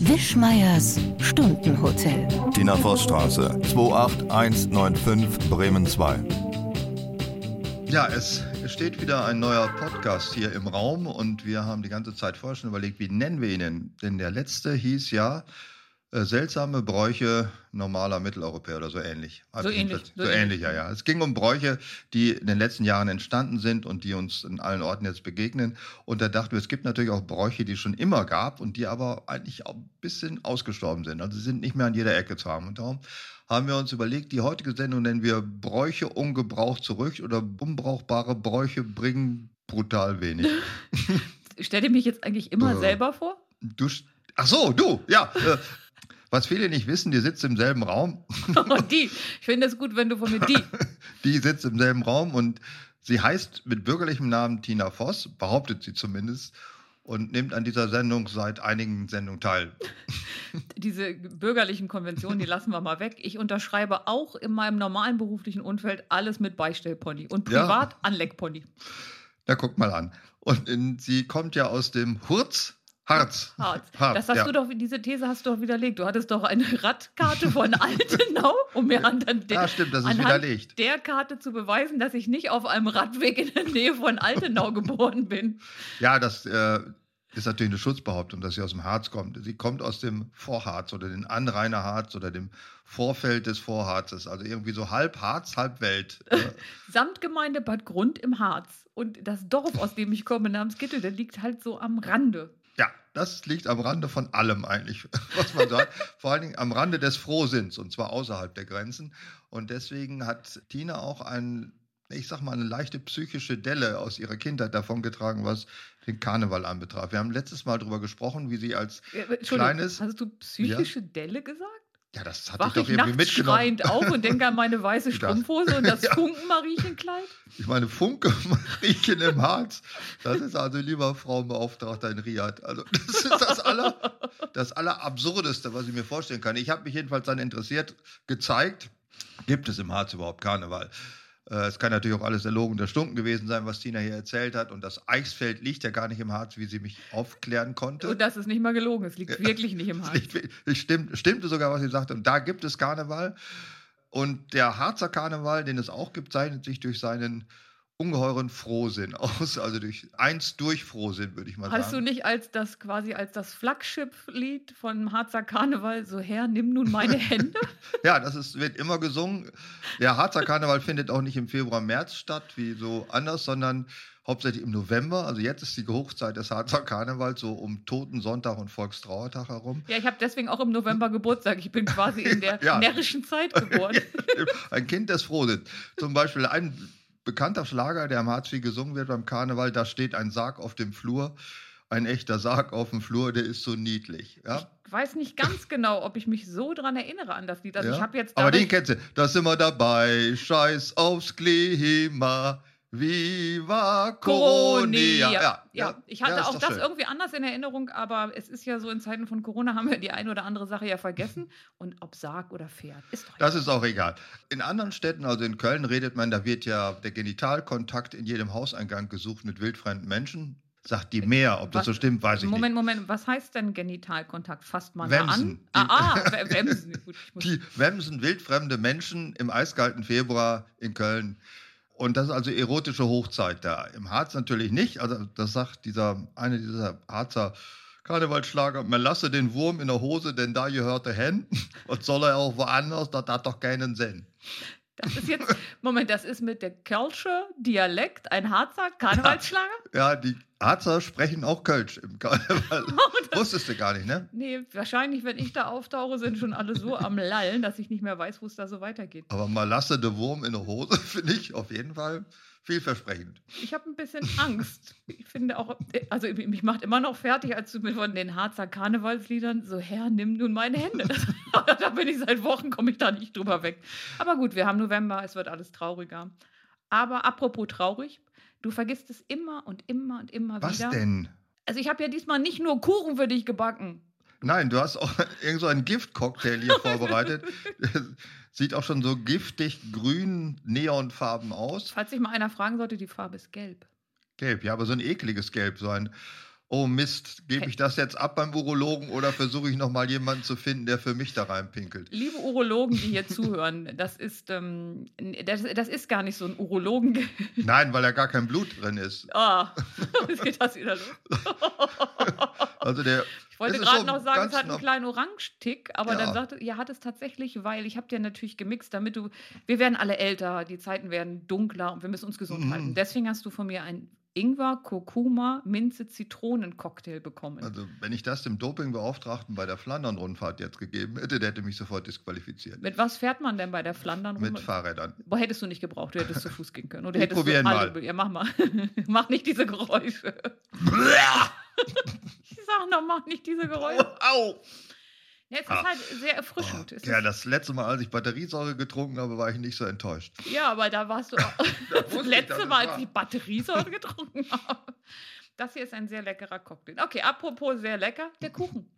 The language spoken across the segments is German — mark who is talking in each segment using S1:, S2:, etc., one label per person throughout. S1: Wischmeiers Stundenhotel.
S2: Tina Vossstraße, 28195 Bremen 2. Ja, es steht wieder ein neuer Podcast hier im Raum und wir haben die ganze Zeit vorher schon überlegt, wie nennen wir ihn denn? Denn der letzte hieß ja äh, seltsame Bräuche normaler Mitteleuropäer oder so ähnlich. Also
S3: So ähnlich,
S2: So,
S3: so
S2: ähnlich, ja, ja. Es ging um Bräuche, die in den letzten Jahren entstanden sind und die uns in allen Orten jetzt begegnen. Und da dachten wir, es gibt natürlich auch Bräuche, die es schon immer gab und die aber eigentlich auch ein bisschen ausgestorben sind. Also sie sind nicht mehr an jeder Ecke zu haben. Und darum haben wir uns überlegt, die heutige Sendung nennen wir Bräuche ungebraucht zurück oder unbrauchbare Bräuche bringen brutal wenig.
S3: Stell dir mich jetzt eigentlich immer
S2: Äh.
S3: selber vor?
S2: Du, sch- ach so, du, ja. Äh, was viele nicht wissen, die sitzt im selben Raum.
S3: Und die. Ich finde es gut, wenn du von mir die.
S2: Die sitzt im selben Raum und sie heißt mit bürgerlichem Namen Tina Voss, behauptet sie zumindest, und nimmt an dieser Sendung seit einigen Sendungen teil.
S3: Diese bürgerlichen Konventionen, die lassen wir mal weg. Ich unterschreibe auch in meinem normalen beruflichen Umfeld alles mit Beistellpony und
S2: Ja.
S3: privat Anleckpony.
S2: Na, guck mal an. Und in, sie kommt ja aus dem Hurz, Harz.
S3: Harz.
S2: Harz,
S3: Das hast
S2: ja.
S3: du doch, diese These hast du doch widerlegt. Du hattest doch eine Radkarte von Altenau, um mir anhand
S2: Ja,
S3: der,
S2: Ah, stimmt, das ist
S3: anhand
S2: widerlegt.
S3: der Karte zu beweisen, dass ich nicht auf einem Radweg in der Nähe von Altenau geboren bin.
S2: Ja, das äh, ist natürlich eine Schutzbehauptung, dass sie aus dem Harz kommt. Sie kommt aus dem Vorharz oder den Anrainer Harz oder dem Vorfeld des Vorharzes. Also irgendwie so halb Harz, halb Welt. Äh,
S3: Samtgemeinde Bad Grund im Harz. Und das Dorf, aus dem ich komme, namens Kittel, der liegt halt so am Rande.
S2: Ja, das liegt am Rande von allem eigentlich, was man sagt. Vor allen Dingen am Rande des Frohsinns und zwar außerhalb der Grenzen. Und deswegen hat Tina auch ein, ich sag mal, eine leichte psychische Delle aus ihrer Kindheit davongetragen, was den Karneval anbetraf. Wir haben letztes Mal darüber gesprochen, wie sie als,
S3: Äh, Entschuldigung,
S2: Kleines-
S3: hast du psychische Delle gesagt?
S2: ja, das hat ich
S3: Wach
S2: doch
S3: ich
S2: irgendwie
S3: nachts
S2: mitgenommen.
S3: schreiend auf und denke an meine weiße
S2: Das-
S3: Strumpfhose und das
S2: Ja.
S3: Funkenmariechenkleid?
S2: Ich meine, Funke Mariechen im Harz. Das ist also lieber Frauenbeauftragter in Riad. Also, das ist das aller, das Allerabsurdeste, was ich mir vorstellen kann. Ich habe mich jedenfalls dann interessiert gezeigt, gibt es im Harz überhaupt Karneval? Äh, Es kann natürlich auch alles erlogen der Stunken gewesen sein, was Tina hier erzählt hat. Und das Eichsfeld liegt ja gar nicht im Harz, wie sie mich aufklären konnte.
S3: Und Oh, das ist nicht mal gelogen, es liegt wirklich nicht im Harz.
S2: Ich, ich stimmt, stimmte sogar, was sie sagte. Und da gibt es Karneval. Und der Harzer Karneval, den es auch gibt, zeichnet sich durch seinen ungeheuren Frohsinn aus. Also durch eins durch Frohsinn, würde ich mal
S3: Hast du
S2: sagen.
S3: nicht als das quasi als das Flaggschiff-Lied von Harzer Karneval so her, nimm nun meine Hände?
S2: Ja, das ist, wird immer gesungen. Der Harzer Karneval findet auch nicht im Februar, März statt, wie so anders, sondern hauptsächlich im November. Also jetzt ist die Hochzeit des Harzer Karnevals, so um Toten Sonntag und Volkstrauertag herum.
S3: Ja, ich habe deswegen auch im November Geburtstag. Ich bin quasi in der
S2: Ja.
S3: närrischen Zeit geboren.
S2: Ein Kind, das froh ist. Zum Beispiel ein bekannter Schlager, der am Harz viel gesungen wird beim Karneval, da steht ein Sarg auf dem Flur. Ein echter Sarg auf dem Flur, der ist so niedlich. Ja?
S3: Ich weiß nicht ganz genau, ob ich mich so dran erinnere an das Lied. Also
S2: ja?
S3: ich habe jetzt
S2: Aber
S3: dadurch-
S2: den kennst du. Da sind wir dabei. Scheiß aufs Klima. Viva Corona.
S3: Ja,
S2: ja,
S3: ich hatte
S2: ist
S3: auch
S2: doch
S3: das
S2: schön.
S3: irgendwie anders in Erinnerung, aber es ist ja so, in Zeiten von Corona haben wir die eine oder andere Sache ja vergessen. Und ob Sarg oder Pferd, ist doch
S2: Das ist auch egal. In anderen Städten, also in Köln, redet man, da wird ja der Genitalkontakt in jedem Hauseingang gesucht mit wildfremden Menschen. Sagt die mehr, ob das
S3: Äh, Was-
S2: so stimmt, weiß ich nicht.
S3: Moment, Moment, was heißt denn Genitalkontakt? Fasst man
S2: Wemsen.
S3: da an? Ah, ah we- Wemsen. Gut, ich muss,
S2: Die wemsen wildfremde Menschen im eiskalten Februar in Köln. Und das ist also erotische Hochzeit da. Im Harz natürlich nicht. Also, das sagt dieser, eine dieser Harzer Karnevalsschlager, man lasse den Wurm in der Hose, denn da gehört er hin. Und soll er auch woanders, das hat doch keinen Sinn.
S3: das ist jetzt, Moment, das ist mit der Kölsche Dialekt, ein Harzer Karnevalsschlager?
S2: Ja, die Harzer sprechen auch Kölsch im Karneval.
S3: Oh,
S2: Wusstest du gar nicht, ne?
S3: Nee, wahrscheinlich, wenn ich da auftauche, sind schon alle so am Lallen, dass ich nicht mehr weiß, wo es da so weitergeht.
S2: Aber man lasse den Wurm in der Hose, finde ich auf jeden Fall vielversprechend.
S3: Ich habe ein bisschen Angst. Ich finde auch, also mich macht immer noch fertig, als du mir von den Harzer Karnevalsliedern so, Herr, nimm nun meine Hände. Das, da bin ich seit Wochen, komme ich da nicht drüber weg. Aber gut, wir haben November, es wird alles trauriger. Aber apropos traurig, du vergisst es immer und immer und immer
S2: Was
S3: wieder.
S2: denn?
S3: Also ich habe ja diesmal nicht nur Kuchen für dich gebacken.
S2: Nein, du hast auch irgend so einen Giftcocktail hier vorbereitet. Sieht auch schon so giftig grün, neonfarben aus.
S3: Falls sich mal einer fragen sollte, die Farbe ist gelb.
S2: Gelb, ja, aber so ein ekliges Gelb, so ein oh Mist, gebe ich das jetzt ab beim Urologen oder versuche ich nochmal jemanden zu finden, der für mich da reinpinkelt?
S3: Liebe Urologen, die hier zuhören, das ist, ähm, das, das ist gar nicht so ein Urologen.
S2: Nein, weil da gar kein Blut drin ist.
S3: Ah, jetzt geht das wieder los?
S2: Also der,
S3: Ich wollte
S2: Es ist
S3: gerade
S2: so
S3: noch sagen,
S2: ganz
S3: es hat einen
S2: norm-
S3: kleinen Orange-Tick, aber
S2: Ja.
S3: dann sagte, ja, hat es tatsächlich, weil ich habe dir natürlich gemixt, damit du, wir werden alle älter, die Zeiten werden dunkler und wir müssen uns gesund
S2: Mhm.
S3: halten. Deswegen hast du von mir einen Ingwer, Kurkuma, Minze, Zitronen-Cocktail bekommen.
S2: also wenn ich das dem Dopingbeauftragten bei der Flandern-Rundfahrt jetzt gegeben hätte, der hätte mich sofort disqualifiziert.
S3: Mit was fährt man denn bei der Flandern rum?
S2: Äh, Mit Fahrrädern.
S3: Boah, hättest du nicht gebraucht, du hättest zu Fuß gehen können. Und du
S2: Wir
S3: hättest so
S2: probieren
S3: alle-
S2: mal.
S3: Ja, mach mal. mach nicht diese Geräusche. Ich sag noch, mach nicht diese Geräusche.
S2: Au!
S3: Ja, es ist
S2: Ah. Oh.
S3: halt sehr erfrischend. Es
S2: Ja,
S3: ist,
S2: das letzte Mal, als ich Batteriesäure getrunken habe, war ich nicht so enttäuscht.
S3: ja, aber da warst du auch.
S2: Da
S3: Das
S2: wusste ich, dass
S3: letzte
S2: es
S3: Mal,
S2: war.
S3: als ich Batteriesäure getrunken habe. Das hier ist ein sehr leckerer Cocktail. Okay, apropos sehr lecker, der Kuchen.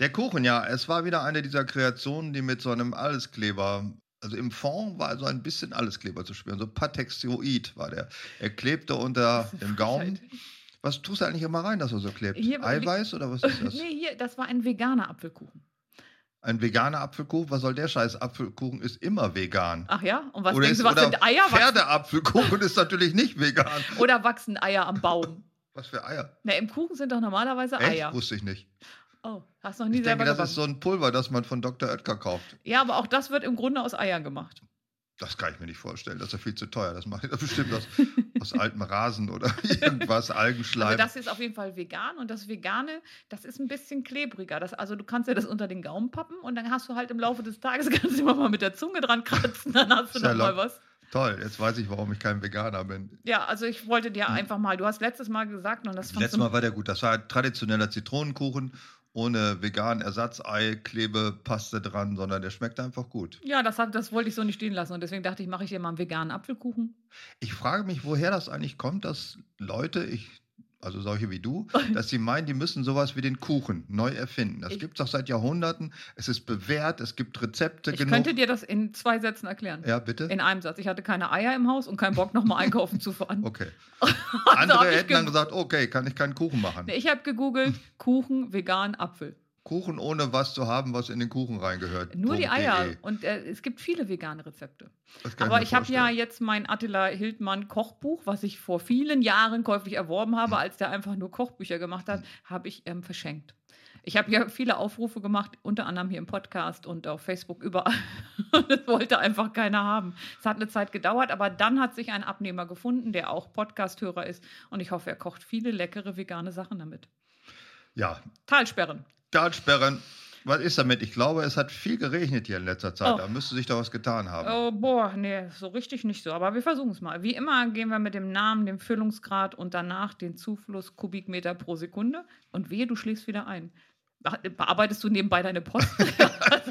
S2: Der Kuchen, ja, es war wieder eine dieser Kreationen, die mit so einem Alleskleber, also im Fond war so ein bisschen Alleskleber zu spüren, so Patexioid war der. Er klebte unter
S3: Das ist halt eine
S2: dem Gaumen.
S3: Frechheit.
S2: Was tust du eigentlich immer rein, dass er so klebt?
S3: Hier war-
S2: Eiweiß oder was ist das?
S3: Nee, hier, das war ein veganer Apfelkuchen.
S2: Ein veganer Apfelkuchen? Was soll der Scheiß? Apfelkuchen ist immer vegan.
S3: Ach ja? Und was
S2: oder
S3: denkst
S2: ist,
S3: du, Ah, was
S2: oder
S3: sind Eier? Wachsen,
S2: Pferdeapfelkuchen ist natürlich nicht vegan.
S3: oder wachsen Eier am Baum?
S2: Was für Eier?
S3: Na, im Kuchen sind doch normalerweise
S2: Echt?
S3: Eier.
S2: Wusste ich nicht.
S3: Oh, hast noch nie
S2: Ich denke,
S3: selber
S2: das
S3: gebacken.
S2: ist so ein Pulver, das man von Dr. Oetker kauft.
S3: Ja, aber auch das wird im Grunde aus Eiern gemacht.
S2: Das kann ich mir nicht vorstellen. Das ist ja viel zu teuer. Das mache ich bestimmt aus, aus altem Rasen oder irgendwas, Algenschleim.
S3: Also das ist auf jeden Fall vegan und das Vegane, das ist ein bisschen klebriger. Das, also du kannst ja das unter den Gaumen pappen und dann hast du halt im Laufe des Tages kannst du immer mal mit der Zunge dran kratzen, dann hast du
S2: Sehr
S3: noch mal
S2: lock-
S3: was.
S2: Toll, jetzt weiß ich, warum ich kein Veganer bin.
S3: Ja, also ich wollte dir einfach mal, du hast letztes Mal gesagt und das fandst
S2: Hm. Letztes
S3: du
S2: Mal war der gut. Das war traditioneller Zitronenkuchen ohne veganen Ersatzei, Klebepaste dran, sondern der schmeckt einfach gut.
S3: ja, das, hat, das wollte ich so nicht stehen lassen und deswegen dachte ich, mache ich dir mal einen veganen Apfelkuchen.
S2: Ich frage mich, woher das eigentlich kommt, dass Leute, ich, also solche wie du, dass sie meinen, die müssen sowas wie den Kuchen neu erfinden. Das
S3: Ich-
S2: gibt es doch seit Jahrhunderten. Es ist bewährt, es gibt Rezepte
S3: Ich
S2: genug.
S3: könnte dir das in zwei Sätzen erklären.
S2: ja, bitte?
S3: In einem Satz. Ich hatte keine Eier im Haus und keinen Bock, nochmal einkaufen zu fahren.
S2: Okay.
S3: Also hab
S2: Oh, Andere
S3: ich
S2: hätten dann
S3: ge-
S2: gesagt, okay, kann ich keinen Kuchen machen.
S3: Nee, Ich habe gegoogelt, Kuchen, vegan, Apfel.
S2: Kuchen ohne was zu haben, was in den Kuchen reingehört.
S3: Nur die
S2: .de.
S3: Eier. Und äh, es gibt viele vegane Rezepte.
S2: Das kann
S3: Aber
S2: mir
S3: ich habe ja
S2: vorstellen.
S3: jetzt mein Attila Hildmann Kochbuch, was ich vor vielen Jahren käuflich erworben habe, als der einfach nur Kochbücher gemacht hat, habe ich ähm, verschenkt. Ich habe ja viele Aufrufe gemacht, unter anderem hier im Podcast und auf Facebook überall. das wollte einfach keiner haben. Es hat eine Zeit gedauert, aber dann hat sich ein Abnehmer gefunden, der auch Podcasthörer ist. Und ich hoffe, er kocht viele leckere vegane Sachen damit.
S2: Ja,
S3: Talsperren.
S2: Talsperren. Was ist damit? Ich glaube, es hat viel geregnet hier in letzter Zeit.
S3: Oh.
S2: Da müsste sich doch was getan haben.
S3: Oh, boah, nee, so richtig nicht so. Aber wir versuchen es mal. Wie immer gehen wir mit dem Namen, dem Füllungsgrad und danach den Zufluss Kubikmeter pro Sekunde. Und wehe, du schläfst wieder ein. Ach, Bearbeitest du nebenbei deine Post?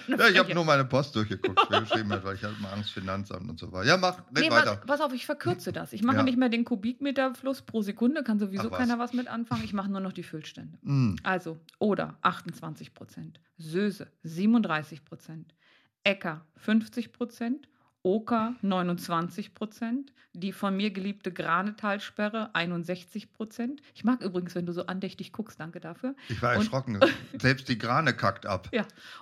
S2: Ja, ich habe nur meine Post durchgeguckt, wer geschrieben hat, weil ich hatte mal Angst, Finanzamt und so weiter. Ja, mach, red
S3: Nee, pass,
S2: weiter.
S3: pass auf, ich verkürze das. Ich mache
S2: Ja.
S3: nicht mehr den Kubikmeterfluss pro Sekunde, kann sowieso
S2: Ach, was.
S3: keiner was mit anfangen. Ich mache nur noch die Füllstände.
S2: Hm,
S3: Also, oder 28 Prozent, Söse 37 Prozent, Ecker 50 Prozent, Oker 29 Prozent, die von mir geliebte Granetalsperre 61 Prozent. Ich mag übrigens, wenn du so andächtig guckst, danke dafür.
S2: ich war
S3: Und-
S2: erschrocken. Selbst die Grane kackt ab.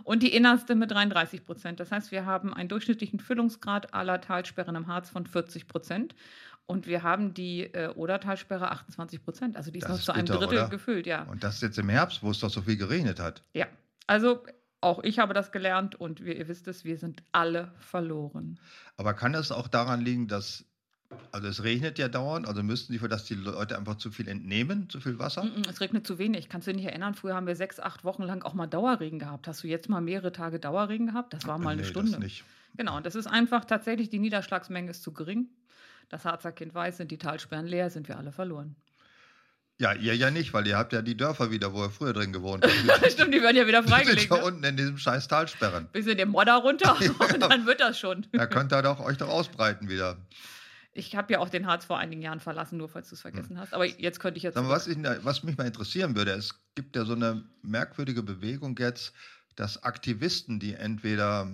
S3: Und die innerste mit 33 Prozent. Das heißt, wir haben einen durchschnittlichen Füllungsgrad aller Talsperren im Harz von 40 Prozent. Und wir haben die äh, Odertalsperre 28 Prozent. Also die ist
S2: Das
S3: noch
S2: ist
S3: zu einem
S2: bitter,
S3: Drittel
S2: oder?
S3: gefüllt, ja.
S2: Und das jetzt im Herbst, wo es doch so viel geregnet hat.
S3: Ja, also auch ich habe das gelernt und wir, ihr wisst es, wir sind alle verloren.
S2: Aber kann es auch daran liegen, dass, also es regnet ja dauernd, also müssten die für das die Leute einfach zu viel entnehmen, zu viel Wasser?
S3: Mm, mm, Es regnet zu wenig. Kannst du dich nicht erinnern? Früher haben wir sechs, acht Wochen lang auch mal Dauerregen gehabt. Hast du jetzt mal mehrere Tage Dauerregen gehabt? Das war mal eine
S2: Nee,
S3: Stunde.
S2: Das nicht.
S3: Genau, und das ist einfach tatsächlich, die Niederschlagsmenge ist zu gering. Das Harzer Kind weiß, sind die Talsperren leer, sind wir alle verloren.
S2: Ja, ihr ja nicht, weil ihr habt ja die Dörfer wieder, wo ihr früher drin gewohnt habt.
S3: Stimmt, die werden ja wieder
S2: Die sind
S3: freigelegt.
S2: da
S3: Ne?
S2: unten in diesem scheiß Talsperren.
S3: Bisschen den Modder runter und dann wird das schon.
S2: Da könnt ihr doch euch doch ausbreiten wieder.
S3: Ich habe ja auch den Harz vor einigen Jahren verlassen, nur falls du es vergessen hast. Aber jetzt könnte ich jetzt.
S2: Hm. Sag mal, was, ich, was mich mal interessieren würde, es gibt ja so eine merkwürdige Bewegung jetzt, dass Aktivisten, die entweder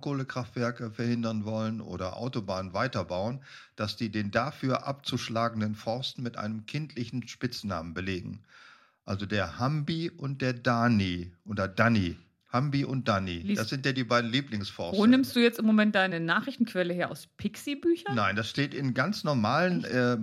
S2: Braunkohlekraftwerke verhindern wollen oder Autobahnen weiterbauen, dass die den dafür abzuschlagenden Forsten mit einem kindlichen Spitznamen belegen. Also der Hambi und der Dani oder Danny. Hambi und Danny.
S3: Lies-
S2: Das sind ja die beiden Lieblingsforsten.
S3: Wo nimmst du jetzt im Moment deine Nachrichtenquelle her? Aus Pixie-Büchern?
S2: Nein, das steht in ganz normalen, äh,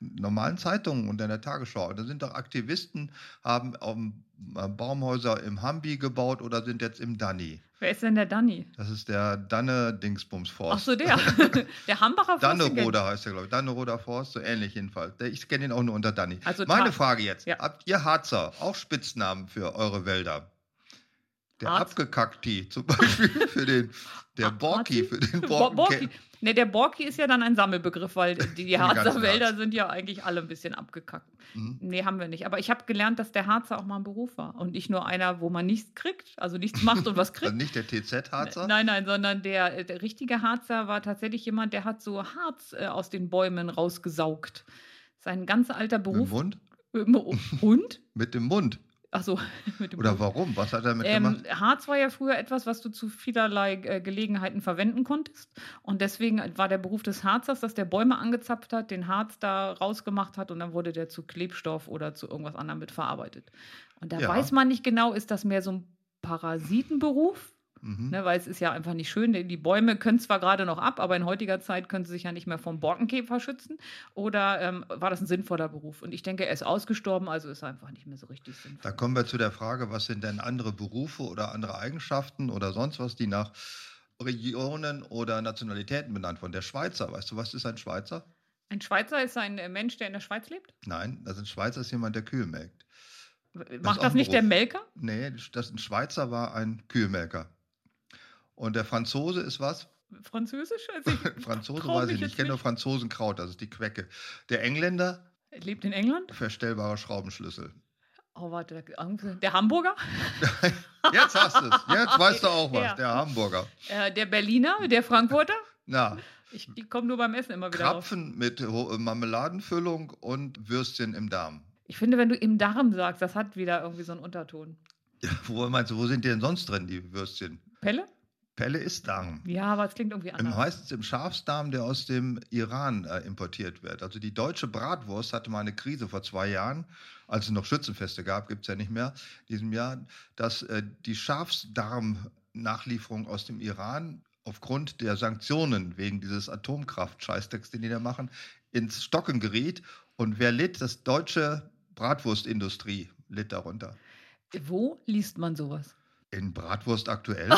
S2: normalen Zeitungen und in der Tagesschau. Da sind doch Aktivisten, haben ähm, äh, Baumhäuser im Hambi gebaut oder sind jetzt im Danny.
S3: Wer ist denn der Danny?
S2: Das ist der Danne-Dingsbums-Forst.
S3: Ach so, der. der Hambacher Forst, den kenn-
S2: Danneroder heißt er, glaube ich. Danneroder Forst, so ähnlich jedenfalls. Der- Ich kenne ihn auch nur unter Danny.
S3: Also
S2: Meine
S3: Ta-
S2: Frage jetzt:
S3: Ja.
S2: Habt ihr Harzer auch Spitznamen für eure Wälder? Der
S3: Harz-
S2: Abgekackti zum Beispiel für den, der
S3: Ah,
S2: Borki
S3: Harzi?
S2: für den
S3: Bo-
S2: Borken.
S3: Borki. Ne, der Borki ist ja dann ein Sammelbegriff, weil die
S2: ganzen
S3: Harzer Wälder
S2: Harz.
S3: sind ja eigentlich alle ein bisschen abgekackt.
S2: Mhm.
S3: Nee, haben wir nicht. Aber ich habe gelernt, dass der Harzer auch mal ein Beruf war und nicht nur einer, wo man nichts kriegt, also nichts macht und was
S2: Also
S3: kriegt.
S2: nicht der TZ-Harzer?
S3: Nein, nein, sondern der, der richtige Harzer war tatsächlich jemand, der hat so Harz äh, aus den Bäumen rausgesaugt. Sein ganz alter
S2: Mit dem
S3: Beruf.
S2: Mund?
S3: Und?
S2: Mit dem Mund.
S3: Achso, mit dem
S2: Oder
S3: Mund.
S2: warum? Was hat er damit
S3: Genau. Ähm,
S2: gemacht?
S3: Harz war ja früher etwas, was du zu vielerlei äh, Gelegenheiten verwenden konntest. Und deswegen war der Beruf des Harzers, dass der Bäume angezapft hat, den Harz da rausgemacht hat und dann wurde der zu Klebstoff oder zu irgendwas anderem mit verarbeitet. Und da
S2: Ja.
S3: weiß man nicht genau, ist das mehr so ein Parasitenberuf?
S2: Mhm.
S3: Ne, weil es ist ja einfach nicht schön. denn Die Bäume können zwar gerade noch ab, aber in heutiger Zeit können sie sich ja nicht mehr vom Borkenkäfer schützen. Oder ähm, war das ein sinnvoller Beruf? Und ich denke, er ist ausgestorben, also ist er einfach nicht mehr so richtig sinnvoll.
S2: Da kommen wir zu der Frage, was sind denn andere Berufe oder andere Eigenschaften oder sonst was, die nach Regionen oder Nationalitäten benannt wurden. Der Schweizer, weißt du, was ist ein Schweizer?
S3: Ein Schweizer ist ein äh, Mensch, der in der Schweiz lebt?
S2: Nein, das ein Schweizer ist jemand, der Kühe melkt.
S3: W-
S2: ist
S3: Macht
S2: auch
S3: das
S2: ein
S3: nicht der
S2: Beruf.
S3: Melker?
S2: Nee, das ein Schweizer war ein Kühlmelker. Und der Franzose ist was?
S3: Französisch? Also ich
S2: Franzose
S3: trau
S2: weiß
S3: mich
S2: ich nicht.
S3: jetzt
S2: Ich kenne nur Franzosenkraut, das ist die Quecke. Der Engländer,
S3: nicht. Lebt in England?
S2: verstellbarer Schraubenschlüssel.
S3: Oh, warte. da- irgendwo- Der Hamburger?
S2: Jetzt hast du es. Jetzt weißt du auch was.
S3: Ja.
S2: Der Hamburger.
S3: Äh, der Berliner? Der Frankfurter?
S2: Na,
S3: Ich komme nur beim Essen immer wieder drauf.
S2: Krapfen mit Ho- äh, Marmeladenfüllung und Würstchen im Darm.
S3: Ich finde, wenn du im Darm sagst, das hat wieder irgendwie so einen Unterton.
S2: Ja, wo meinst du, wo sind die denn sonst drin, die Würstchen?
S3: Pelle?
S2: Pelle ist Darm.
S3: Ja, aber es klingt irgendwie
S2: Im,
S3: anders.
S2: meistens im Schafsdarm, der aus dem Iran äh, importiert wird. Also die deutsche Bratwurst hatte mal eine Krise vor zwei Jahren, als es noch Schützenfeste gab, gibt es ja nicht mehr, in diesem Jahr, dass äh, die Schafsdarm-Nachlieferung aus dem Iran aufgrund der Sanktionen wegen dieses Atomkraft-Scheißdecks, den die da machen, ins Stocken geriet. Und wer litt? Das deutsche Bratwurstindustrie litt darunter.
S3: Wo liest man sowas?
S2: In Bratwurst aktuell?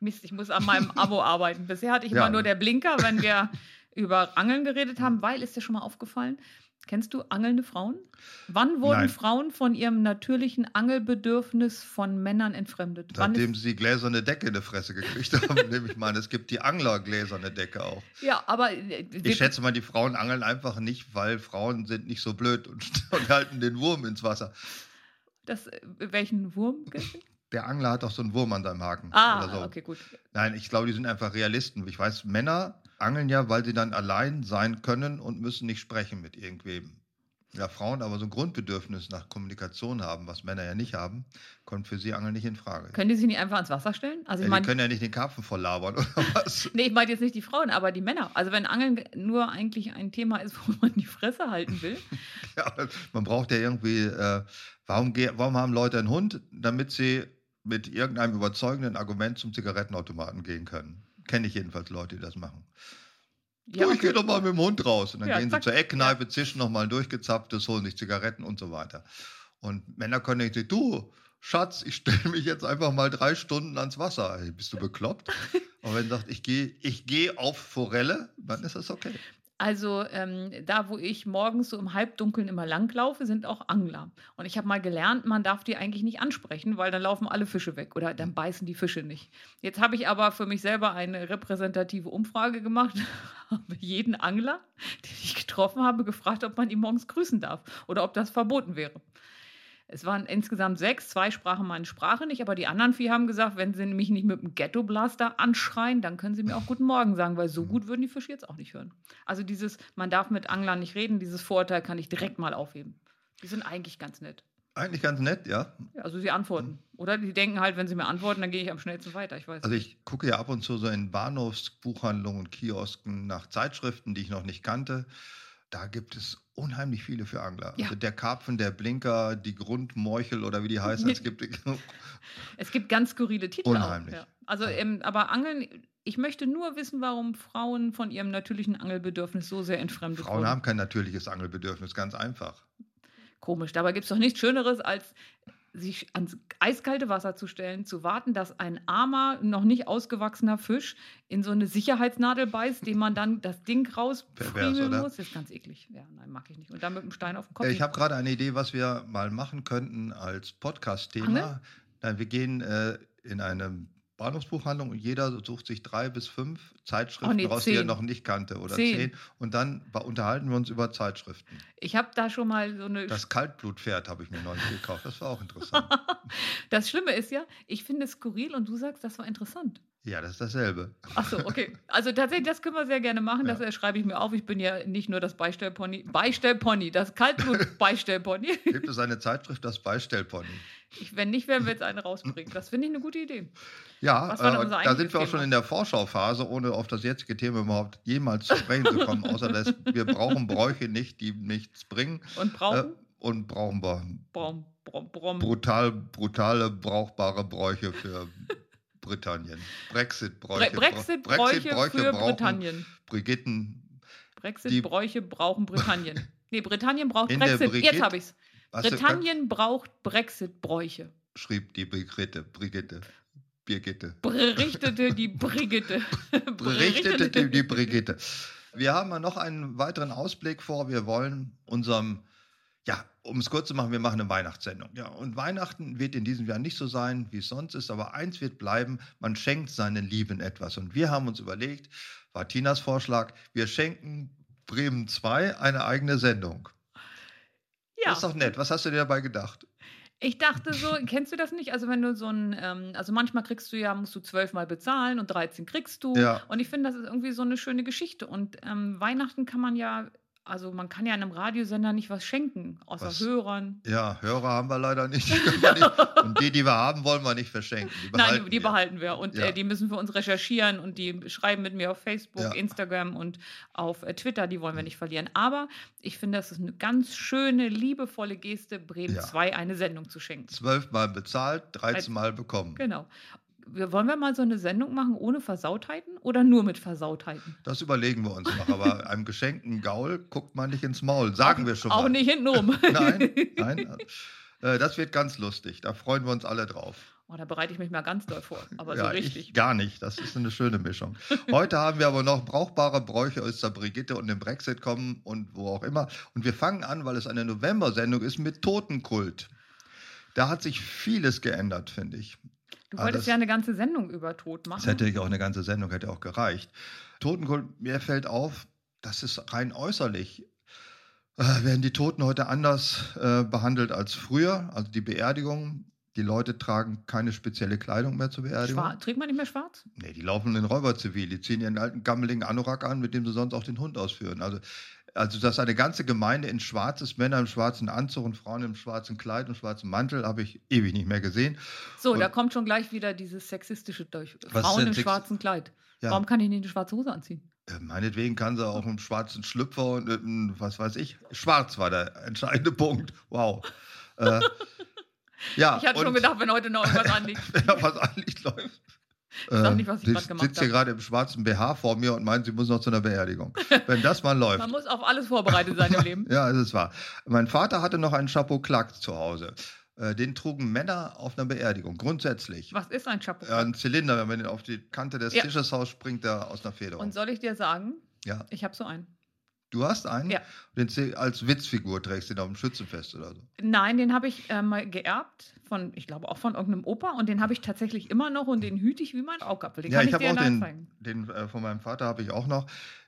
S3: Mist, ich muss an meinem Abo arbeiten. Bisher hatte ich
S2: Ja, Mhm.
S3: immer nur
S2: ne?
S3: der Blinker, wenn wir über Angeln geredet haben, weil ist dir schon mal aufgefallen, kennst du angelnde Frauen? Wann wurden
S2: Nein.
S3: Frauen von ihrem natürlichen Angelbedürfnis von Männern entfremdet? Wann
S2: Seitdem sie gläserne Decke in die Fresse gekriegt haben, nehme ich mal an. Es gibt die Angler gläserne Decke auch.
S3: ist, ja, aber äh, wir-
S2: Ich schätze mal, die Frauen angeln einfach nicht, weil Frauen sind nicht so blöd und, und halten den Wurm ins Wasser.
S3: das, äh, welchen Wurm? gibt es?
S2: Der Angler hat doch so einen Wurm an seinem Haken
S3: Ah,
S2: oder so.
S3: okay, gut.
S2: Nein, ich glaube, die sind einfach Realisten. Ich weiß, Männer angeln ja, weil sie dann allein sein können und müssen nicht sprechen mit irgendwem. Ja, Frauen aber so ein Grundbedürfnis nach Kommunikation haben, was Männer ja nicht haben, kommt für sie Angeln nicht in Frage.
S3: Können die sich nicht einfach ans Wasser stellen? Also
S2: ja,
S3: ich
S2: die
S3: meine,
S2: können ja nicht den Karpfen voll labern oder was?
S3: Nee, ich meine jetzt nicht die Frauen, aber die Männer. Also wenn Angeln nur eigentlich ein Thema ist, wo man die Fresse halten will.
S2: Ja, man braucht ja irgendwie, äh, warum, ge- warum haben Leute einen Hund? Damit sie mit irgendeinem überzeugenden Argument zum Zigarettenautomaten gehen können. Kenne ich jedenfalls Leute, die das machen. du,
S3: Ja,
S2: ich
S3: okay.
S2: gehe doch mal mit dem Hund raus. Und dann
S3: Ja,
S2: gehen
S3: zack.
S2: sie zur Eckkneipe, zischen nochmal ein durchgezapftes, holen sich Zigaretten und so weiter. Und Männer können nicht sagen, du, Schatz, ich stelle mich jetzt einfach mal drei Stunden ans Wasser. Ey, bist du bekloppt? Aber wenn sie sagt, ich gehe ich gehe auf Forelle, dann ist das okay.
S3: Also ähm, da, wo ich morgens so im Halbdunkeln immer langlaufe, sind auch Angler. Und ich habe mal gelernt, man darf die eigentlich nicht ansprechen, weil dann laufen alle Fische weg oder dann beißen die Fische nicht. Jetzt habe ich aber für mich selber eine repräsentative Umfrage gemacht, habe jeden Angler, den ich getroffen habe, gefragt, ob man ihn morgens grüßen darf oder ob das verboten wäre. Es waren insgesamt sechs, zwei sprachen meine Sprache nicht, aber die anderen vier haben gesagt, wenn sie mich nicht mit dem Ghetto-Blaster anschreien, dann können sie mir auch Guten Morgen sagen, weil so gut würden die Fische jetzt auch nicht hören. Also dieses, man darf mit Anglern nicht reden, dieses Vorurteil kann ich direkt mal aufheben. Die sind eigentlich ganz nett.
S2: Eigentlich ganz nett, ja.
S3: Ja, Also sie antworten. Oder die denken halt, wenn sie mir antworten, dann gehe ich am schnellsten weiter. Ich weiß
S2: Also
S3: nicht.
S2: ich gucke ja ab und zu so in Bahnhofsbuchhandlungen und Kiosken nach Zeitschriften, die ich noch nicht kannte. Da gibt es unheimlich viele für Angler.
S3: Ja.
S2: Also der Karpfen, der Blinker, die Grundmorchel oder wie die heißen. Es gibt
S3: Es gibt ganz skurrile Titel.
S2: Unheimlich.
S3: Auch, ja. Also, ähm, aber Angeln, ich möchte nur wissen, warum Frauen von ihrem natürlichen Angelbedürfnis so sehr entfremdet
S2: Frauen
S3: wurden.
S2: haben kein natürliches Angelbedürfnis, ganz einfach.
S3: Komisch. Dabei gibt es doch nichts Schöneres, als sich ans eiskalte Wasser zu stellen, zu warten, dass ein armer, noch nicht ausgewachsener Fisch in so eine Sicherheitsnadel beißt, dem man dann das Ding
S2: Pervers,
S3: rauspriemeln
S2: oder?
S3: muss. Das ist ganz eklig. Ja, nein, mag ich nicht. Und dann mit einem Stein auf den Kopf.
S2: Äh, Ich habe gerade eine Idee, was wir mal machen könnten als Podcast-Thema.
S3: Angeln?
S2: Nein, Wir gehen äh, in eine Bahnhofsbuchhandlung und jeder sucht sich drei bis fünf Zeitschriften
S3: Oh, nee,
S2: raus, die er
S3: zehn.
S2: noch nicht kannte oder zehn.
S3: Zehn.
S2: Und dann ba- unterhalten wir uns über Zeitschriften.
S3: ich habe da schon mal so eine
S2: Das Kaltblutpferd habe ich mir neulich gekauft. Das war auch interessant.
S3: Das Schlimme ist ja, ich finde es skurril und du sagst, das war interessant.
S2: ja, das ist dasselbe.
S3: Ach so, okay. Also tatsächlich, das können wir sehr gerne machen. Das
S2: Ja.
S3: äh, schreibe ich mir auf. Ich bin ja nicht nur das Beistellpony. Beistellpony, das Kaltblut-Beistellpony.
S2: Gibt es eine Zeitschrift, das Beistellpony?
S3: Ich- Wenn nicht, werden wir jetzt einen rausbringen. Das finde ich eine gute Idee.
S2: Ja,
S3: Was war denn
S2: äh, und
S3: unser
S2: da
S3: eigentliches
S2: sind wir auch schon
S3: Thema?
S2: in der Vorschauphase, ohne auf das jetzige Thema überhaupt jemals zu sprechen zu kommen, außer dass wir brauchen Bräuche nicht, die nichts bringen.
S3: Und
S2: Äh,
S3: brauchen?
S2: und brauchen wir
S3: Brom, brom, brom.
S2: brutal, brutale, brauchbare Bräuche für Britannien.
S3: Bre
S2: Brexit-Bräuche.
S3: Brexit-Bräuche für
S2: brauchen
S3: Britannien.
S2: Brigitten.
S3: Brexit-Bräuche brauchen Britannien. Nee, Britannien braucht
S2: In der
S3: Brexit.
S2: Brigitte-
S3: Jetzt habe ich es.
S2: Was
S3: Britannien braucht Brexit-Bräuche.
S2: schrieb die Brigitte. Brigitte. Birgitte.
S3: Berichtete die Brigitte.
S2: berichtete die, die Brigitte. Wir haben ja noch einen weiteren Ausblick vor. Wir wollen unserem, ja, um es kurz zu machen, wir machen eine Weihnachtssendung. Ja, und Weihnachten wird in diesem Jahr nicht so sein, wie es sonst ist, aber eins wird bleiben, man schenkt seinen Lieben etwas. Und wir haben uns überlegt, war Tinas Vorschlag, wir schenken Bremen 2 eine eigene Sendung.
S3: Ja.
S2: Das ist doch nett. Was hast du dir dabei gedacht?
S3: Ich dachte so, kennst du das nicht? Also wenn du so ein, ähm, also manchmal kriegst du ja, musst du zwölfmal bezahlen und 13 kriegst du.
S2: Ja.
S3: Und ich finde, das ist irgendwie so eine schöne Geschichte. Und ähm, Weihnachten kann man ja, also man kann ja einem Radiosender nicht was schenken, außer
S2: Was?
S3: Hörern.
S2: Ja, Hörer haben wir leider nicht. Die können wir nicht. Und die, die wir haben, wollen wir nicht verschenken. Die
S3: Nein, die
S2: wir.
S3: behalten wir. Und
S2: Ja.
S3: äh, die müssen für uns recherchieren und die schreiben mit mir auf Facebook,
S2: Ja. Mhm.
S3: Instagram und auf äh, Twitter. Die wollen wir nicht verlieren. Aber ich finde, das ist eine ganz schöne, liebevolle Geste, Bremen
S2: Ja.
S3: 2 eine Sendung zu schenken.
S2: zwölfmal bezahlt, 13 Mal bekommen.
S3: Genau. Wir, wollen wir mal so eine Sendung machen ohne Versautheiten oder nur mit Versautheiten?
S2: Das überlegen wir uns noch. Aber einem geschenkten Gaul guckt man nicht ins Maul. Sagen wir schon
S3: Auch
S2: mal.
S3: nicht hintenrum.
S2: Nein, nein. Äh, Das wird ganz lustig. Da freuen wir uns alle drauf.
S3: Oh, da bereite ich mich mal ganz doll vor. Aber so
S2: ja,
S3: richtig.
S2: ich gar nicht. Das ist eine schöne Mischung. Heute haben wir aber noch brauchbare Bräuche aus der Brigitte und dem Brexit kommen und wo auch immer. Und wir fangen an, weil es eine November-Sendung ist, mit Totenkult. Da hat sich vieles geändert, finde ich.
S3: du
S2: Ah,
S3: wolltest
S2: das-
S3: ja eine ganze Sendung über Tod
S2: Das
S3: machen.
S2: hätte ich auch eine ganze Sendung, hätte auch gereicht. Totenkult, mir fällt auf, das ist rein äußerlich. Äh, werden die Toten heute anders äh, behandelt als früher? Also die Beerdigung, die Leute tragen keine spezielle Kleidung mehr zur Beerdigung.
S3: Schwa- Trägt man nicht mehr schwarz?
S2: Nee, die laufen in Räuberzivil, die ziehen ihren alten gammeligen Anorak an, mit dem sie sonst auch den Hund ausführen. Also, also dass eine ganze Gemeinde in schwarz ist, Männer im schwarzen Anzug und Frauen im schwarzen Kleid und schwarzen Mantel, habe ich ewig nicht mehr gesehen.
S3: So,
S2: Und-
S3: da kommt schon gleich wieder dieses sexistische durch.
S2: Was ist
S3: Frauen
S2: denn
S3: im
S2: sex-
S3: schwarzen Kleid.
S2: Ja.
S3: Warum kann ich nicht eine schwarze Hose anziehen?
S2: Äh, Meinetwegen kann sie auch einen schwarzen Schlüpfer und äh, einen, was weiß ich. Schwarz war der entscheidende Punkt. Wow. äh, ja,
S3: ich hatte schon
S2: Ah, und-
S3: gedacht, wenn heute noch irgendwas anliegt.
S2: wenn da was eigentlich läuft.
S3: sag nicht, was ich
S2: sie
S3: grad gemacht
S2: sitzt hier
S3: hab.
S2: gerade im schwarzen BH vor mir und meint, sie muss noch zu einer Beerdigung. Wenn das mal läuft.
S3: Man muss auf alles vorbereitet sein im Leben.
S2: Ja, es ist wahr. Mein Vater hatte noch einen Chapeau Clark zu Hause. Äh, Den trugen Männer auf einer Beerdigung, grundsätzlich.
S3: Was ist ein Chapeau?
S2: Ja, Ein Zylinder, wenn man den auf die Kante des
S3: Ja.
S2: Tisches haut, springt er aus einer Federung.
S3: Und soll ich dir sagen,
S2: genau. ja.
S3: ich habe so einen.
S2: Du hast einen?
S3: Ja.
S2: Den sie- als Witzfigur trägst du den auf dem Schützenfest oder so.
S3: Nein, den habe ich äh, mal geerbt von, ich glaube auch von irgendeinem Opa und den habe ich tatsächlich immer noch und den hüte ich wie mein Augapfel. Den
S2: ja, ich
S3: kann ich,
S2: habe
S3: dir
S2: auch
S3: nachzeigen.
S2: den, den äh, von meinem Vater habe ich auch noch.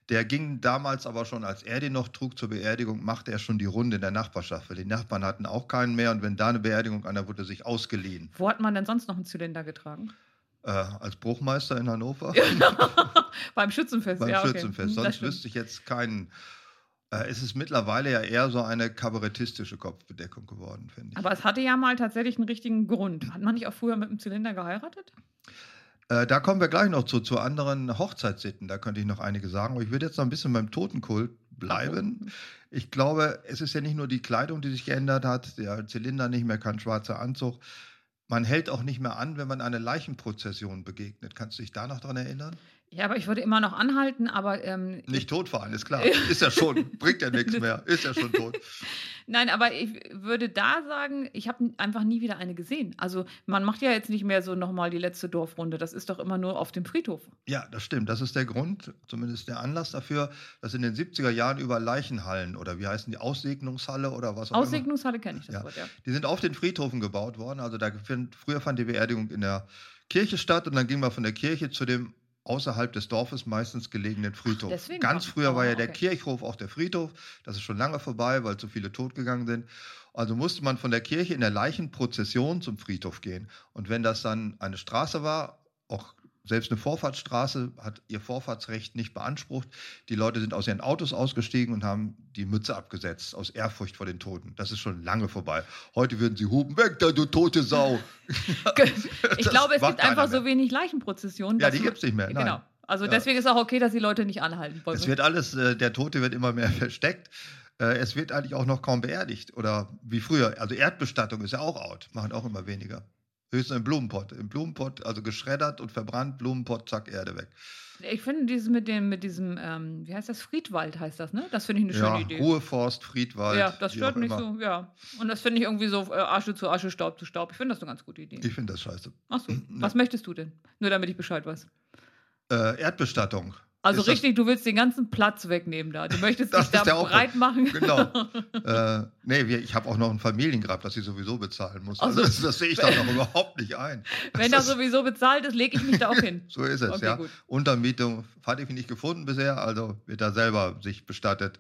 S2: Der ging damals aber schon, als er den noch trug zur Beerdigung, machte er schon die Runde in der Nachbarschaft, weil die Nachbarn hatten auch keinen mehr und wenn da eine Beerdigung an, da wurde sich ausgeliehen.
S3: Wo hat man denn sonst noch einen Zylinder getragen?
S2: Äh, als Bruchmeister in Hannover,
S3: Beim Schützenfest,
S2: beim
S3: ja. Okay.
S2: Schützenfest.
S3: Hm, das
S2: Sonst
S3: stimmt.
S2: wüsste ich jetzt keinen. Äh, es ist mittlerweile ja eher so eine kabarettistische Kopfbedeckung geworden, finde ich.
S3: Aber es hatte ja mal tatsächlich einen richtigen Grund. Hat man nicht auch früher mit einem Zylinder geheiratet?
S2: Äh, da kommen wir gleich noch zu, zu anderen Hochzeitssitten. Da könnte ich noch einige sagen. Aber ich würde jetzt noch ein bisschen beim Totenkult bleiben. Ich glaube, es ist ja nicht nur die Kleidung, die sich geändert hat, der Zylinder nicht mehr, kein schwarzer Anzug. Man hält auch nicht mehr an, wenn man einer Leichenprozession begegnet. Kannst du dich da noch dran erinnern?
S3: Ja, aber ich würde immer noch anhalten, aber ähm,
S2: Nicht totfahren, ist klar. Ist ja schon, bringt ja nichts mehr. Ist ja schon tot.
S3: Nein, aber ich würde da sagen, ich habe einfach nie wieder eine gesehen. Also man macht ja jetzt nicht mehr so nochmal die letzte Dorfrunde. Das ist doch immer nur auf dem Friedhof.
S2: Ja, das stimmt. Das ist der Grund, zumindest der Anlass dafür, dass in den 70er Jahren über Leichenhallen oder wie heißen die, Aussegnungshalle oder was auch immer.
S3: Aussegnungshalle kenne ich das
S2: Ja.
S3: Wort, ja.
S2: Die sind auf den Friedhofen gebaut worden. Also da find, früher fand die Beerdigung in der Kirche statt und dann ging man von der Kirche zu dem außerhalb des Dorfes meistens gelegenen Friedhof.
S3: deswegen
S2: Ganz
S3: war-
S2: früher war
S3: ah,
S2: ja der
S3: okay.
S2: Kirchhof auch der Friedhof. Das ist schon lange vorbei, weil zu viele totgegangen sind. Also musste man von der Kirche in der Leichenprozession zum Friedhof gehen. Und wenn das dann eine Straße war, auch selbst eine Vorfahrtsstraße hat ihr Vorfahrtsrecht nicht beansprucht. Die Leute sind aus ihren Autos ausgestiegen und haben die Mütze abgesetzt, aus Ehrfurcht vor den Toten. Das ist schon lange vorbei. Heute würden sie hupen, weg da, du tote Sau.
S3: Ich
S2: Das
S3: glaube, es
S2: macht
S3: gibt
S2: keiner
S3: einfach
S2: mehr.
S3: so wenig Leichenprozessionen.
S2: Ja,
S3: dass
S2: die
S3: man-
S2: gibt's nicht mehr. Nein.
S3: Genau. Also
S2: Ja.
S3: deswegen ist auch okay, dass die Leute nicht anhalten wollen.
S2: Es wird alles, äh, der Tote wird immer mehr versteckt. Äh, es wird eigentlich auch noch kaum beerdigt. Oder wie früher. Also Erdbestattung ist ja auch out, machen auch immer weniger. Höchstens im Blumenpott. Im Blumenpott, also geschreddert und verbrannt, Blumenpott, zack, Erde weg.
S3: ich finde dieses mit dem, mit diesem, ähm, wie heißt das, Friedwald heißt das, ne? Das finde ich eine
S2: ja,
S3: schöne Idee.
S2: Ruheforst, Friedwald.
S3: ja, das
S2: wie
S3: stört
S2: auch
S3: mich
S2: immer.
S3: so, ja. Und das finde ich irgendwie so äh, Asche zu Asche, Staub zu Staub. Ich finde das eine ganz gute Idee.
S2: Ich finde das scheiße.
S3: Achso,
S2: Ja.
S3: was möchtest du denn? Nur damit ich Bescheid weiß.
S2: Äh, Erdbestattung.
S3: Also
S2: Ist das-
S3: richtig, du willst den ganzen Platz wegnehmen da. Du möchtest
S2: Das
S3: dich da
S2: ist der Aufwand.
S3: breit machen.
S2: Genau. äh, nee, wir, ich habe auch noch ein Familiengrab, das ich sowieso bezahlen muss. Also,
S3: Also-
S2: das, das sehe ich doch noch überhaupt nicht ein.
S3: Wenn
S2: das
S3: das sowieso bezahlt ist, lege ich mich da auch hin.
S2: So ist es,
S3: Okay,
S2: ja.
S3: gut.
S2: Untermietung hatte ich nicht gefunden bisher, also wird da selber sich bestattet.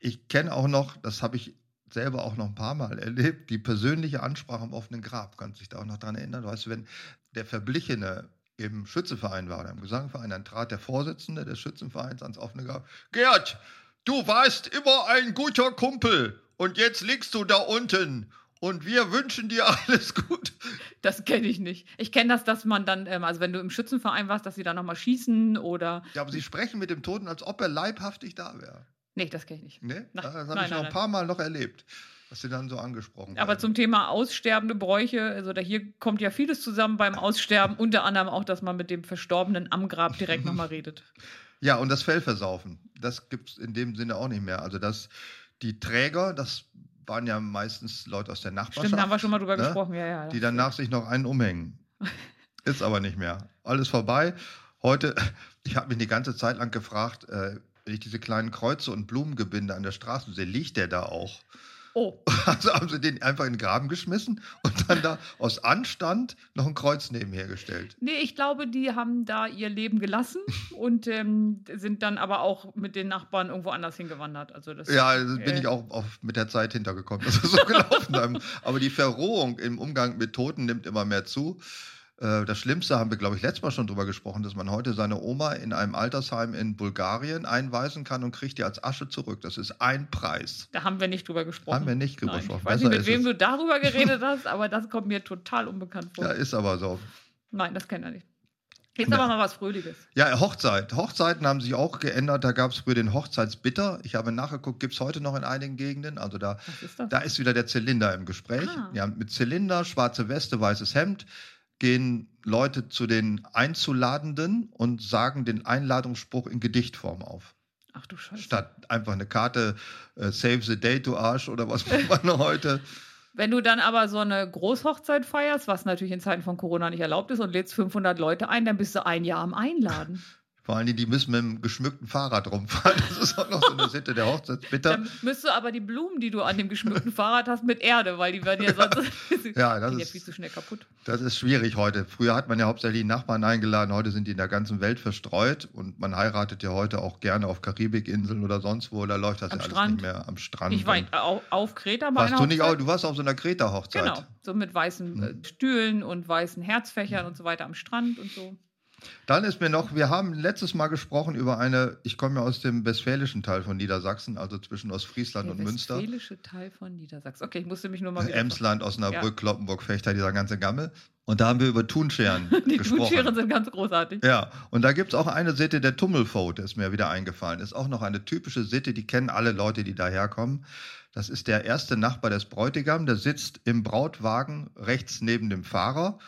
S2: Ich kenne auch noch, das habe ich selber auch noch ein paar Mal erlebt, die persönliche Ansprache am offenen Grab. Kannst du dich da auch noch dran erinnern? Weißt du, wenn der Verblichene im Schützenverein war oder im Gesangverein, dann trat der Vorsitzende des Schützenvereins ans offene Grab. Gerd, du warst immer ein guter Kumpel und jetzt liegst du da unten und wir wünschen dir alles Gute.
S3: Das kenne ich nicht. Ich kenne das, dass man dann, ähm, also wenn du im Schützenverein warst, dass sie da nochmal schießen oder.
S2: Ja, aber sie sprechen mit dem Toten, als ob er leibhaftig da wäre.
S3: Nee, das kenne ich nicht.
S2: Ne?
S3: Na,
S2: das habe ich
S3: nein,
S2: noch
S3: nein,
S2: ein paar Mal noch erlebt, dass sie dann so angesprochen
S3: Aber
S2: werden.
S3: zum Thema aussterbende Bräuche, also da hier kommt ja vieles zusammen beim Aussterben, unter anderem auch, dass man mit dem Verstorbenen am Grab direkt nochmal redet.
S2: Ja, und das Fellversaufen, das gibt es in dem Sinne auch nicht mehr. Also, dass die Träger, das waren ja meistens Leute aus der Nachbarschaft,
S3: Stimmt, da haben wir schon mal drüber
S2: ne?
S3: gesprochen, ja, ja. ja.
S2: die danach sich noch einen umhängen. Ist aber nicht mehr. Alles vorbei. Heute, ich habe mich die ganze Zeit lang gefragt, äh, wenn ich diese kleinen Kreuze und Blumengebinde an der Straße sehe, liegt der da auch?
S3: oh,
S2: Also haben sie den einfach in den Graben geschmissen und dann da aus Anstand noch ein Kreuz nebenher gestellt.
S3: nee, ich glaube, die haben da ihr Leben gelassen und ähm, sind dann aber auch mit den Nachbarn irgendwo anders hingewandert. Also das
S2: Ja, also bin
S3: Äh.
S2: ich auch auf, mit der Zeit hintergekommen, dass wir so gelaufen haben. Aber die Verrohung im Umgang mit Toten nimmt immer mehr zu. Äh, Das Schlimmste haben wir, glaube ich, letztes Mal schon drüber gesprochen, dass man heute seine Oma in einem Altersheim in Bulgarien einweisen kann und kriegt die als Asche zurück. Das ist ein Preis.
S3: Da haben wir nicht drüber gesprochen.
S2: Haben wir nicht drüber
S3: Oh, Nein,
S2: gesprochen.
S3: Ich weiß nicht,
S2: Besser ist
S3: mit wem
S2: es.
S3: du darüber geredet hast, aber das kommt mir total unbekannt vor.
S2: Ja, ist aber so.
S3: Nein, das kennt er nicht. Jetzt
S2: Ja.
S3: aber mal was Fröhliches.
S2: Ja, Hochzeit. Hochzeiten haben sich auch geändert. Da gab es früher den Hochzeitsbitter. Ich habe nachgeguckt, gibt es heute noch in einigen Gegenden. Also da
S3: Was ist das?
S2: Da ist wieder der Zylinder im Gespräch.
S3: Ah.
S2: Ja, mit Zylinder, schwarze Weste, weißes Hemd gehen Leute zu den Einzuladenden und sagen den Einladungsspruch in Gedichtform auf.
S3: Ach du Scheiße.
S2: Statt einfach eine Karte äh, Save the Day to Arsch oder was macht man heute.
S3: Wenn du dann aber so eine Großhochzeit feierst, was natürlich in Zeiten von Corona nicht erlaubt ist, und lädst 500 Leute ein, dann bist du ein Jahr am Einladen.
S2: Vor allen Dingen, die müssen mit einem geschmückten Fahrrad rumfahren. Das ist auch noch so eine Sitte der Hochzeitsbitter.
S3: Dann müsst du aber die Blumen, die du an dem geschmückten Fahrrad hast, mit Erde, weil die werden ja sonst
S2: Ja, das
S3: gehen ja
S2: ist-
S3: viel zu schnell kaputt.
S2: Das ist schwierig heute. Früher hat man ja hauptsächlich die Nachbarn eingeladen, heute sind die in der ganzen Welt verstreut und man heiratet ja heute auch gerne auf Karibikinseln oder sonst wo, da läuft das
S3: Am
S2: ja alles
S3: Strand.
S2: nicht mehr am Strand.
S3: Ich war auf, auf Kreta bei
S2: warst
S3: einer
S2: du nicht auch,
S3: Hochzeit.
S2: du warst auf so einer Kreta-Hochzeit.
S3: Genau, so mit weißen
S2: Hm.
S3: äh, Stühlen und weißen Herzfächern und so weiter am Strand und so.
S2: Dann ist mir noch, wir haben letztes Mal gesprochen über eine, ich komme ja aus dem westfälischen Teil von Niedersachsen, also zwischen Ostfriesland und Münster.
S3: westfälische Teil von Niedersachsen. Okay, ich musste mich nur mal wieder...
S2: Emsland, Osnabrück, Kloppenburg, Fechter, dieser ganze Gammel. Und da haben wir über Thunscheren
S3: Die
S2: gesprochen.
S3: Blutscheren sind ganz großartig.
S2: Ja, und da gibt es auch eine Sitte der Tummelfote, ist mir wieder eingefallen. Ist auch noch eine typische Sitte, die kennen alle Leute, die daherkommen. Das ist der erste Nachbar des Bräutigam, der sitzt im Brautwagen rechts neben dem Fahrer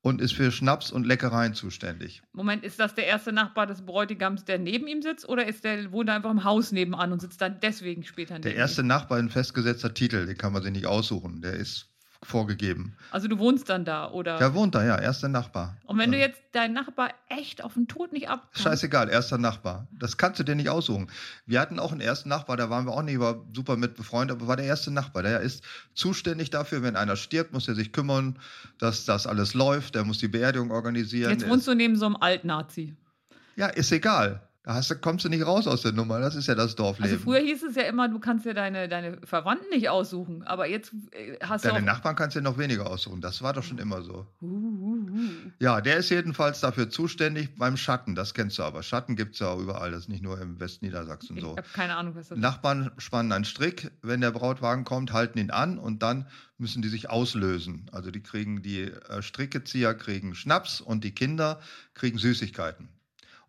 S2: und ist für Schnaps und Leckereien zuständig.
S3: Moment, ist das der erste Nachbar des Bräutigams, der neben ihm sitzt? Oder ist der, wohnt er einfach im Haus nebenan und sitzt dann deswegen später neben
S2: Der
S3: ihm?
S2: erste Nachbar, ein festgesetzter Titel, den kann man sich nicht aussuchen, der ist vorgegeben.
S3: Also du wohnst dann da, oder?
S2: Der wohnt da, ja, erster Nachbar.
S3: und wenn du
S2: Ja.
S3: jetzt deinen Nachbar echt auf den Tod nicht ab.
S2: Scheißegal, erster Nachbar. Das kannst du dir nicht aussuchen. Wir hatten auch einen ersten Nachbar, da waren wir auch nicht über- super mit befreundet, aber war der erste Nachbar. Der ist zuständig dafür, wenn einer stirbt, muss er sich kümmern, dass das alles läuft. Der muss die Beerdigung organisieren.
S3: Jetzt
S2: Der
S3: wohnst du neben so einem Altnazi.
S2: ist, ja, ist egal. Da hast, du- kommst du nicht raus aus der Nummer. Das ist ja das Dorfleben.
S3: Also früher hieß es ja immer, du kannst dir deine, deine Verwandten nicht aussuchen. Aber jetzt äh, hast
S2: Deine
S3: du auch...
S2: Nachbarn kannst du dir noch weniger aussuchen. Das war doch schon immer so.
S3: Uh, uh, uh.
S2: Ja, der ist jedenfalls dafür zuständig beim Schatten. Das kennst du aber. Schatten gibt es ja überall. Das ist nicht nur im Westniedersachsen
S3: Ich
S2: so.
S3: habe keine Ahnung, was das ist.
S2: Nachbarn spannen einen Strick, wenn der Brautwagen kommt, halten ihn an und dann müssen die sich auslösen. Also die kriegen die äh, Strickenzieher kriegen Schnaps und die Kinder kriegen Süßigkeiten.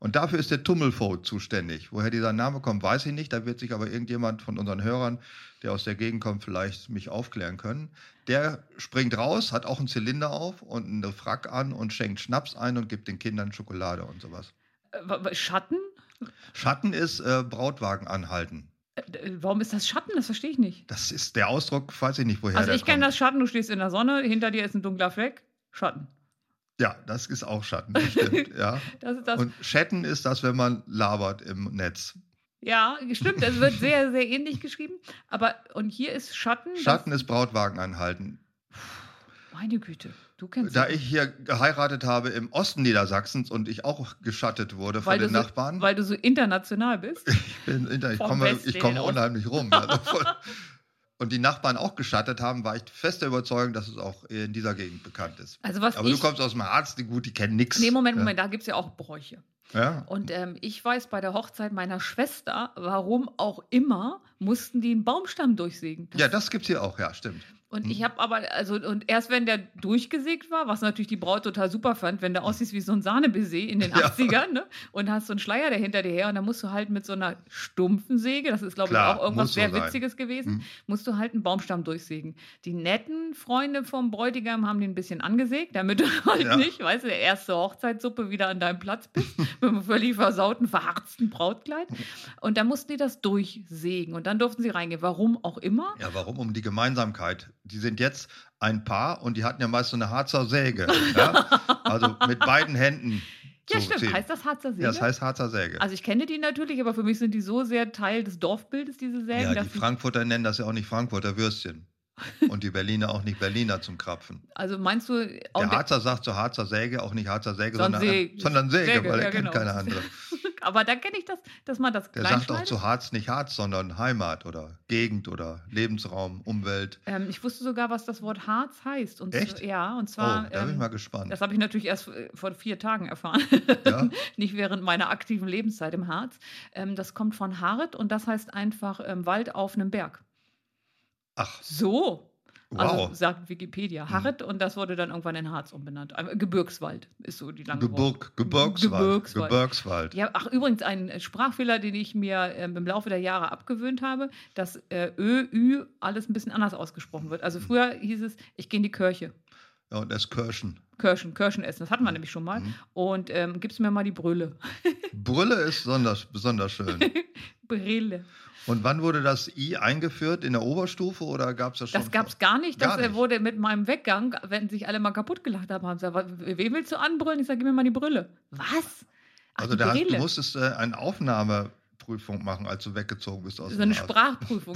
S2: Und dafür ist der Tummelfoot zuständig. Woher dieser Name kommt, weiß ich nicht. Da wird sich aber irgendjemand von unseren Hörern, der aus der Gegend kommt, vielleicht mich aufklären können. Der springt raus, hat auch einen Zylinder auf und einen Frack an und schenkt Schnaps ein und gibt den Kindern Schokolade und sowas.
S3: Äh, wa- wa- Schatten?
S2: Schatten ist äh, Brautwagen anhalten.
S3: Äh, äh, Warum ist das Schatten? Das verstehe ich nicht.
S2: Das ist der Ausdruck, weiß ich nicht, woher
S3: also
S2: der
S3: ich kenne
S2: kommt.
S3: das Schatten, du stehst in der Sonne, hinter dir ist ein dunkler Fleck. Schatten.
S2: Ja, das ist auch Schatten, das stimmt. ja.
S3: Das ist das. Hm,
S2: Und Chatten ist das, wenn man labert im Netz.
S3: ja, stimmt, es wird sehr, sehr ähnlich geschrieben. Aber, und hier ist Schatten. das-
S2: Schatten ist Brautwagen anhalten.
S3: Meine Güte, du kennst
S2: Da
S3: das.
S2: ich hier geheiratet habe im Osten Niedersachsens und ich auch geschattet wurde von
S3: Weil
S2: den
S3: du so-
S2: Nachbarn,
S3: Weil du so international bist.
S2: ich, bin, hinter- ich
S3: vom
S2: komme,
S3: Westen
S2: ich
S3: in
S2: komme
S3: den Osten.
S2: unheimlich rum. Also von, und die Nachbarn auch geschattet haben, war ich fest der Überzeugung, dass es auch in dieser Gegend bekannt ist.
S3: Also was
S2: Aber
S3: ich.
S2: du kommst aus dem Harz, die gut, die kennen nichts.
S3: nee, Moment, Moment, da gibt es ja auch Bräuche.
S2: Ja.
S3: Und ähm, ich weiß bei der Hochzeit meiner Schwester, warum auch immer, mussten die einen Baumstamm durchsägen.
S2: Ja, das gibt's hier auch, ja, stimmt.
S3: Und
S2: Mhm.
S3: ich habe aber, also, und erst wenn der durchgesägt war, was natürlich die Braut total super fand, wenn der aussieht wie so ein Sahnebaiser in den
S2: Ja.
S3: 80ern, ne? Und hast so einen Schleier, der hinter dir her, und dann musst du halt mit so einer stumpfen Säge, das ist, glaube ich,
S2: Klar,
S3: auch irgendwas
S2: muss so
S3: sehr
S2: sein.
S3: Witziges gewesen,
S2: Mhm.
S3: musst du halt einen Baumstamm durchsägen. Die netten Freunde vom Bräutigam haben den ein bisschen angesägt, damit du halt
S2: Ja.
S3: nicht, weißt du, der erste Hochzeitssuppe wieder an deinem Platz bist, mit einem völlig versauten, verharzten Brautkleid. Und dann mussten die das durchsägen und dann durften sie reingehen. Warum auch immer.
S2: Ja, warum? Um die Gemeinsamkeit. Die sind jetzt ein Paar und die hatten ja meist so eine Harzer Säge. ja? Also mit beiden Händen.
S3: Ja,
S2: zu
S3: stimmt.
S2: ziehen.
S3: Heißt das Harzer Säge?
S2: Ja, das heißt Harzer Säge.
S3: Also ich kenne die natürlich, aber für mich sind die so sehr Teil des Dorfbildes, diese Sägen.
S2: ja,
S3: dass
S2: die
S3: die-
S2: Frankfurter nennen das ja auch nicht Frankfurter Würstchen. Und die Berliner auch nicht Berliner zum Krapfen.
S3: also meinst du, auch
S2: Der
S3: der-
S2: Harzer sagt zur Harzer Säge auch nicht Harzer Säge,
S3: Sondern
S2: sondern,
S3: Säge.
S2: sondern Säge,
S3: Säge,
S2: weil er
S3: ja,
S2: kennt
S3: genau.
S2: keine andere.
S3: aber da kenne ich das, dass man das
S2: Der
S3: klein
S2: sagt auch
S3: schneidet.
S2: zu Harz nicht Harz, sondern Heimat oder Gegend oder Lebensraum, Umwelt.
S3: ähm, ich wusste sogar, was das Wort Harz heißt. Und
S2: Echt?
S3: z- ja, und
S2: Oh,
S3: zwar,
S2: da bin ich
S3: ähm,
S2: mal gespannt.
S3: das habe ich natürlich erst äh, vor vier Tagen erfahren,
S2: Ja?
S3: nicht während meiner aktiven Lebenszeit im Harz. Ähm, das kommt von Haret und das heißt einfach ähm, Wald auf einem Berg.
S2: Ach,
S3: So, also
S2: wow. Mhm.
S3: sagt Wikipedia. Haret und das wurde dann irgendwann in Harz umbenannt. Ähm, Gebirgswald ist so die lange Gebirg
S2: Gebirg, Gebirgswald.
S3: Gebirgswald.
S2: Gebirgswald.
S3: Ja, ach übrigens, ein äh, Sprachfehler, den ich mir ähm, im Laufe der Jahre abgewöhnt habe, dass äh, Ö, Ü alles ein bisschen anders ausgesprochen wird. Also früher hieß es, ich gehe in die Kirche,
S2: Ja, und das Kirschen.
S3: Kirschen, Kirschen essen. Das hatten wir nämlich schon mal.
S2: Mhm.
S3: Und ähm, gib's mir mal die Brille.
S2: Brille ist besonders, besonders schön.
S3: Brille.
S2: Und wann wurde das I eingeführt? In der Oberstufe oder gab es das schon?
S3: Das gab's gar nicht. Das
S2: Gar nicht.
S3: äh, wurde mit meinem Weggang, wenn sich alle mal kaputt gelacht haben, haben sie gesagt, "W- wen willst du anbrüllen? Ich sage, gib mir mal die Brille. Was? Ach,
S2: Also
S3: die
S2: da hast, du
S3: Brille.
S2: musstest äh, eine Aufnahmeprüfung machen, als du weggezogen bist aus
S3: so eine
S2: dem Haus.
S3: Sprachprüfung.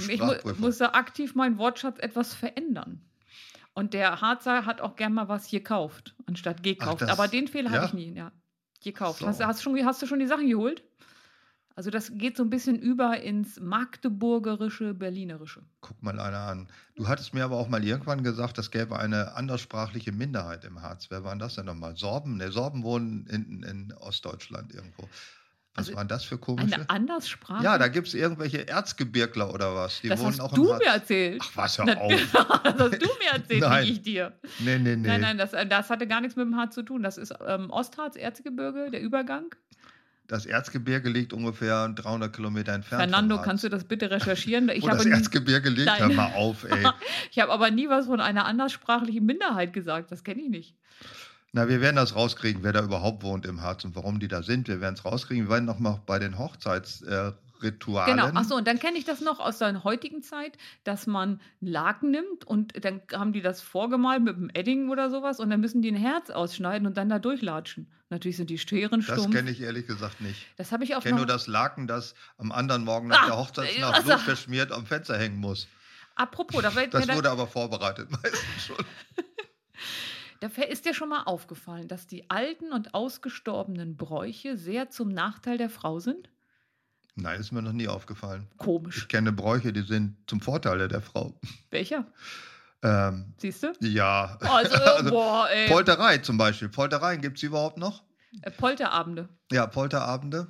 S3: Ich mu
S2: Sprachprüfung.
S3: musste aktiv meinen Wortschatz etwas verändern. Und der Harzer hat auch gern mal was gekauft, anstatt gekauft.
S2: das-
S3: Aber den Fehler hatte
S2: ja?
S3: ich nie. Ja. Gekauft.
S2: So.
S3: Hast, hast, schon, hast du schon die Sachen geholt? Also das geht so ein bisschen über ins Magdeburgerische, Berlinerische.
S2: Guck mal einer an. Du hattest mir aber auch mal irgendwann gesagt, es gäbe eine anderssprachliche Minderheit im Harz. Wer waren das denn nochmal? Sorben? Ne, Sorben wohnen hinten in Ostdeutschland irgendwo. Was
S3: Also,
S2: waren das für komische?
S3: Eine Anderssprache?
S2: Ja, da gibt es irgendwelche Erzgebirgler oder was. Die
S3: das
S2: wohnen
S3: hast
S2: auch
S3: du
S2: im
S3: mir
S2: Harz.
S3: erzählt.
S2: Ach, was,
S3: Na-
S2: hör auf.
S3: das hast du mir erzählt,
S2: Nein.
S3: nicht ich dir.
S2: Nee, nee, nee.
S3: Nein, nein, das, äh, das hatte gar nichts mit dem Harz zu tun. Das ist ähm, Ostharz, Erzgebirge, der Übergang.
S2: Das Erzgebirge liegt ungefähr 300 Kilometer entfernt.
S3: Fernando,
S2: vom Harz.
S3: kannst du das bitte recherchieren? Ich
S2: Wo das
S3: habe, n-
S2: Erzgebirge liegt, hör
S3: Nein.
S2: mal auf, ey.
S3: ich habe aber nie was von einer anderssprachlichen Minderheit gesagt. Das kenne ich nicht.
S2: Na, wir werden das rauskriegen, wer da überhaupt wohnt im Harz und warum die da sind. Wir werden es rauskriegen. Wir werden nochmal bei den Hochzeitsritualen. Äh, Ritualen.
S3: Genau. Achso, und dann kenne ich das noch aus der heutigen Zeit, dass man einen Laken nimmt und dann haben die das vorgemalt mit einem Edding oder sowas und dann müssen die ein Herz ausschneiden und dann da durchlatschen. Natürlich sind die Scheren
S2: Das
S3: stumpf.
S2: kenne ich ehrlich gesagt nicht.
S3: Das habe ich
S2: Ich
S3: auch
S2: kenne
S3: noch
S2: nur das Laken, das am anderen Morgen nach
S3: Ah,
S2: der
S3: äh,
S2: Hochzeitsnacht
S3: also-
S2: Blut verschmiert am Fenster hängen muss.
S3: Apropos, da, fällt
S2: Das
S3: mir
S2: wurde
S3: da,
S2: aber vorbereitet meistens schon.
S3: da fä- ist dir schon mal aufgefallen, dass die alten und ausgestorbenen Bräuche sehr zum Nachteil der Frau sind?
S2: Nein, ist mir noch nie aufgefallen. Ich
S3: Komisch.
S2: kenne Bräuche, die sind zum Vorteil der Frau.
S3: Welcher?
S2: Ähm,
S3: Siehst du?
S2: ja.
S3: Also,
S2: Also,
S3: boah, ey.
S2: Polterei zum Beispiel. Poltereien gibt es überhaupt noch?
S3: Äh, Polterabende.
S2: Ja, Polterabende.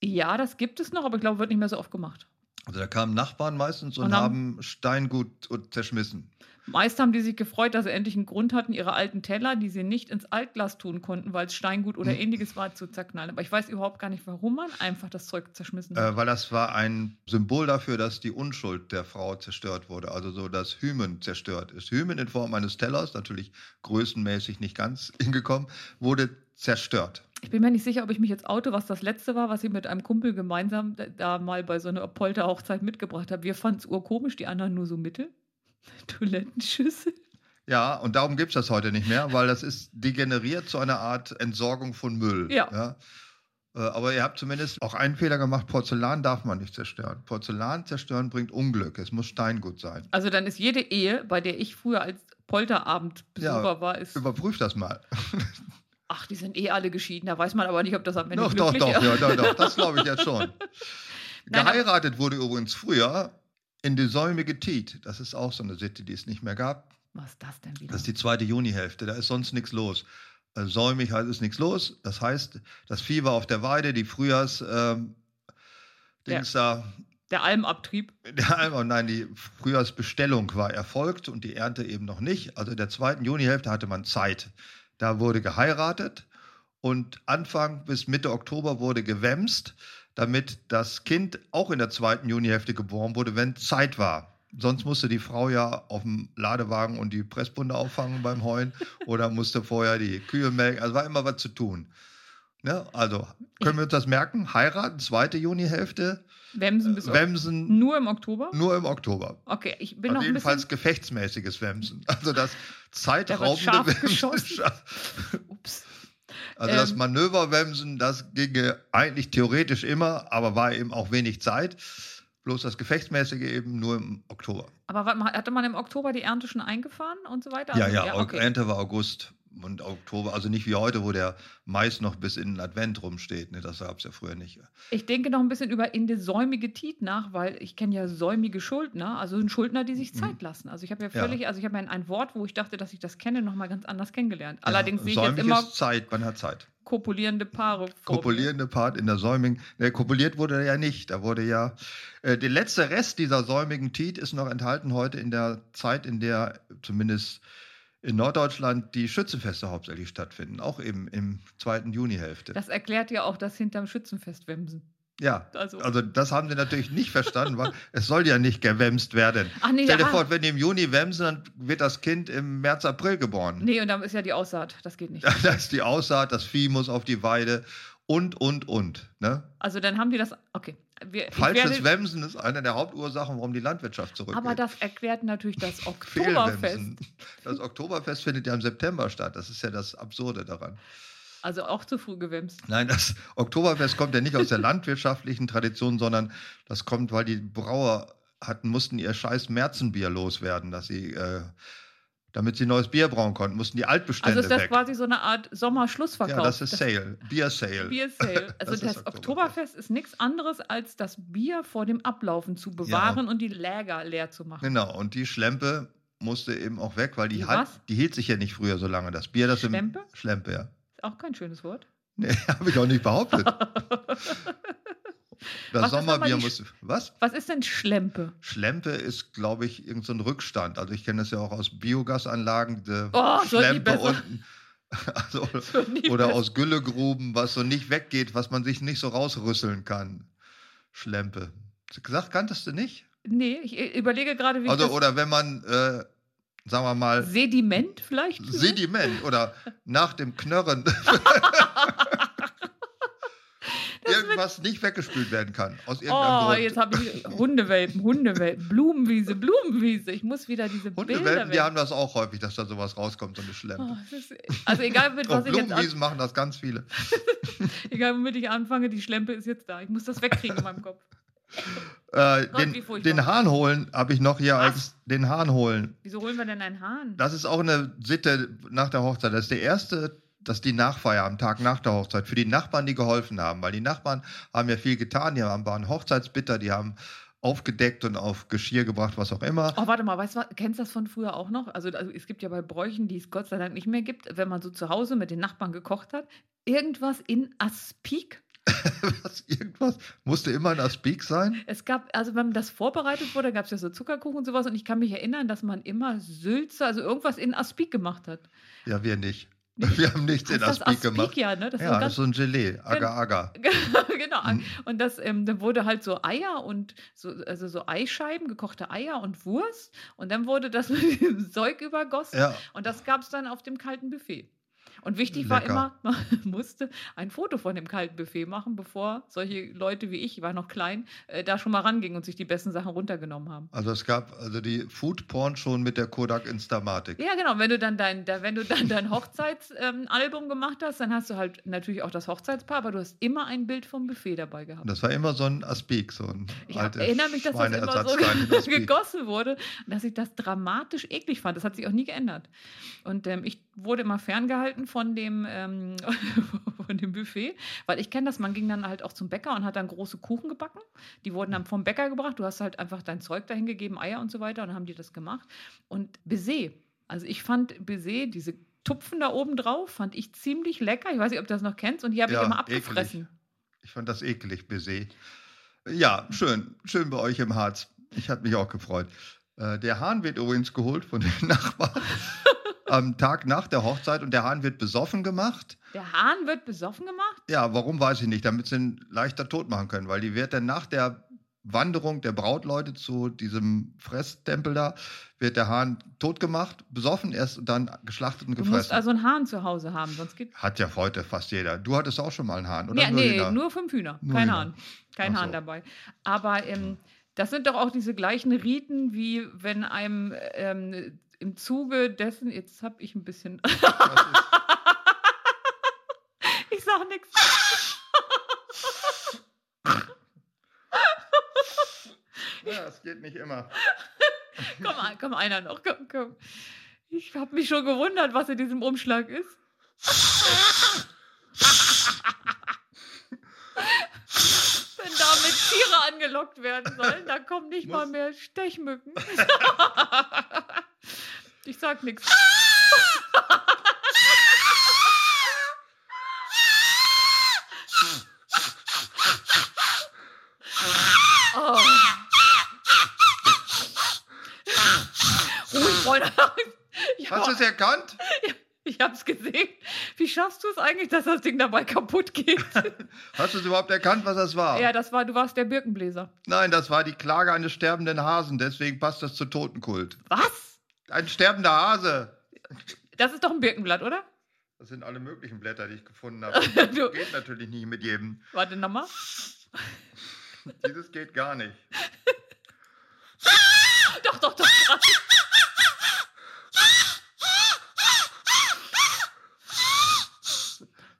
S3: Ja, das gibt es noch, aber ich glaube, wird nicht mehr so oft gemacht.
S2: Also da kamen Nachbarn meistens und,
S3: Und haben-
S2: haben Steingut und zerschmissen.
S3: Meist haben die sich gefreut, dass sie endlich einen Grund hatten, ihre alten Teller, die sie nicht ins Altglas tun konnten, weil es Steingut oder
S2: Hm.
S3: ähnliches war, zu zerknallen. Aber ich weiß überhaupt gar nicht, warum man einfach das Zeug zerschmissen hat.
S2: Äh, weil das war ein Symbol dafür, dass die Unschuld der Frau zerstört wurde. Also so, dass Hymen zerstört ist. Hymen in Form eines Tellers, natürlich größenmäßig nicht ganz hingekommen, wurde zerstört.
S3: Ich bin mir nicht sicher, ob ich mich jetzt oute, was das letzte war, was ich mit einem Kumpel gemeinsam da, da mal bei so einer Polterhochzeit mitgebracht habe. Wir fanden es urkomisch, die anderen nur so mittel. Toilettenschüssel.
S2: Ja, und darum gibt es das heute nicht mehr, weil das ist degeneriert zu einer Art Entsorgung von Müll.
S3: Ja.
S2: Äh, Aber ihr habt zumindest auch einen Fehler gemacht, Porzellan darf man nicht zerstören. Porzellan zerstören bringt Unglück, es muss Steingut sein.
S3: Also dann ist jede Ehe, bei der ich früher als Polterabendbesucher
S2: Ja,
S3: war, ist,
S2: Überprüft das mal.
S3: ach, die sind eh alle geschieden. Da weiß man aber nicht, ob das am Ende
S2: Doch, doch,
S3: glücklich
S2: doch, ja, doch, doch, das glaube ich jetzt schon.
S3: Nein,
S2: Geheiratet wurde übrigens früher in die säumige Tiet. Das ist auch so eine Sitte, die es nicht mehr gab.
S3: Was ist das denn wieder?
S2: Das ist die zweite Junihälfte, da ist sonst nichts los. Äh, säumig heißt es nichts los. Das heißt, das Vieh war auf der Weide, die Frühjahrs. Ähm,
S3: Ja.
S2: Dings da,
S3: der Almabtrieb.
S2: der Alm- oh nein, die Frühjahrsbestellung war erfolgt und die Ernte eben noch nicht. Also in der zweiten Junihälfte hatte man Zeit. Da wurde geheiratet und Anfang bis Mitte Oktober wurde gewemst, damit das Kind auch in der zweiten Junihälfte geboren wurde, wenn Zeit war. Sonst musste die Frau ja auf dem Ladewagen und die Pressbunde auffangen beim Heuen oder musste vorher die Kühe melken. Also war immer was zu tun. Ne? Also können wir uns das merken? Heiraten, zweite Junihälfte,
S3: Wemsen bis
S2: Äh, Wemsen,
S3: nur im Oktober?
S2: nur im Oktober.
S3: Okay, ich bin
S2: Auf
S3: noch ein bisschen.
S2: jedenfalls gefechtsmäßiges Wemsen. Also das
S3: Da wird scharf
S2: zeitraubende
S3: geschossen.
S2: Wemsen.
S3: Ups.
S2: Also das
S3: Ähm.
S2: Manöver-Wemsen, das ginge eigentlich theoretisch immer, aber war eben auch wenig Zeit. Bloß das gefechtsmäßige eben nur im Oktober.
S3: Aber warte mal, hatte man im Oktober die Ernte schon eingefahren und so weiter?
S2: ja,
S3: Also,
S2: ja, Aug- Ernte war August und Oktober. Also nicht wie heute, wo der Mais noch bis in den Advent rumsteht. Ne, das gab es ja früher nicht.
S3: Ich denke noch ein bisschen über in die säumige Tiet nach, weil ich kenne ja säumige Schuldner, also sind Schuldner, die sich
S2: Mhm.
S3: Zeit lassen. Also ich habe ja
S2: Ja.
S3: völlig, also ich habe ja ein Wort, wo ich dachte, dass ich das kenne, nochmal ganz anders kennengelernt. Allerdings sehe ich jetzt
S2: säumig
S3: immer
S2: ist Zeit, man hat Zeit.
S3: kopulierende Paare. vor mir.
S2: kopulierende Part in der säumigen. Ne, kopuliert wurde er ja nicht. Da wurde ja. Äh, der letzte Rest dieser säumigen Tiet ist noch enthalten heute in der Zeit, in der zumindest in Norddeutschland die Schützenfeste hauptsächlich stattfinden. Auch eben im zweiten Junihälfte.
S3: Das erklärt ja auch das hinterm Schützenfest Wemsen.
S2: ja.
S3: Also,
S2: Also das haben sie natürlich nicht verstanden, weil es soll ja nicht gewemst werden.
S3: ach nee,
S2: Stell dir
S3: ah,
S2: vor, wenn die im Juni wemsen, dann wird das Kind im März, April geboren.
S3: nee, und dann ist ja die Aussaat, das geht nicht.
S2: Da ist die Aussaat, das Vieh muss auf die Weide und, und, und. Ne?
S3: Also dann haben die das, okay. Wir, ich
S2: Falsches
S3: werde-
S2: Wemsen ist eine der Hauptursachen, warum die Landwirtschaft zurückgeht.
S3: Aber das erklärt natürlich das Oktoberfest.
S2: Fehlwemsen. Das Oktoberfest findet ja im September statt. Das ist ja das Absurde daran.
S3: Also auch zu früh gewimst.
S2: Nein, das Oktoberfest kommt ja nicht aus der landwirtschaftlichen Tradition, sondern das kommt, weil die Brauer hatten, mussten ihr scheiß Märzenbier loswerden, dass sie, äh, damit sie neues Bier brauen konnten, mussten die Altbestände
S3: Also ist das
S2: weg.
S3: quasi so eine Art Sommerschlussverkauf.
S2: ja, das ist Sale, Bier Sale.
S3: Bier Sale. Also
S2: Das
S3: das,
S2: ist Oktoberfest.
S3: Oktoberfest ist nichts anderes, als das Bier vor dem Ablaufen zu bewahren und die Läger leer zu machen.
S2: Genau, und die Schlempe musste eben auch weg, weil die,
S3: Die
S2: halt,
S3: was?
S2: die hielt sich ja nicht früher so lange. Das Bier, das im
S3: Schlempe?
S2: Schlempe, ja.
S3: Ist auch kein schönes Wort.
S2: Nee, habe ich auch nicht behauptet. Das
S3: Was ist
S2: Sommerbier
S3: nochmal
S2: muss.
S3: die
S2: Was?
S3: Was ist denn Schlempe?
S2: Schlempe ist, glaube ich, irgendein so ein Rückstand. Also ich kenne das ja auch aus Biogasanlagen, diese
S3: Oh, soll die
S2: Schlempe
S3: besser.
S2: unten. Also,
S3: soll nie
S2: oder
S3: besser.
S2: aus Güllegruben, was so nicht weggeht, was man sich nicht so rausrüsseln kann. Schlempe. Gesagt, kanntest du nicht?
S3: Nee, ich äh, überlege gerade, wie
S2: Also,
S3: ich
S2: oder wenn man, äh, sagen wir mal,
S3: das Sediment vielleicht?
S2: Sediment oder nach dem Knörren irgendwas nicht weggespült werden kann. Aus irgendeinem
S3: Oh,
S2: Grund.
S3: jetzt habe ich Hundewelpen, Hundewelpen, Blumenwiese, Blumenwiese. Ich muss wieder diese Bilder
S2: Hundewelpen, die
S3: weg-
S2: haben das auch häufig, dass da sowas rauskommt, so eine
S3: Oh,
S2: Schlempe.
S3: es ist, also egal, mit
S2: Auf
S3: was ich jetzt an,
S2: Blumenwiesen machen das ganz viele.
S3: egal womit ich anfange, die Schlempe ist jetzt da. Ich muss das wegkriegen in meinem Kopf.
S2: Äh,
S3: Gott, wie
S2: den,
S3: furchtbar.
S2: den Hahn holen habe ich noch hier
S3: Was?
S2: als den Hahn holen.
S3: Wieso holen wir denn einen Hahn?
S2: Das ist auch eine Sitte nach der Hochzeit. Das ist der erste, dass die Nachfeier am Tag nach der Hochzeit für die Nachbarn, die geholfen haben, weil die Nachbarn haben ja viel getan. Die haben waren Hochzeitsbitter, die haben aufgedeckt und auf Geschirr gebracht, was auch immer.
S3: Oh, warte mal, weißt du, was- kennst du das von früher auch noch? Also, also es gibt ja bei Bräuchen, die es Gott sei Dank nicht mehr gibt, wenn man so zu Hause mit den Nachbarn gekocht hat, irgendwas in Aspik.
S2: Was, irgendwas? Musste immer ein Aspik sein?
S3: Es gab, also wenn das vorbereitet wurde, gab es ja so Zuckerkuchen und sowas und ich kann mich erinnern, dass man immer Sülze, also irgendwas in Aspik gemacht hat.
S2: Ja, wir nicht.
S3: Nicht?
S2: Wir haben nichts in
S3: Heißt das
S2: Aspik, gemacht.
S3: ja, ne? Das
S2: ja,
S3: war
S2: das
S3: ganz
S2: ist so ein Gelee. Agar, agar.
S3: genau.
S2: Mhm.
S3: Und das, ähm, dann wurde halt so Eier und so, also so Eischeiben, gekochte Eier und Wurst. Und dann wurde das mit diesem Zeug übergossen.
S2: Ja,
S3: Und das gab es dann auf dem kalten Buffet. Und wichtig war
S2: Lecker.
S3: immer, man musste ein Foto von dem kalten Buffet machen, bevor solche Leute wie ich, ich war noch klein, äh, da schon mal rangingen und sich die besten Sachen runtergenommen haben.
S2: also es gab also die Food-Porn schon mit der Kodak Instamatic.
S3: Ja, genau. Wenn du dann dein, da, wenn du dann dein Hochzeitsalbum ähm, Album gemacht hast, dann hast du halt natürlich auch das Hochzeitspaar, aber du hast immer ein Bild vom Buffet dabei gehabt.
S2: Und das war immer so ein Aspik, so ein
S3: Ich hab,
S2: alter
S3: erinnere mich, dass das immer so
S2: Schweineersatzteig in Aspik.
S3: gegossen wurde, dass ich das dramatisch eklig fand. Das hat sich auch nie geändert. Und ähm, ich wurde immer ferngehalten von dem, ähm, von dem Buffet, weil ich kenne das, man ging dann halt auch zum Bäcker und hat dann große Kuchen gebacken. Die wurden dann vom Bäcker gebracht. Du hast halt einfach dein Zeug dahin gegeben, Eier und so weiter, und dann haben die das gemacht. Und Baiser, also ich fand Baiser, diese Tupfen da oben drauf, fand ich ziemlich lecker. Ich weiß nicht, ob du das noch kennst. Und die habe
S2: Ja,
S3: ich immer
S2: eklig.
S3: abgefressen.
S2: Ich fand das eklig, Baiser. Ja, schön. Schön bei euch im Harz. Ich habe mich auch gefreut. Äh, der Hahn wird übrigens geholt von den Nachbarn am Tag nach der Hochzeit und der Hahn wird besoffen gemacht.
S3: Der Hahn wird besoffen gemacht?
S2: Ja, warum weiß ich nicht, damit sie ihn leichter tot machen können, weil die wird dann nach der Wanderung der Brautleute zu diesem Fresstempel da, wird der Hahn tot gemacht, besoffen erst und dann geschlachtet und
S3: Du musst
S2: gefressen.
S3: also einen Hahn zu Hause haben, sonst geht
S2: Hat ja heute fast jeder. Du hattest auch schon mal einen Hahn, oder?
S3: Ja, nee,
S2: Hühner?
S3: nur fünf Hühner.
S2: Nur
S3: Kein
S2: Hühner.
S3: Hahn. Kein
S2: Ach
S3: Hahn
S2: so. Hm.
S3: dabei. Aber ähm, das sind doch auch diese gleichen Riten, wie wenn einem ähm, im Zuge dessen, jetzt habe ich ein bisschen, ich sag nichts.
S2: Ja, es geht nicht immer.
S3: Komm, ein- komm einer noch, komm, komm. Ich habe mich schon gewundert, was in diesem Umschlag ist. Wenn damit Tiere angelockt werden sollen, da kommen nicht mal
S2: Muss-
S3: mehr Stechmücken. ich sag nichts. Oh. Ruhig, Freunde. Ich
S2: Hast du es erkannt?
S3: ich hab's gesehen. Wie schaffst du es eigentlich, dass das Ding dabei kaputt geht?
S2: Hast du es überhaupt erkannt, was das war?
S3: ja, das war, du warst der Birkenbläser.
S2: Nein, das war die Klage eines sterbenden Hasen, deswegen passt das zu Totenkult.
S3: Was?
S2: Ein sterbender Hase.
S3: Das ist doch ein Birkenblatt, oder?
S2: Das sind alle möglichen Blätter, die ich gefunden habe.
S3: Du,
S2: Geht natürlich nicht mit jedem.
S3: warte nochmal.
S2: Dieses geht gar nicht.
S3: Doch, doch, doch.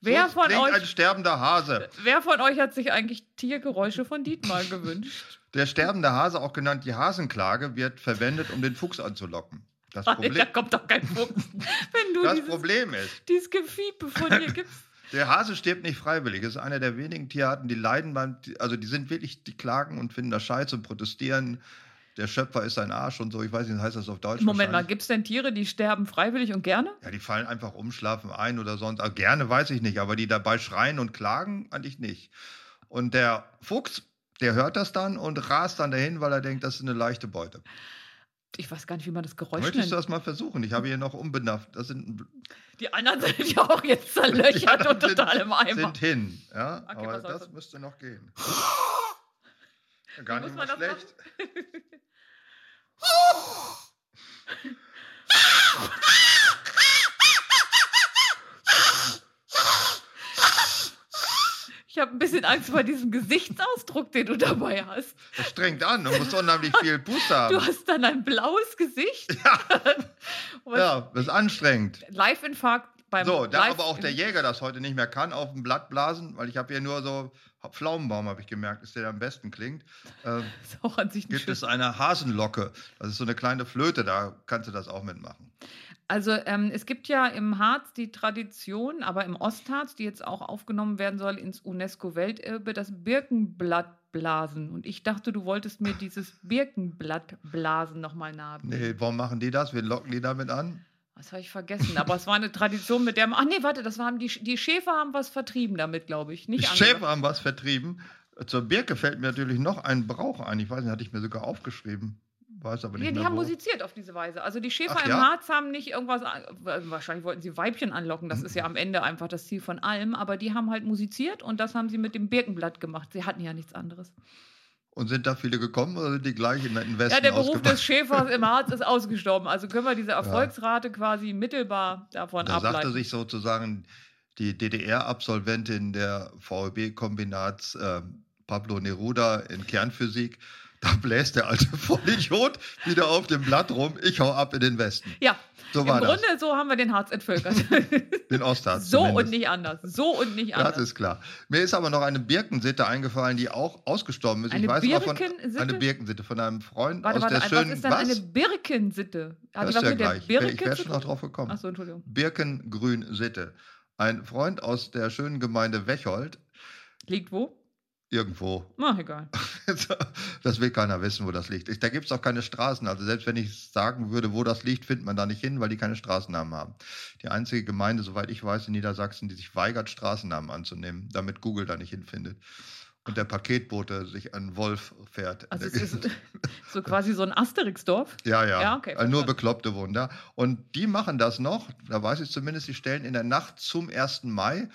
S3: Wer
S2: So
S3: von,
S2: klingt ein
S3: euch,
S2: sterbender Hase.
S3: wer von euch hat sich eigentlich Tiergeräusche von Dietmar gewünscht?
S2: Der sterbende Hase, auch genannt die Hasenklage, wird verwendet, um den Fuchs anzulocken. Das
S3: da
S2: Problem,
S3: kommt doch kein Fuchs. Wenn Ah, du
S2: das
S3: dieses,
S2: Problem ist,
S3: dieses Gefiepe von dir gibst.
S2: der Hase stirbt nicht freiwillig. Es ist einer der wenigen Tierarten, die leiden beim, also die sind wirklich, die klagen und finden das scheiße und protestieren. der Schöpfer ist ein Arsch und so. Ich weiß nicht, heißt das auf Deutsch?
S3: Moment mal,
S2: wahrscheinlich.
S3: gibt es denn Tiere, die sterben freiwillig und gerne?
S2: Ja, die fallen einfach um, schlafen ein oder sonst. Ah, gerne weiß ich nicht, aber die dabei schreien und klagen, eigentlich nicht. Und der Fuchs, der hört das dann und rast dann dahin, weil er denkt, das ist eine leichte Beute.
S3: Ich weiß gar nicht, wie man das Geräusch
S2: Möchtest du
S3: nennt.
S2: das mal versuchen? Ich habe hier noch umbenannt. Das sind
S3: Die anderen sind ja auch jetzt zerlöchert
S2: Ja,
S3: und total im Eimer.
S2: sind hin. Ja,
S3: Okay,
S2: aber
S3: pass auf,
S2: das
S3: pass-
S2: müsste noch gehen. Gar
S3: Muss
S2: nicht
S3: man
S2: mal
S3: das
S2: schlecht.
S3: Ich habe ein bisschen Angst vor diesem Gesichtsausdruck, den du dabei hast.
S2: Das strengt an. Du musst unheimlich viel Puste
S3: Du
S2: haben.
S3: hast dann ein blaues Gesicht. Und
S2: Ja, das ist anstrengend.
S3: Live-Infarkt beim
S2: So, da
S3: Live-
S2: aber auch der Jäger das heute nicht mehr kann, auf dem Blatt blasen, weil ich habe hier nur so Pflaumenbaum, habe ich gemerkt, ist der, der am besten klingt. Äh,
S3: ist auch an sich ein
S2: gibt
S3: schönes
S2: es eine Hasenlocke. Das ist so eine kleine Flöte, da kannst du das auch mitmachen.
S3: Also ähm, es gibt ja im Harz die Tradition, aber im Ostharz, die jetzt auch aufgenommen werden soll ins UNESCO-Welterbe, das Birkenblattblasen. Und ich dachte, du wolltest mir dieses Birkenblattblasen nochmal nahe.
S2: Nee, warum machen die das? Wen locken die damit an?
S3: Das habe ich vergessen. Aber es war eine Tradition, mit der man. Ach nee, warte, das waren die, Sch- die Schäfer haben was vertrieben damit, glaube ich.
S2: Die
S3: Nicht andere.
S2: Schäfer haben was vertrieben. Zur Birke fällt mir natürlich noch ein Brauch ein. Ich weiß nicht, hatte ich mir sogar aufgeschrieben. Weiß aber nicht
S3: Ja, die
S2: mehr
S3: haben
S2: wo.
S3: musiziert auf diese Weise. Also die Schäfer
S2: Ach
S3: im
S2: ja?
S3: Harz haben nicht irgendwas, an- wahrscheinlich wollten sie Weibchen anlocken, das ist ja am Ende einfach das Ziel von allem, aber die haben halt musiziert und das haben sie mit dem Birkenblatt gemacht. Sie hatten ja nichts anderes.
S2: Und sind da viele gekommen oder sind die gleich in den Westen
S3: ja, der Beruf
S2: ausgewandert?
S3: des Schäfers im Harz ist ausgestorben, also können wir diese Erfolgsrate quasi mittelbar davon
S2: Da sagte
S3: ableiten.
S2: sich sozusagen die DDR-Absolventin der VEB-Kombinats äh, Pablo Neruda in Kernphysik. Da bläst der alte Vollidiot wieder auf dem Blatt rum. Ich hau ab in den Westen.
S3: ja,
S2: So
S3: im
S2: war das.
S3: Grunde so haben wir den Harz entvölkert.
S2: Den Ostharz.
S3: so
S2: zumindest.
S3: und nicht anders. So und nicht
S2: Das
S3: anders.
S2: ist klar. Mir ist aber noch eine Birkensitte eingefallen, die auch ausgestorben ist.
S3: Eine
S2: ich weiß aber von
S3: Birkensitte?
S2: eine Birkensitte von einem Freund
S3: Warte,
S2: aus
S3: warte,
S2: der
S3: was
S2: schönen
S3: ist denn eine Birkensitte?
S2: das
S3: Hat die
S2: ist
S3: was
S2: ja
S3: mit der
S2: gleich. ich
S3: Birke
S2: wäre
S3: zu
S2: schon noch
S3: tun?
S2: drauf gekommen.
S3: Achso, Entschuldigung.
S2: Birkengrün-Sitte. Ein Freund aus der schönen Gemeinde Wechold,
S3: Liegt wo?
S2: irgendwo,
S3: Mach egal.
S2: das will keiner wissen, wo das liegt. Ich, da gibt es auch keine Straßen. Also selbst wenn ich sagen würde, wo das liegt, findet man da nicht hin, weil die keine Straßennamen haben. Die einzige Gemeinde, soweit ich weiß, in Niedersachsen, die sich weigert, Straßennamen anzunehmen, damit Google da nicht hinfindet. Und der Paketbote sich an Wolf fährt.
S3: Also es ist so quasi so ein Asterix-Dorf.
S2: Ja, ja.
S3: Ja, okay,
S2: Äh, Nur
S3: verstanden.
S2: bekloppte Wunder. Und die machen das noch, da weiß ich zumindest, die stellen in der Nacht zum 1. Mai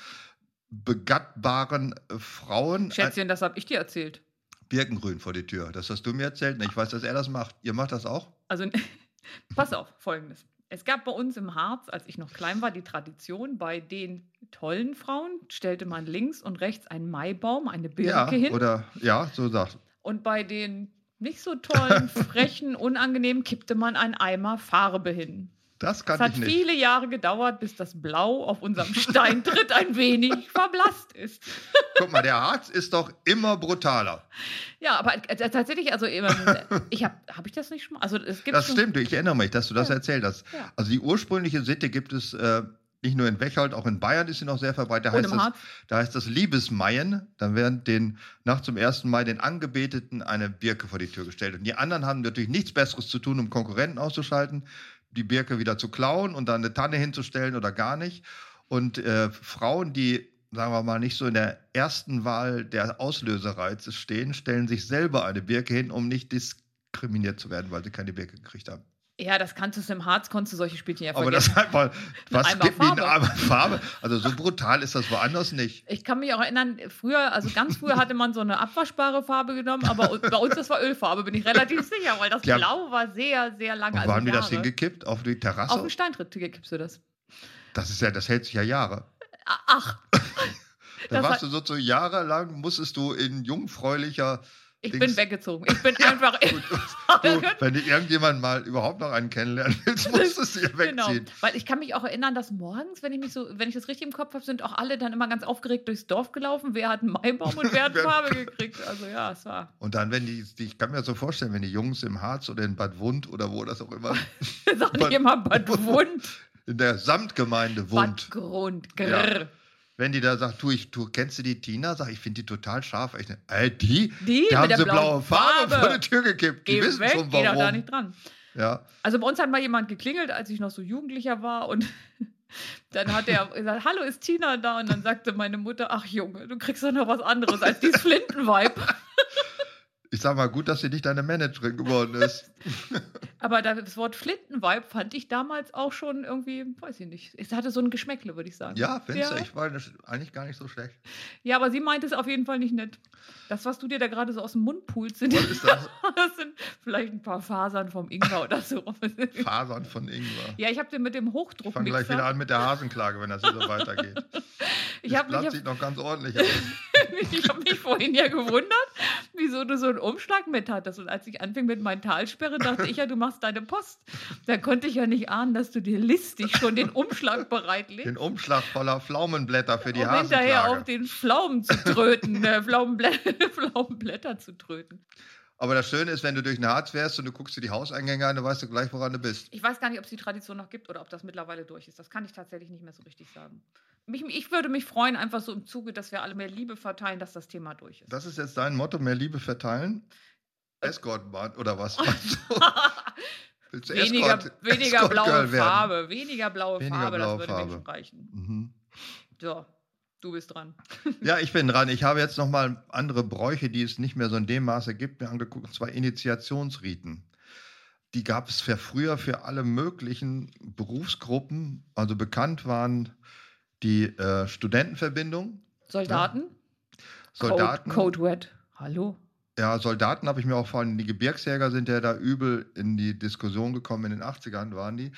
S2: begattbaren äh, Frauen ein
S3: Schätzchen, das habe ich dir erzählt.
S2: Birkengrün vor die Tür. Das hast du mir erzählt. ne? Ich weiß, dass er das macht. Ihr macht das auch?
S3: Also pass auf, folgendes. Es gab bei uns im Harz, als ich noch klein war, die Tradition, bei den tollen Frauen stellte man links und rechts einen Maibaum, eine Birke
S2: ja,
S3: hin.
S2: oder ja, so sagt.
S3: Und bei den nicht so tollen, frechen, unangenehmen kippte man einen Eimer Farbe hin.
S2: Das
S3: Es
S2: kann
S3: hat
S2: ich nicht.
S3: viele Jahre gedauert, bis das Blau auf unserem Steintritt ein wenig verblasst ist.
S2: Guck mal, der Harz ist doch immer brutaler.
S3: Ja, aber äh, t- tatsächlich, also ähm, ich habe, habe ich das nicht schon mal? Also es gibt
S2: Das
S3: schon,
S2: stimmt, ich erinnere mich, dass du das
S3: Ja.
S2: erzählt hast.
S3: Ja.
S2: Also die ursprüngliche Sitte gibt es äh, nicht nur in Wechhold, auch in Bayern ist sie noch sehr verbreitet. Da
S3: Und
S2: heißt,
S3: im
S2: das,
S3: Harz,
S2: da heißt das Liebesmeien. Dann werden den nach zum ersten Mal den Angebeteten eine Birke vor die Tür gestellt. Und die anderen haben natürlich nichts Besseres zu tun, um Konkurrenten auszuschalten, die Birke wieder zu klauen und dann eine Tanne hinzustellen oder gar nicht. Und äh, Frauen, die, sagen wir mal, nicht so in der ersten Wahl der Auslösereize stehen, stellen sich selber eine Birke hin, um nicht diskriminiert zu werden, weil sie keine Birke gekriegt haben.
S3: ja, das kannst du im Harz, konntest du solche Spielchen ja
S2: Aber
S3: vergessen.
S2: das ist einfach, was
S3: Eimer
S2: gibt mir eine
S3: Farbe.
S2: Eimer Farbe? Also so brutal ist das woanders nicht.
S3: ich kann mich auch erinnern, früher, also ganz früher hatte man so eine abwaschbare Farbe genommen, aber u- bei uns das war Ölfarbe, bin ich relativ sicher, weil das
S2: Ja.
S3: Blau war sehr, sehr lange.
S2: Und
S3: also
S2: wo haben die das
S3: Jahre.
S2: hingekippt? Auf die Terrasse?
S3: Auf den Steintritt kippst du das.
S2: Das ist ja, das hält sich ja Jahre.
S3: A- Ach,
S2: Da
S3: Das
S2: warst
S3: war-
S2: du so, so jahrelang musstest du in jungfräulicher.
S3: ich
S2: Dings.
S3: bin weggezogen. Ich bin einfach.
S2: Du, wenn du irgendjemand mal überhaupt noch einen kennenlernen willst, musstest du ja wegziehen.
S3: Genau, weil ich kann mich auch erinnern, dass morgens, wenn ich mich so, wenn ich das richtig im Kopf habe, sind auch alle dann immer ganz aufgeregt durchs Dorf gelaufen. Wer hat einen Maibaum und wer hat
S2: Wer-
S3: Farbe gekriegt? Also ja, es war
S2: Und dann, wenn die, die, ich kann mir so vorstellen, wenn die Jungs im Harz oder in Bad Wund oder wo das auch immer,
S3: sag nicht immer Bad Wund,
S2: in der Samtgemeinde
S3: Bad
S2: Wund,
S3: Grund,
S2: Ja.
S3: grrr.
S2: wenn die da sagt, du, ich, du kennst du die Tina? Sag ich, finde die total scharf. Ich, äh, die?
S3: Die
S2: Da haben
S3: mit der
S2: sie blaue
S3: blauen
S2: Farbe, vor
S3: Farbe.
S2: die Tür gekippt. Die
S3: Geh
S2: wissen
S3: weg,
S2: schon
S3: geh doch da
S2: warum.
S3: nicht dran.
S2: Ja,
S3: Also bei uns hat mal jemand geklingelt, als ich noch so Jugendlicher war und dann hat er gesagt, hallo, ist Tina da? Und dann sagte meine Mutter, ach Junge, du kriegst doch noch was anderes als dieses Flintenweib.
S2: ich sag mal, gut, dass sie nicht deine Managerin geworden ist.
S3: Aber das Wort Flintenweib fand ich damals auch schon irgendwie, weiß ich nicht, es hatte so ein Geschmäckle, würde ich sagen.
S2: Ja, findest du,
S3: Ja.
S2: ich war das eigentlich gar nicht so schlecht.
S3: Ja, aber sie meint es auf jeden Fall nicht nett. Das, was du dir da gerade so aus dem Mund pulst, sind,
S2: Was ist das?
S3: das sind vielleicht ein paar Fasern vom Ingwer oder so.
S2: Fasern von Ingwer.
S3: ja, ich habe den mit dem
S2: Ich fange gleich wieder
S3: Hochdruckmixer.
S2: an mit der Hasenklage, wenn das hier so weitergeht.
S3: Ich
S2: das
S3: habe
S2: Blatt
S3: mich,
S2: sieht noch ganz ordentlich aus.
S3: ich hab mich vorhin ja gewundert, wieso du so einen Umschlag mit hattest. Und als ich anfing mit meinen Talsperren, dachte ich ja, du machst deine Post. Da konnte ich ja nicht ahnen, dass du dir listig schon den Umschlag bereitlegst.
S2: Den Umschlag voller Pflaumenblätter für die
S3: um hinterher auf
S2: Hasenklage.
S3: den Pflaumen zu tröten, äh, Pflaumenblä- Pflaumenblätter zu tröten.
S2: Aber das Schöne ist, wenn du durch den Harz fährst und du guckst dir die Hauseingänge an, dann weißt du gleich, woran du bist.
S3: Ich weiß gar nicht, ob es die Tradition noch gibt oder ob das mittlerweile durch ist. Das kann ich tatsächlich nicht mehr so richtig sagen. Mich, ich würde mich freuen, einfach so im Zuge, dass wir alle mehr Liebe verteilen, dass das Thema durch ist.
S2: Das ist jetzt dein Motto, mehr Liebe verteilen?
S3: Äh.
S2: Escortbahn oder was? Willst du
S3: weniger
S2: Escort-
S3: weniger
S2: Escort-Girl
S3: blaue
S2: werden?
S3: Farbe, weniger blaue
S2: Weniger
S3: Farbe,
S2: blaue
S3: das würde
S2: Farbe.
S3: mir schon reichen.
S2: Mhm.
S3: So, du bist dran.
S2: Ja, ich bin dran. Ich habe jetzt nochmal andere Bräuche, die es nicht mehr so in dem Maße gibt, mir angeguckt, und zwar Initiationsriten. Die gab es für früher für alle möglichen Berufsgruppen. Also bekannt waren die äh, Studentenverbindung,
S3: Soldaten?
S2: Soldaten.
S3: Code, Code Red. Hallo?
S2: Ja, Soldaten habe ich mir auch vor allem, die Gebirgsjäger sind ja da übel in die Diskussion gekommen, in den 80ern waren die.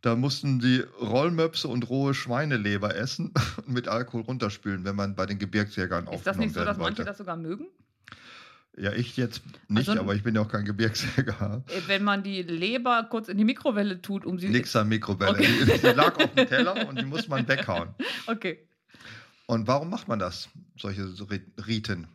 S2: Da mussten die Rollmöpse und rohe Schweineleber essen und mit Alkohol runterspülen, wenn man bei den Gebirgsjägern
S3: Ist das nicht
S2: aufgenommen
S3: so, dass
S2: werden
S3: manche
S2: wollte.
S3: das sogar mögen?
S2: Ja, ich jetzt nicht,
S3: Also-
S2: aber ich bin ja auch kein Gebirgsjäger.
S3: Äh, Wenn man die Leber kurz in die Mikrowelle tut, um sie.
S2: Nix an Mikrowelle.
S3: Okay.
S2: Die, die lag auf dem Teller und die muss man weghauen.
S3: Okay.
S2: Und warum macht man das, solche so Rit- Riten?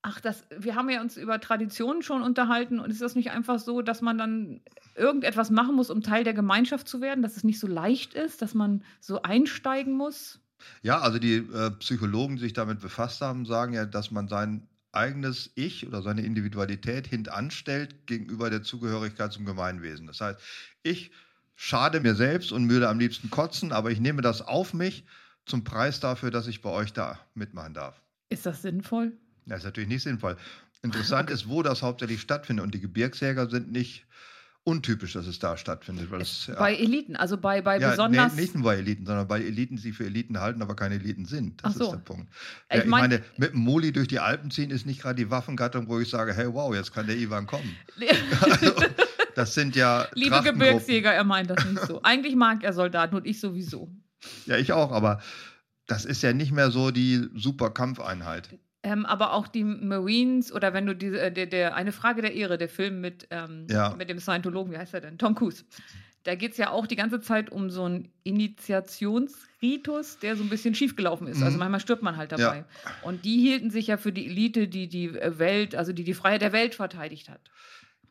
S3: Ach, das, wir haben ja uns über Traditionen schon unterhalten und ist das nicht einfach so, dass man dann irgendetwas machen muss, um Teil der Gemeinschaft zu werden, dass es nicht so leicht ist, dass man so einsteigen muss?
S2: Ja, also die äh, Psychologen, die sich damit befasst haben, sagen ja, dass man sein eigenes Ich oder seine Individualität hintanstellt gegenüber der Zugehörigkeit zum Gemeinwesen. Das heißt, ich schade mir selbst und würde am liebsten kotzen, aber ich nehme das auf mich zum Preis dafür, dass ich bei euch da mitmachen darf.
S3: Ist das sinnvoll?
S2: Das ist natürlich nicht sinnvoll. Interessant ist, wo das hauptsächlich stattfindet. Und die Gebirgsjäger sind nicht untypisch, dass es da stattfindet. Weil es, ja,
S3: Bei Eliten, also bei, bei
S2: ja,
S3: Äh, besonders.
S2: Nee, nicht nur bei Eliten, sondern bei Eliten, die sie für Eliten halten, aber keine Eliten sind. Das
S3: Ach so. Äh,
S2: ist der Punkt.
S3: Ich
S2: Ja, ich,
S3: mein-
S2: meine, mit dem Moli durch die Alpen ziehen ist nicht gerade die Waffengattung, wo ich sage, hey, wow, jetzt kann der Ivan kommen. Also, das sind ja
S3: Liebe
S2: Trachtengruppen.
S3: Gebirgsjäger, er meint das nicht so. Eigentlich mag er Soldaten und ich sowieso.
S2: Ja, ich auch, aber das ist ja nicht mehr so die super Kampfeinheit.
S3: Ähm, aber auch die Marines oder wenn du diese, äh, der, der eine Frage der Ehre, der Film mit, ähm,
S2: Ja.
S3: mit dem Scientologen, wie heißt er denn? Tom Cruise. Da geht es ja auch die ganze Zeit um so einen Initiationsritus, der so ein bisschen schiefgelaufen ist. Also
S2: Mhm.
S3: manchmal stirbt man halt dabei. Und die hielten sich ja für die Elite, die die äh, Welt, also die die Freiheit der Welt verteidigt hat.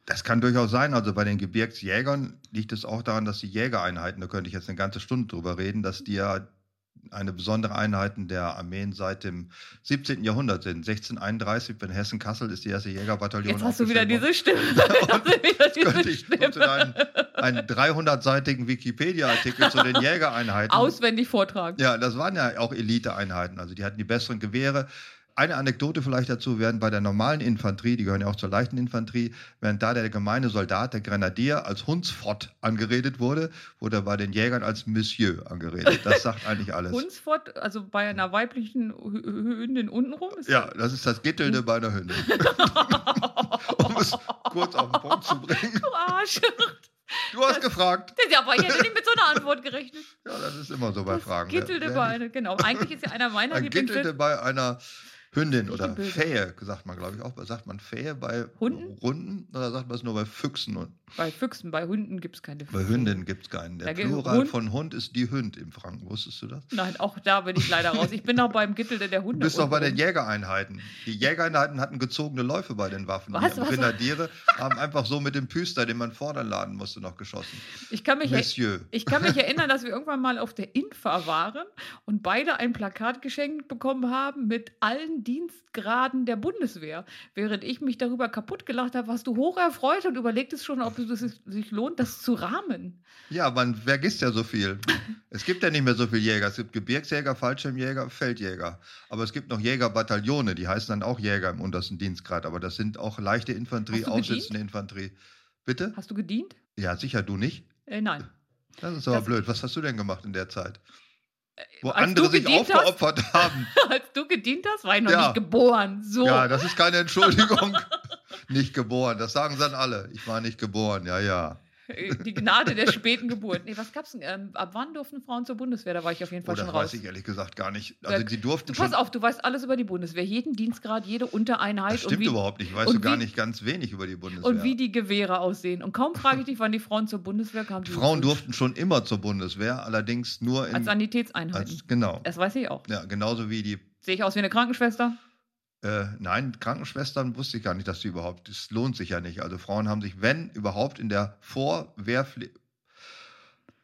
S2: Das kann durchaus sein. Also bei den Gebirgsjägern liegt es auch daran, dass die Jägereinheiten, da könnte ich jetzt eine ganze Stunde drüber reden, dass die ja eine besondere Einheiten der Armeen seit dem 17. Jahrhundert sind. 1631 in Hessen-Kassel ist die erste Jägerbataillon.
S3: Jetzt hast du wieder
S2: aufgestellt worden.
S3: diese Stimme. Jetzt hast du wieder
S2: könnte
S3: diese
S2: ich könnte einen,
S3: Stimme.
S2: einen 300-seitigen Wikipedia-Artikel zu den Jägereinheiten.
S3: Auswendig vortragen.
S2: ja, das waren ja auch Eliteeinheiten. Also die hatten die besseren Gewehre. Eine Anekdote vielleicht dazu, während bei der normalen Infanterie, die gehören ja auch zur leichten Infanterie, während da der gemeine Soldat, der Grenadier, als Hunsfott angeredet wurde, wurde er bei den Jägern als Monsieur angeredet. Das sagt eigentlich alles.
S3: Hunsfort, also bei einer weiblichen Hü- Hündin untenrum? Ist
S2: Ja, das ist das Gittelnde bei einer Hündin. um es kurz auf den Punkt zu bringen.
S3: Du Arsch.
S2: Du hast gefragt.
S3: Ja, aber ich hätte nicht mit so einer Antwort gerechnet.
S2: Ja, das ist immer so bei Fragen. Wer-
S3: Gittelte
S2: wer
S3: bei
S2: nicht-
S3: einer, genau. Eigentlich ist ja einer meiner
S2: Ein Gittelte
S3: Lieblingsfilme.
S2: bei einer Hündin oder
S3: Gittelbilder.
S2: Fähe, sagt man, glaube ich, auch. Sagt man Fähe bei
S3: Hunden?
S2: Runden oder sagt man es nur bei Füchsen und
S3: Bei Füchsen, bei Hunden gibt es keine
S2: Bei Hünden gibt es keinen.
S3: Da
S2: Der
S3: gibt-
S2: Plural
S3: Hund-
S2: von Hund ist die Hünd im Franken. Wusstest du das?
S3: Nein, auch da bin ich leider raus. Ich bin noch beim Gittel der
S2: Du
S3: Hunde.
S2: bist doch bei den
S3: unten.
S2: Jägereinheiten. Die Jägereinheiten hatten gezogene Läufe bei den Waffen.
S3: Was,
S2: die
S3: was?
S2: Grenadiere haben einfach so mit dem Püster, den man fordern laden musste, noch geschossen.
S3: Ich kann mich er-
S2: Monsieur.
S3: Ich kann mich erinnern, dass wir irgendwann mal auf der Infa waren und beide ein Plakat geschenkt bekommen haben mit allen Dienstgraden der Bundeswehr. Während ich mich darüber kaputt gelacht habe, warst du hoch erfreut und überlegtest schon, ob es sich- sich lohnt, das zu rahmen.
S2: Ja, man vergisst ja so viel. Es gibt ja nicht mehr so viele Jäger. Es gibt Gebirgsjäger, Fallschirmjäger, Feldjäger. Aber es gibt noch Jägerbataillone, die heißen dann auch Jäger im untersten Dienstgrad. Aber das sind auch leichte Infanterie,
S3: Hast du gedient?
S2: aufsitzende Infanterie. Bitte?
S3: Hast du gedient?
S2: Ja, sicher, du nicht.
S3: Äh, nein.
S2: Das ist aber
S3: Das- Äh,
S2: blöd. Was hast du denn gemacht in der Zeit? Wo
S3: als
S2: andere
S3: du
S2: sich
S3: gedient hast-
S2: aufgeopfert haben.
S3: Als du gedient hast, war ich noch
S2: Ja.
S3: nicht geboren. So.
S2: Ja, das ist keine Entschuldigung. nicht geboren, das sagen dann alle. Ich war nicht geboren, ja, ja.
S3: Äh, Die Gnade der späten Geburt. Nee, was gab's denn? Ähm, ab wann durften Frauen zur Bundeswehr? Da war ich auf jeden Fall
S2: Oder
S3: schon raus.
S2: Oh, weiß ich ehrlich gesagt gar nicht.
S3: Da-
S2: Also die durften
S3: Du,
S2: schon.
S3: pass auf, du weißt alles über die Bundeswehr. Jeden Dienstgrad, jede Untereinheit.
S2: das stimmt
S3: und wie,
S2: überhaupt nicht. Ich weiß
S3: und
S2: so gar
S3: wie-
S2: nicht ganz wenig über die Bundeswehr.
S3: Und wie die Gewehre aussehen. Und kaum frage ich dich, wann die Frauen zur Bundeswehr kamen.
S2: die
S3: du-
S2: Frauen
S3: du-
S2: durften schon immer zur Bundeswehr, allerdings nur in.
S3: Als Sanitätseinheiten.
S2: als- genau.
S3: das weiß ich auch.
S2: Ja, genauso wie die.
S3: Sehe ich aus wie eine Krankenschwester?
S2: Äh, nein, Krankenschwestern wusste ich gar nicht, dass die überhaupt. Das lohnt sich ja nicht. Also Frauen haben sich, wenn überhaupt, in der Vorwehrpflicht.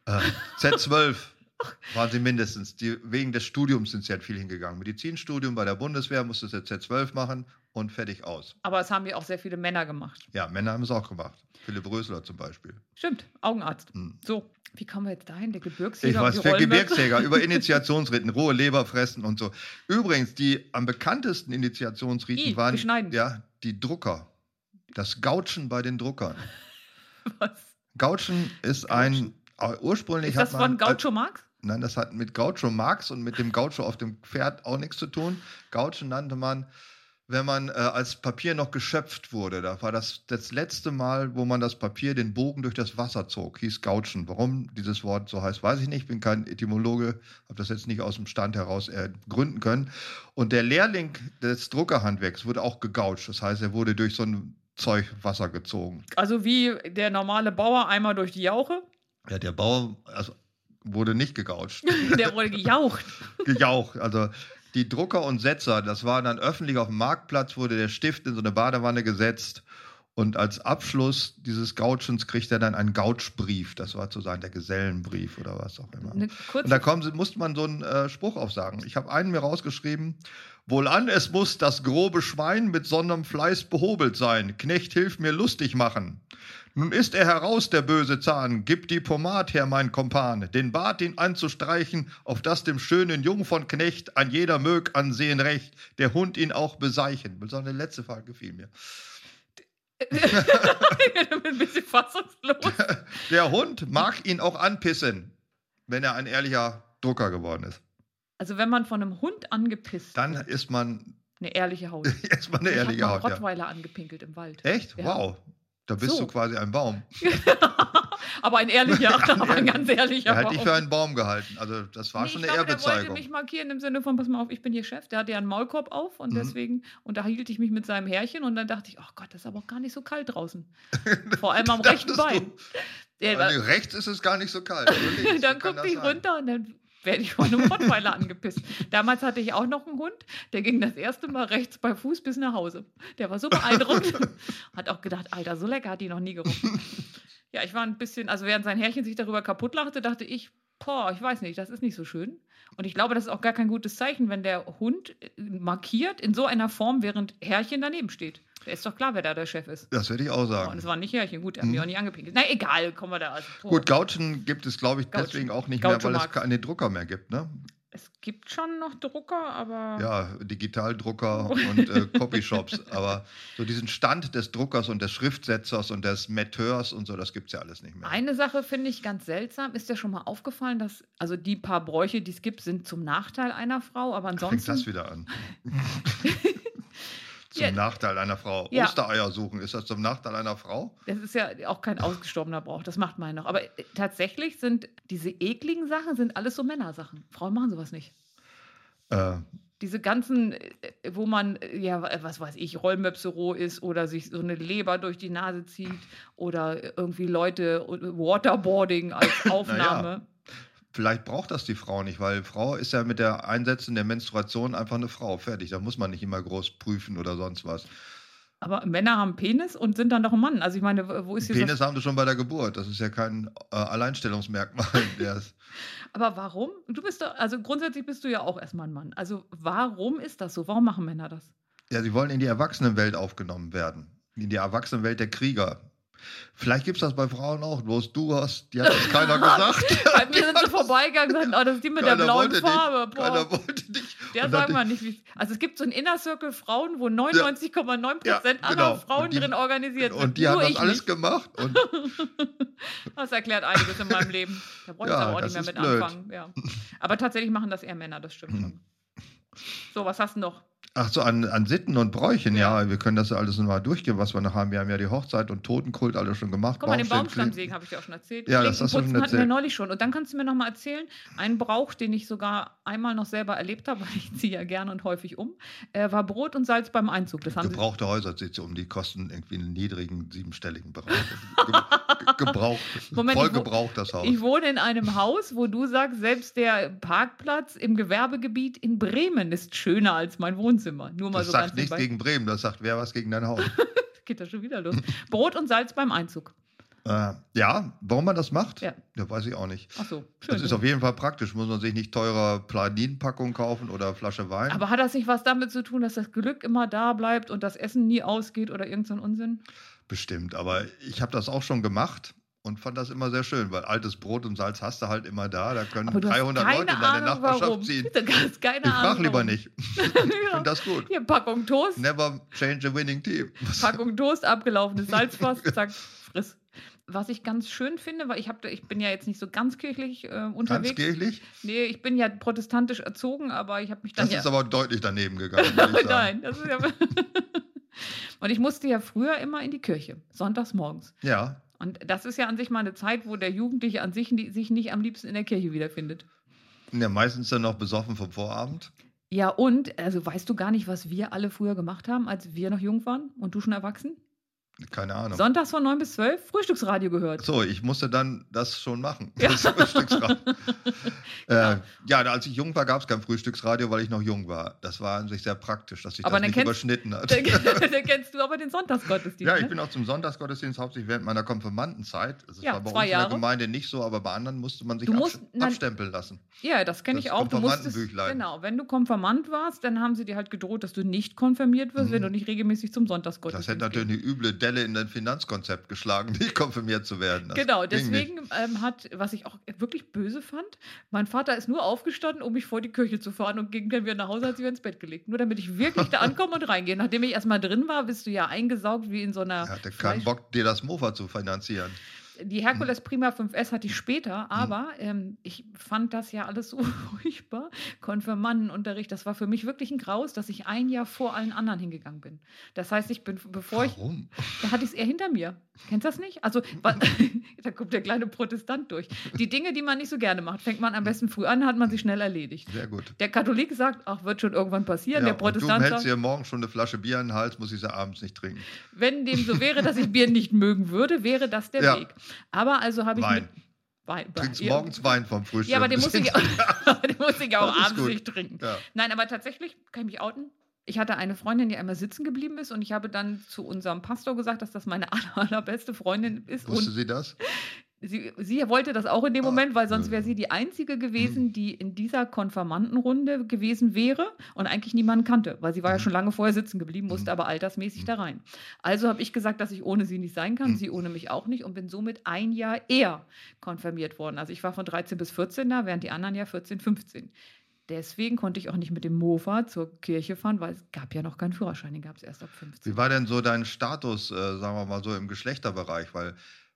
S2: Äh, Z12 waren sie mindestens. Die, wegen des Studiums sind sie halt viel hingegangen. Medizinstudium bei der Bundeswehr musstest du Z12 machen und fertig aus.
S3: Aber es haben ja auch sehr viele Männer gemacht.
S2: Ja, Männer haben es auch gemacht. Philipp Rösler zum Beispiel.
S3: Stimmt, Augenarzt.
S2: Hm.
S3: So, wie kommen wir jetzt dahin? Der Gebirgsjäger
S2: Ich
S3: und
S2: weiß,
S3: die
S2: für
S3: Rollenwürze?
S2: Gebirgsjäger, über Initiationsriten, rohe Leber fressen und so. Übrigens, die am bekanntesten Initiationsriten
S3: I,
S2: waren
S3: beschneiden.
S2: ja, die Drucker. Das Gautschen bei den Druckern.
S3: Was?
S2: Gautschen ist ein. äh, Ursprünglich
S3: Ist das
S2: hat man,
S3: von Gaucho Marx?
S2: Äh, nein, das hat mit Gaucho Marx und mit dem Gaucho auf dem Pferd auch nichts zu tun. Gautschen nannte man, wenn man äh, als Papier noch geschöpft wurde. Da war das das letzte Mal, wo man das Papier den Bogen durch das Wasser zog, hieß Gautschen. Warum dieses Wort so heißt, weiß ich nicht. Bin kein Etymologe, habe das jetzt nicht aus dem Stand heraus äh, gründen können. Und der Lehrling des Druckerhandwerks wurde auch gegautscht. Das heißt, er wurde durch so ein Zeug Wasser gezogen.
S3: Also wie der normale Bauer einmal durch die Jauche.
S2: Ja, der Bauer also, wurde nicht gegautscht,
S3: Der wurde gejaucht.
S2: gejaucht. Also die Drucker und Setzer, das war dann öffentlich auf dem Marktplatz, wurde der Stift in so eine Badewanne gesetzt. Und als Abschluss dieses Gautschens kriegt er dann einen Gautschbrief. Das war zu sagen der Gesellenbrief oder was auch immer.
S3: Eine
S2: Und da
S3: kurze,
S2: kommen, sie- musste man so einen äh, Spruch aufsagen. Ich habe einen mir rausgeschrieben. Wohlan, es muss das grobe Schwein mit sonderem Fleiß behobelt sein. Knecht, hilf mir lustig machen. Nun ist er heraus, der böse Zahn. Gib die Pomat her, mein Kompan. Den Bart ihn anzustreichen, auf das dem schönen Jung von Knecht an jeder mög ansehen recht. Der Hund ihn auch beseichen. Besonders der letzte Fall gefiel mir.
S3: ich bin ein bisschen fassungslos.
S2: Der Hund mag ihn auch anpissen, wenn er ein ehrlicher Drucker geworden ist.
S3: Also wenn man von einem Hund angepisst,
S2: Dann ist man
S3: eine ehrliche Haut.
S2: erstmal eine
S3: ich habe
S2: ehrliche
S3: mal
S2: Haut. ja.
S3: Rottweiler angepinkelt im Wald.
S2: Echt?
S3: Ja.
S2: Wow. Da bist
S3: So.
S2: du quasi ein Baum.
S3: aber ein ehrlicher, aber ein
S2: ehrlich.
S3: ganz ehrlicher
S2: Ja, hätte ich
S3: Baum.
S2: für einen Baum gehalten. Also das war
S3: Nee,
S2: schon
S3: ich
S2: eine
S3: glaube, Der wollte
S2: Ehrbezeihung.
S3: mich markieren im Sinne von, pass mal auf, ich bin hier Chef. Der hatte ja einen Maulkorb auf und
S2: Mhm.
S3: deswegen, und da hielt ich mich mit seinem Härchen und dann dachte ich, ach Gott, das ist aber auch gar nicht so kalt draußen. Vor allem am
S2: Dachtest du?
S3: rechten Bein. Der,
S2: Also, rechts ist es gar nicht so kalt. Also links,
S3: dann
S2: kann
S3: guckte
S2: das
S3: ich
S2: sein?
S3: runter und dann werde ich von einem Rottweiler angepisst. Damals hatte ich auch noch einen Hund, der ging das erste Mal rechts bei Fuß bis nach Hause. Der war so beeindruckt, hat auch gedacht, Alter, so lecker hat die noch nie gerochen. Ja, ich war ein bisschen, also während sein Herrchen sich darüber kaputt lachte, dachte ich, boah, ich weiß nicht, das ist nicht so schön. Und ich glaube, das ist auch gar kein gutes Zeichen, wenn der Hund äh, markiert in so einer Form, während Herrchen daneben steht. Da ist doch klar, wer da der Chef ist.
S2: Das würde ich auch
S3: Und es
S2: sagen.
S3: Oh, war nicht Herrchen. Gut, er hat mich
S2: Mhm.
S3: auch nicht angepinkelt. Na egal, kommen wir da. Also, boah.
S2: Gut, Gautschen gibt es, glaube ich,
S3: Gautschen.
S2: deswegen auch nicht
S3: Gaucho
S2: mehr, weil
S3: mag's.
S2: es keine Drucker mehr gibt. Ne?
S3: Es gibt schon noch Drucker, aber.
S2: Ja, Digitaldrucker
S3: Oh.
S2: und äh, Copyshops. Aber so diesen Stand des Druckers und des Schriftsetzers und des Metteurs und so, das gibt es ja alles nicht mehr.
S3: Eine Sache finde ich ganz seltsam. Ist dir schon mal aufgefallen, dass also die paar Bräuche, die es gibt, sind zum Nachteil einer Frau, aber
S2: Fängt das
S3: ansonsten.
S2: wieder an. zum
S3: Ja.
S2: Nachteil einer Frau.
S3: Ja.
S2: Ostereier suchen, ist das zum Nachteil einer Frau?
S3: Das ist ja auch kein ausgestorbener Brauch, das macht man noch. Aber äh, tatsächlich sind diese ekligen Sachen sind alles so Männersachen. Frauen machen sowas nicht.
S2: Äh,
S3: Diese ganzen, äh, wo man, äh, ja, äh, was weiß ich, Rollmöpse roh ist oder sich so eine Leber durch die Nase zieht oder irgendwie Leute äh, Waterboarding als Aufnahme.
S2: vielleicht braucht das die Frau nicht, weil Frau ist ja mit der Einsetzung der Menstruation einfach eine Frau. Fertig. Da muss man nicht immer groß prüfen oder sonst was.
S3: Aber Männer haben Penis und sind dann doch ein Mann. Also ich meine, wo- wo ist jetzt das?
S2: Penis haben sie schon bei der Geburt. Das ist ja kein äh, Alleinstellungsmerkmal. Der ist,
S3: Aber warum? Du bist doch, also grundsätzlich bist du ja auch erstmal ein Mann. Also warum ist das so? Warum machen Männer das?
S2: ja, sie wollen in die Erwachsenenwelt aufgenommen werden. In die Erwachsenenwelt der Krieger. Vielleicht gibt es das bei Frauen auch, bloß du hast, die hat uns keiner gesagt.
S3: Bei mir sind sie vorbeigegangen und gesagt, oh, das ist die mit der
S2: Keiner
S3: blauen
S2: wollte dich.
S3: Farbe. Boah.
S2: Keiner wollte dich.
S3: Der
S2: Und
S3: sagt
S2: dann-
S3: man nicht, wie. Also es gibt so einen Inner Circle Frauen, wo 99,9%
S2: Ja,
S3: aller
S2: genau.
S3: Frauen
S2: Und die-
S3: drin organisiert sind.
S2: Und die
S3: Nur
S2: haben das
S3: ich
S2: alles
S3: nicht.
S2: gemacht. Und
S3: Das erklärt einiges in meinem Leben. Da brauche ich
S2: Ja,
S3: aber auch nicht
S2: das
S3: mehr
S2: ist
S3: mit
S2: blöd.
S3: anfangen. Ja. Aber tatsächlich machen das eher Männer, das stimmt schon. So, was hast du noch?
S2: Ach so, an, an Sitten und Bräuchen, ja. Wir können das ja alles nochmal durchgehen, was wir noch haben. Wir haben ja die Hochzeit und Totenkult alle schon gemacht.
S3: Guck mal, den
S2: Baumstamm-
S3: Baumstammsägen habe ich dir auch schon erzählt.
S2: Ja, das hast du schon
S3: Klinkenputzen hatten wir
S2: erzählt.
S3: neulich schon. Und dann kannst du mir nochmal erzählen, einen Brauch, den ich sogar einmal noch selber erlebt habe, weil ich ziehe ja gerne und häufig um, äh, war Brot und Salz beim Einzug. Das haben sie
S2: Gebrauchte Häuser sitzt um, die kosten irgendwie einen niedrigen, siebenstelligen Bereich. Ge ge- gebraucht,
S3: Moment,
S2: voll
S3: ich wo-
S2: gebraucht das Haus.
S3: Ich wohne in einem Haus, wo du sagst, selbst der Parkplatz im Gewerbegebiet in Bremen ist schöner als mein Wohnzimmer. Nur mal
S2: Das
S3: so
S2: sagt
S3: ganz
S2: nichts
S3: nebenbei.
S2: gegen Bremen, das sagt wer was gegen dein Haus.
S3: Geht da schon wieder los. Brot und Salz beim Einzug.
S2: äh, ja, warum man das macht,
S3: Ja.
S2: das weiß ich auch nicht.
S3: Ach so, schön.
S2: Das ist auf jeden Fall praktisch. Muss man sich nicht teure Planinpackung kaufen oder Flasche Wein.
S3: aber hat das nicht was damit zu tun, dass das Glück immer da bleibt und das Essen nie ausgeht oder irgend so ein Unsinn?
S2: Bestimmt, aber ich habe das auch schon gemacht und fand das immer sehr schön, weil altes Brot und Salz hast du halt immer da. Da können
S3: Aber du
S2: 300
S3: hast
S2: Leute
S3: keine
S2: in deine
S3: Ahnung,
S2: Nachbarschaft
S3: warum.
S2: ziehen.
S3: Du hast keine
S2: Ich frage
S3: Ahnung,
S2: lieber
S3: warum.
S2: nicht. Ich
S3: ja.
S2: finde das gut.
S3: Hier, Packung Toast.
S2: Never change a winning team. Was-
S3: Packung Toast, abgelaufenes Salzfass, zack, friss. Was ich ganz schön finde, weil ich, hab, ich bin ja jetzt nicht so ganz kirchlich äh,
S2: Ganz
S3: unterwegs.
S2: kirchlich?
S3: Nee, ich bin ja protestantisch erzogen, aber ich habe mich dann
S2: Das
S3: ja.
S2: ist aber deutlich daneben gegangen. Würde ich sagen.
S3: Nein, das ist ja. und ich musste ja früher immer in die Kirche, sonntags morgens.
S2: Ja,
S3: Und das ist ja an sich mal eine Zeit, wo der Jugendliche an sich ni- sich nicht am liebsten in der Kirche wiederfindet.
S2: ja, meistens dann noch besoffen vom Vorabend.
S3: Ja, und, also weißt du gar nicht, was wir alle früher gemacht haben, als wir noch jung waren und du schon erwachsen?
S2: Keine Ahnung.
S3: Sonntags von 9 bis 12 Frühstücksradio gehört.
S2: so, ich musste dann das schon machen.
S3: Ja.
S2: Das Frühstücksradio. äh,
S3: Ja.
S2: ja, als ich jung war, gab es kein Frühstücksradio, weil ich noch jung war. Das war an sich sehr praktisch, dass sich das
S3: Aber dann
S2: nicht
S3: kennst-
S2: überschnitten hat.
S3: da kennst du aber den Sonntagsgottesdienst.
S2: Ja, ich
S3: ne?
S2: bin auch zum Sonntagsgottesdienst hauptsächlich während meiner Konfirmandenzeit. Das
S3: Ja,
S2: war bei
S3: zwei
S2: uns in
S3: Jahre.
S2: der Gemeinde nicht so, aber bei anderen musste man sich
S3: Du musst-
S2: abst
S3: nein.
S2: abstempeln lassen.
S3: Ja, das kenne
S2: Das
S3: ich auch. Du musstest,
S2: Konfirmandenbüchlein.
S3: genau, wenn du Konfirmand warst, dann haben sie dir halt gedroht, dass du nicht konfirmiert wirst,
S2: Mhm.
S3: wenn du nicht regelmäßig zum Sonntagsgottesdienst
S2: Das hätte natürlich
S3: gehst.
S2: eine üble Delle in dein Finanzkonzept geschlagen, nicht konfirmiert zu werden. Das
S3: Genau,
S2: ging
S3: deswegen ähm, hat, was ich auch wirklich böse fand, mein Vater ist nur aufgestanden, um mich vor die Kirche zu fahren und ging dann wieder nach Hause, hat sich wieder ins Bett gelegt. Nur damit ich wirklich da ankomme und reingehe. Nachdem ich erstmal drin war, bist du ja eingesaugt wie in so einer.
S2: Nicht. Er hatte keinen
S3: Fleisch-
S2: Bock, dir das Mofa zu finanzieren.
S3: Die Herkules Prima 5S hatte ich später, aber ähm, ich fand das ja alles so furchtbar. Konfirmandenunterricht, das war für mich wirklich ein Graus, dass ich ein Jahr vor allen anderen hingegangen bin. Das heißt, ich bin, bevor ich,
S2: Warum?
S3: da hatte ich es eher hinter mir. Kennst du das nicht? Also, wa- da kommt der kleine Protestant durch. Die Dinge, die man nicht so gerne macht, fängt man am besten früh an, hat man sie schnell erledigt.
S2: Sehr gut.
S3: Der Katholik sagt, ach, wird schon irgendwann passieren. der
S2: und du
S3: Protestant
S2: hältst
S3: sagt,
S2: dir morgen schon eine Flasche Bier in den Hals, muss ich sie abends nicht trinken.
S3: wenn dem so wäre, dass ich Bier nicht mögen würde, wäre das der
S2: Ja.
S3: Weg. Aber also habe ich
S2: Wein.
S3: mit Wein,
S2: Trinkst
S3: Wein-
S2: morgens Wein vom Frühstück.
S3: Ja, aber den muss ich, den muss ich auch
S2: Das ist
S3: abends
S2: gut.
S3: nicht trinken.
S2: Ja.
S3: Nein, aber tatsächlich kann ich mich outen. Ich hatte eine Freundin, die einmal sitzen geblieben ist und ich habe dann zu unserem Pastor gesagt, dass das meine aller- allerbeste Freundin ist.
S2: Wusste
S3: Und
S2: sie das?
S3: sie, sie wollte das auch in dem
S2: Ah, Mhm.
S3: Moment, weil sonst
S2: ja.
S3: wäre sie die Einzige gewesen, die in dieser Konfirmandenrunde gewesen wäre und eigentlich niemanden kannte, weil sie war ja
S2: Mhm.
S3: schon lange vorher sitzen geblieben, musste
S2: Mhm.
S3: aber altersmäßig
S2: Mhm.
S3: da rein. Also habe ich gesagt, dass ich ohne sie nicht sein kann,
S2: Mhm.
S3: sie ohne mich auch nicht und bin somit ein Jahr eher konfirmiert worden. Also ich war von 13 bis 14 da, während die anderen ja 14, 15. Deswegen konnte ich auch nicht mit dem Mofa zur Kirche fahren, weil es gab ja noch keinen Führerschein, den gab es erst ab 15.
S2: Wie war denn so dein Status, äh, sagen wir mal so, im Geschlechterbereich? Weil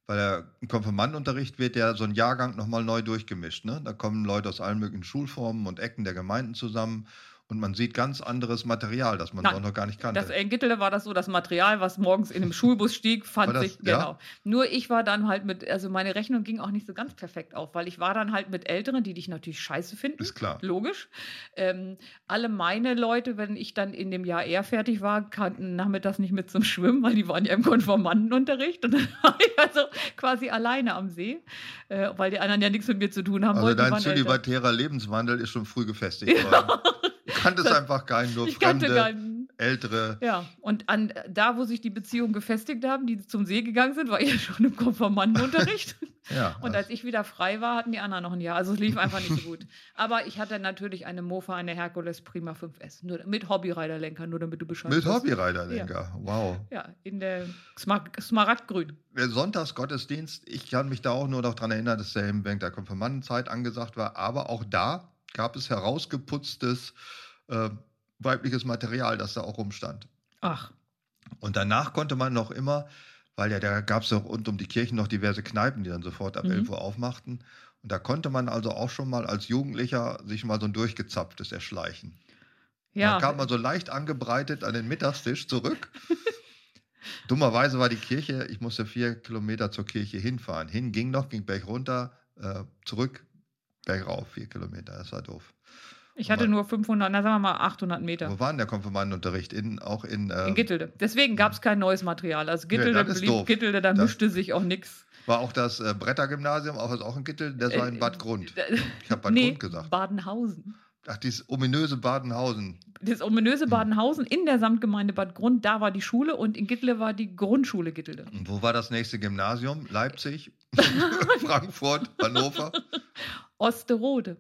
S2: bei der Konfirmandenunterricht wird ja so ein Jahrgang nochmal neu durchgemischt. Ne? Da kommen Leute aus allen möglichen Schulformen und Ecken der Gemeinden zusammen. und man sieht ganz anderes Material, das man
S3: Nein,
S2: sonst noch gar nicht kannte.
S3: Das in Gittele war das so, das Material, was morgens in dem Schulbus stieg, fand
S2: War das-
S3: sich,
S2: ja?
S3: genau. Nur ich war dann halt mit, also meine Rechnung ging auch nicht so ganz perfekt auf, weil ich war dann halt mit Älteren, die dich natürlich scheiße finden.
S2: ist klar.
S3: Logisch. Ähm, alle meine Leute, wenn ich dann in dem Jahr eher fertig war, kannten nachmittags nicht mit zum Schwimmen, weil die waren ja im Konformantenunterricht. Und dann war ich also quasi alleine am See, äh, weil die anderen ja nichts mit mir zu tun haben
S2: Also
S3: wollten. die
S2: dein
S3: waren älter.
S2: zölibatärer Lebenswandel ist schon früh gefestigt worden. Du kanntest einfach keinen, nur
S3: ich kannte
S2: fremde,
S3: keinen.
S2: ältere.
S3: Ja, und an, da, wo sich die Beziehungen gefestigt haben, die zum See gegangen sind, war ich ja schon im Konformantenunterricht.
S2: Ja, also
S3: Und als ich wieder frei war, hatten die anderen noch ein Jahr. Also es lief einfach nicht so gut. Aber ich hatte natürlich eine Mofa, eine Hercules Prima 5S. Nur, mit Hobbyreiterlenker, nur damit du Bescheid
S2: mit
S3: weißt.
S2: Hobbyreiterlenker. Wow.
S3: Ja, in der Smar Smaragdgrün.
S2: Der Sonntagsgottesdienst, ich kann mich da auch nur noch dran erinnern, dass der eben während der Konfirmandenzeit angesagt war, aber auch da gab es herausgeputztes äh, weibliches Material, das da auch rumstand.
S3: Ach,
S2: Und danach konnte man noch immer, weil ja da gab es auch rund um die Kirchen noch diverse Kneipen, die dann sofort ab
S3: Mhm.
S2: 11 Uhr aufmachten. Und da konnte man also auch schon mal als Jugendlicher sich mal so ein durchgezapftes erschleichen.
S3: ja.
S2: Da kam man so leicht angebreitet an den Mittagstisch zurück. Dummerweise war die Kirche, ich musste vier Kilometer zur Kirche hinfahren. Hin ging noch, ging berg runter, äh, zurück, bergauf, vier Kilometer. Das war doof.
S3: ich hatte nur 500, na sagen wir mal 800 Meter.
S2: Wo war denn der Konfirmandenunterricht? In, auch in, äh,
S3: In Gittelde. Deswegen gab es kein neues Material. Also
S2: Nee,
S3: Gittelde
S2: das ist
S3: blieb
S2: doof.
S3: Gittelde, da
S2: Das-
S3: mischte sich auch nichts.
S2: war auch das äh, Brettergymnasium, auch, auch in Gittel, das war in
S3: Äh,
S2: Bad Grund.
S3: äh,
S2: Ich habe Bad
S3: nee,
S2: Grund gesagt.
S3: Badenhausen.
S2: Ach, dieses ominöse Badenhausen.
S3: Das
S2: Hm.
S3: ominöse Badenhausen in der Samtgemeinde Bad Grund, da war die Schule und in Gittele war die Grundschule Gittele.
S2: Und wo war das nächste Gymnasium? Leipzig, Frankfurt, Hannover,
S3: Osterode.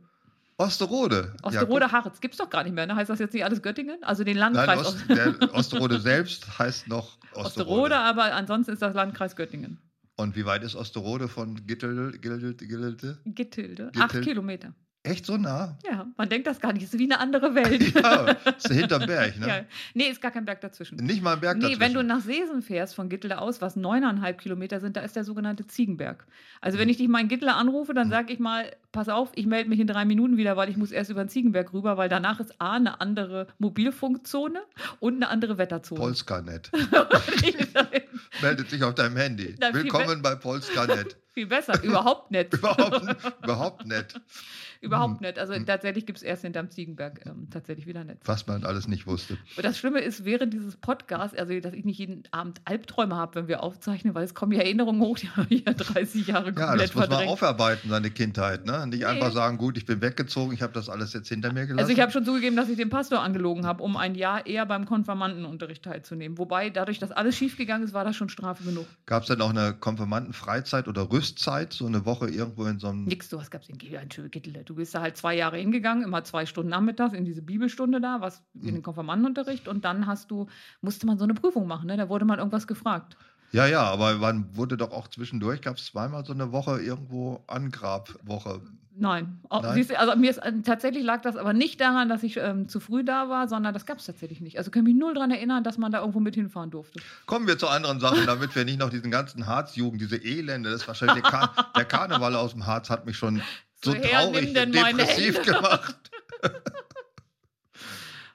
S2: Osterode. Ja,
S3: Osterode Harz gibt es doch gar nicht mehr, ne? Heißt das jetzt nicht alles Göttingen? Also den
S2: Nein,
S3: Landkreis
S2: Ost,
S3: Ost
S2: der Osterode selbst heißt noch Osterode.
S3: Osterode, aber ansonsten ist das Landkreis Göttingen.
S2: Und wie weit ist Osterode von Gittel, Gittel, Gittelte?
S3: Gittilde.
S2: Gittel-
S3: Acht Kilometer.
S2: Echt so nah?
S3: Ja, man denkt das gar nicht. Es ist wie eine andere Welt.
S2: Ja, ist hinterm Berg, ne?
S3: Ja. Nee, ist gar kein Berg dazwischen.
S2: Nicht mal ein Berg
S3: Nee,
S2: dazwischen.
S3: wenn du nach Seesen fährst von Gittele aus, was neuneinhalb Kilometer sind, da ist der sogenannte Ziegenberg. Also
S2: Mhm.
S3: wenn ich dich mal in Gittele anrufe, dann sage ich mal, pass auf, ich melde mich in drei Minuten wieder, weil ich muss erst über den Ziegenberg rüber, weil danach ist A, eine andere Mobilfunkzone und eine andere Wetterzone.
S2: Polskanet.
S3: Viel
S2: Meldet sich auf deinem Handy.
S3: Na, viel
S2: Willkommen bei Polskanet.
S3: besser, überhaupt nicht.
S2: überhaupt, Mhm. überhaupt nett.
S3: Überhaupt nicht. Also tatsächlich gibt es erst hinterm Ziegenberg ähm, tatsächlich wieder Netz.
S2: Was man alles nicht wusste.
S3: Und das Schlimme ist, während dieses Podcasts, also dass ich nicht jeden Abend Albträume habe, wenn wir aufzeichnen, weil es kommen ja Erinnerungen hoch, die habe ich ja 30 Jahre komplett
S2: Ja, das muss man
S3: verdrängt.
S2: aufarbeiten, seine Kindheit. Ne? Nicht
S3: Nee.
S2: einfach sagen, gut, ich bin weggezogen, ich habe das alles jetzt hinter mir gelassen.
S3: Also ich habe schon zugegeben, dass ich den Pastor angelogen habe, um ein Jahr eher beim Konfirmandenunterricht teilzunehmen. Wobei, dadurch, dass alles schiefgegangen ist, war das schon Strafe genug.
S2: Gab es dann auch eine Konfirmandenfreizeit oder Rüstzeit, so eine Woche irgendwo in so einem.
S3: Nix, sowas gab es in Gittele. Du bist da halt zwei Jahre hingegangen, immer zwei Stunden nachmittags in diese Bibelstunde da, was in
S2: Mhm.
S3: den Konfirmandenunterricht. Und dann hast du, musste man so eine Prüfung machen, ne? da wurde man irgendwas gefragt.
S2: Ja, ja, aber man wurde doch auch zwischendurch, gab es zweimal so eine Woche irgendwo Angrabwoche.
S3: Nein. Oh,
S2: Nein.
S3: Siehst du, also mir ist, äh, tatsächlich lag das aber nicht daran, dass ich ähm, zu früh da war, sondern das gab es tatsächlich nicht. Also kann mich null daran erinnern, dass man da irgendwo mit hinfahren durfte.
S2: Kommen wir zu anderen Sachen, damit wir nicht noch diesen ganzen Harzjugend, diese Elende, das ist wahrscheinlich der, Kar der Karneval aus dem Harz hat mich schon so,
S3: So, her, nimm
S2: traurig
S3: denn
S2: und
S3: meine
S2: depressiv gemacht. Es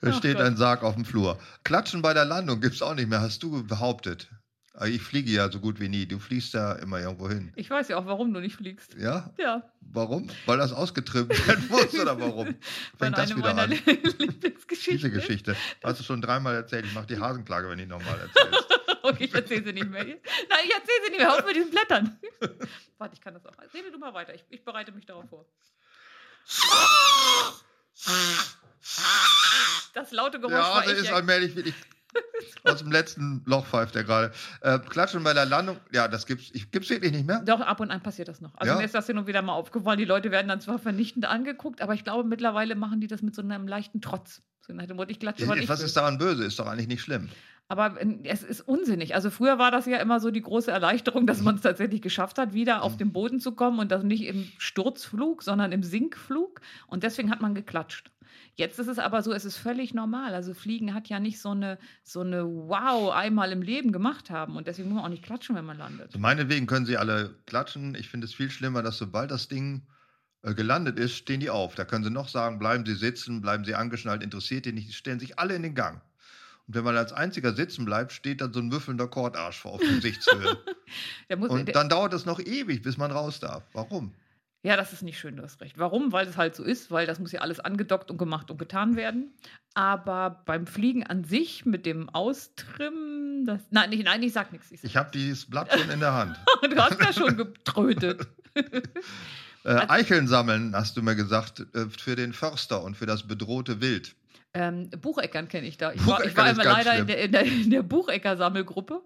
S3: Ach
S2: steht
S3: Gott.
S2: ein Sarg auf dem Flur. Klatschen bei der Landung gibt es auch nicht mehr, hast du behauptet. Aber Ich fliege ja so gut wie nie. Du fliegst ja immer irgendwo hin.
S3: Ich weiß ja auch, warum du nicht fliegst.
S2: Ja?
S3: Ja,
S2: Warum? Weil das ausgetrimmt werden muss oder warum?
S3: Von
S2: Fängt das
S3: einer
S2: wieder
S3: meiner
S2: an. Diese
S3: Lieblingsgeschichten.
S2: Geschichte. Hast du schon dreimal erzählt. Ich mache die Hasenklage, wenn ich nochmal erzählst.
S3: Okay, ich erzähle sie nicht mehr. Nein, ich erzähle sie nicht mehr. Auf mit diesen Blättern. Warte, ich kann das auch. Rede du mal weiter. Ich, ich bereite mich darauf vor. Das laute Geräusch
S2: Der
S3: war
S2: Hase
S3: ich.
S2: also ist
S3: Ja,
S2: allmählich wirklich aus dem letzten Loch pfeift er gerade. Äh, Klatschen bei der Landung. Ja, das gibt's. Ich, gibt's wirklich nicht mehr?
S3: doch, ab und an passiert das noch. Also
S2: Ja.
S3: mir ist das hin und wieder mal aufgefallen. Die Leute werden dann zwar vernichtend angeguckt, aber ich glaube, mittlerweile machen die das mit so einem leichten Trotz. So nach dem Motto, ich klatsche, weil ich
S2: Was
S3: will.
S2: ist daran böse? Ist doch eigentlich nicht schlimm.
S3: Aber ähm, es ist unsinnig. Also früher war das ja immer so die große Erleichterung, dass man es tatsächlich geschafft hat, wieder auf den Boden zu kommen und das nicht im Sturzflug, sondern im Sinkflug. Und deswegen hat man geklatscht. Jetzt ist es aber so, es ist völlig normal. Also Fliegen hat ja nicht so eine, so eine Wow einmal im Leben gemacht haben. Und deswegen muss man auch nicht klatschen, wenn man landet.
S2: Also meinetwegen können sie alle klatschen. Ich finde es viel schlimmer, dass sobald das Ding äh, gelandet ist, stehen die auf. Da können sie noch sagen, bleiben sie sitzen, bleiben sie angeschnallt, interessiert die nicht, die stellen sich alle in den Gang. Und wenn man als einziger sitzen bleibt, steht dann so ein müffelnder Kordarsch vor auf Gesichtshöhe.
S3: Der muss,
S2: Und
S3: der,
S2: dann dauert es noch ewig, bis man raus darf. Warum?
S3: ja, das ist nicht schön, du hast recht. Warum? Weil es halt so ist, weil das muss ja alles angedockt und gemacht und getan werden. Aber beim Fliegen an sich mit dem Austrimmen, das. Nein, nicht, nein, ich sag nichts. Ich sag,
S2: Ich habe dieses Blatt schon in der Hand.
S3: du hast ja schon getrötet.
S2: Äh,
S3: Also-
S2: Eicheln sammeln, hast du mir gesagt, äh, für den Förster und für das bedrohte Wild.
S3: Ähm, Bucheckern kenne ich da. Ich war, ich
S2: Bucheckern
S3: war
S2: ist
S3: immer
S2: ganz
S3: leider in
S2: schlimm.
S3: der, in der, in der Buchecker-Sammelgruppe.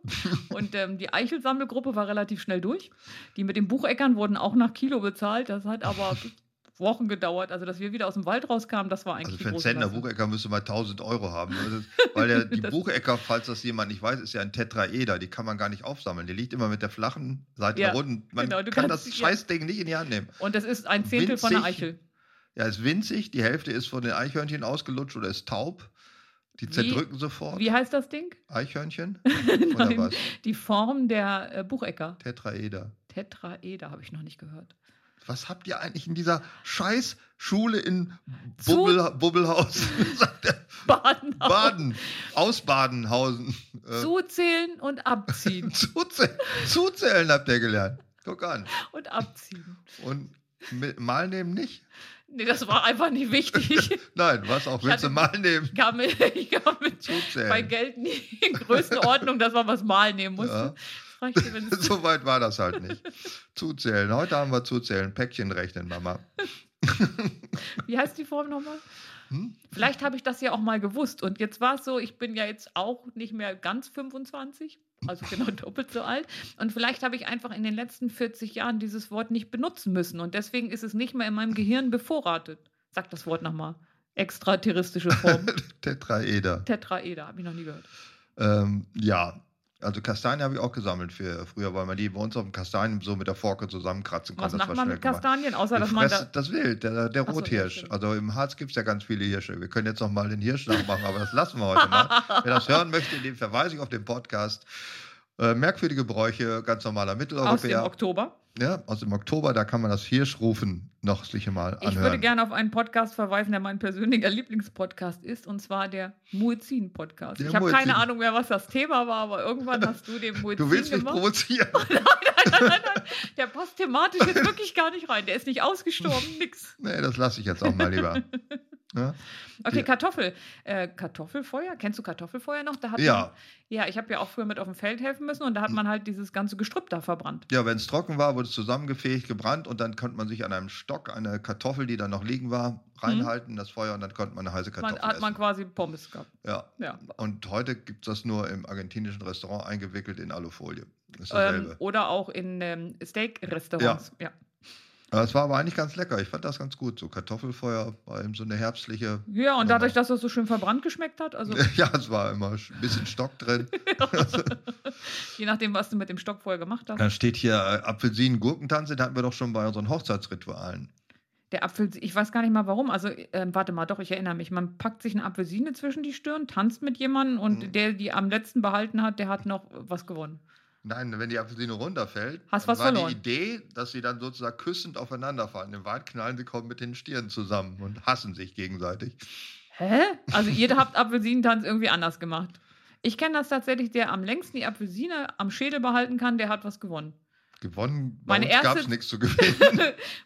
S3: und ähm, die Eichel-Sammelgruppe war relativ schnell durch. Die mit den Bucheckern wurden auch nach Kilo bezahlt. Das hat aber Wochen gedauert. Also, dass wir wieder aus dem Wald rauskamen, das war eigentlich
S2: Also
S3: die
S2: für einen
S3: große
S2: Zentner
S3: Leistung.
S2: Buchecker müsste man 1000 Euro haben. Also, weil der, die Buchecker, falls das jemand nicht weiß, ist ja ein Tetraeder. Die kann man gar nicht aufsammeln. Die liegt immer mit der flachen Seite
S3: Ja,
S2: nach unten. Man
S3: genau, du
S2: kann
S3: kannst-
S2: das
S3: ja.
S2: Scheißding nicht in die Hand nehmen.
S3: Und das ist ein Zehntel von der
S2: Winzig.
S3: Eichel.
S2: Ja, ist winzig. Die Hälfte ist von den Eichhörnchen ausgelutscht oder ist taub. Die
S3: Wie-
S2: zerdrücken sofort.
S3: Wie heißt das Ding?
S2: Eichhörnchen? Oder
S3: Nein,
S2: was?
S3: Die Form der äh, Buchecker.
S2: Tetraeder.
S3: Tetraeder habe ich noch nicht gehört.
S2: Was habt ihr eigentlich in dieser Scheißschule in
S3: Zu-
S2: Bubbel, Bubbelhaus? sagt er.
S3: Baden.
S2: Baden, aus Badenhausen. Äh,
S3: Zuzählen und abziehen.
S2: Zuzählen, zuzählen habt ihr gelernt. Guck an.
S3: und abziehen.
S2: Und mit- mal nehmen nicht?
S3: Nee, das war einfach nicht wichtig.
S2: Nein, was auch
S3: Ich
S2: willst du
S3: hatte-
S2: mal nehmen?
S3: kam mit, ich kam mit
S2: Zuzählen.
S3: bei Geld nie in Größenordnung, dass man was mal nehmen musste. Das reichte, wenn es
S2: So weit war das halt nicht. Zuzählen. Heute haben wir zuzählen. Päckchen rechnen, Mama.
S3: Wie heißt die Form nochmal?
S2: Hm?
S3: Vielleicht habe ich das ja auch mal gewusst. Und jetzt war es so, ich bin ja jetzt auch nicht mehr ganz 25, also genau doppelt so alt. Und vielleicht habe ich einfach in den letzten 40 Jahren dieses Wort nicht benutzen müssen. Und deswegen ist es nicht mehr in meinem Gehirn bevorratet. Sag das Wort nochmal. Extraterrestische Form.
S2: Tetraeder.
S3: Tetraeder, habe ich noch nie gehört.
S2: Ähm, ja. Also Kastanien habe ich auch gesammelt für früher, weil man die bei uns auf dem Kastanien so mit der Forke zusammenkratzen
S3: Was
S2: konnte.
S3: macht man mit
S2: gemacht.
S3: Kastanien, außer dass
S2: Wir
S3: man
S2: fressen
S3: da.
S2: das Wild, der, der
S3: Ach so, ja,
S2: Rothirsch.
S3: stimmt.
S2: also im Harz gibt es ja ganz viele Hirsche. Wir können jetzt noch mal den Hirsch nachmachen, aber das lassen wir heute mal. Wer das hören möchte, den verweise ich auf den Podcast. Äh, merkwürdige Bräuche, ganz normaler
S3: Aus dem
S2: Mitteleuropäer.
S3: Oktober.
S2: ja, aus dem Oktober, da kann man das Hirschrufen noch sich mal anhören.
S3: Ich würde gerne auf einen Podcast verweisen, der mein persönlicher Lieblingspodcast ist, und zwar der Muezzin-Podcast.
S2: Der
S3: Ich habe
S2: Muezzin.
S3: keine Ahnung mehr, was das Thema war, aber irgendwann hast du den Muezzin
S2: du willst mich
S3: gemacht.
S2: provozieren.
S3: nein, nein, nein, der passt thematisch jetzt wirklich gar nicht rein. Der ist nicht ausgestorben, nix.
S2: nee, das lasse ich jetzt auch mal lieber. Ja,
S3: Okay,
S2: Ja.
S3: Kartoffel. Äh, Kartoffelfeuer? Kennst du Kartoffelfeuer noch? Da hat
S2: ja, Hm.
S3: Man, ja, ich habe ja auch früher mit auf dem Feld helfen müssen und da hat man halt dieses ganze Gestrüpp da verbrannt.
S2: ja wenn es trocken war, wurde es zusammengefegt, gebrannt und dann konnte man sich an einem Stock eine Kartoffel, die dann noch liegen war, reinhalten, das Feuer und dann konnte man eine heiße
S3: Mhm. Man,
S2: Kartoffel
S3: hat man
S2: essen.
S3: quasi Pommes gehabt.
S2: Ja.
S3: Ja.
S2: Und heute gibt es das nur im argentinischen Restaurant eingewickelt in Alufolie. Ist dasselbe.
S3: Ähm, oder auch in ähm, Steak-Restaurants. Ja.
S2: aber es war aber eigentlich ganz lecker. Ich fand das ganz gut. So Kartoffelfeuer war eben so eine herbstliche.
S3: Ja. und dadurch, dass das so schön verbrannt geschmeckt hat, also
S2: ja, es war immer sch- ein bisschen Stock drin.
S3: Je nachdem, was du mit dem Stock vorher gemacht hast.
S2: Dann steht hier äh, Apfelsinen, Gurkentanz, den hatten wir doch schon bei unseren Hochzeitsritualen.
S3: Der Apfel, ich weiß gar nicht mal warum. Also, ähm, warte mal, doch, ich erinnere mich. Man packt sich eine Apfelsine zwischen die Stirn, tanzt mit jemandem und
S2: Mhm.
S3: der, die am letzten behalten hat, der hat noch äh, was gewonnen.
S2: Nein, wenn die Apfelsine runterfällt,
S3: Hast
S2: dann
S3: was
S2: war
S3: verloren.
S2: die Idee, dass sie dann sozusagen küssend aufeinanderfallen. Im Wald knallen sie kommen mit den Stirnen zusammen und hassen sich gegenseitig.
S3: Hä? Also, ihr habt Apfelsinentanz irgendwie anders gemacht. Ich kenne das tatsächlich, der am längsten die Apfelsine am Schädel behalten kann, der hat was gewonnen.
S2: Gewonnen, bei
S3: Meine
S2: uns
S3: erste-
S2: gab es nichts zu gewinnen.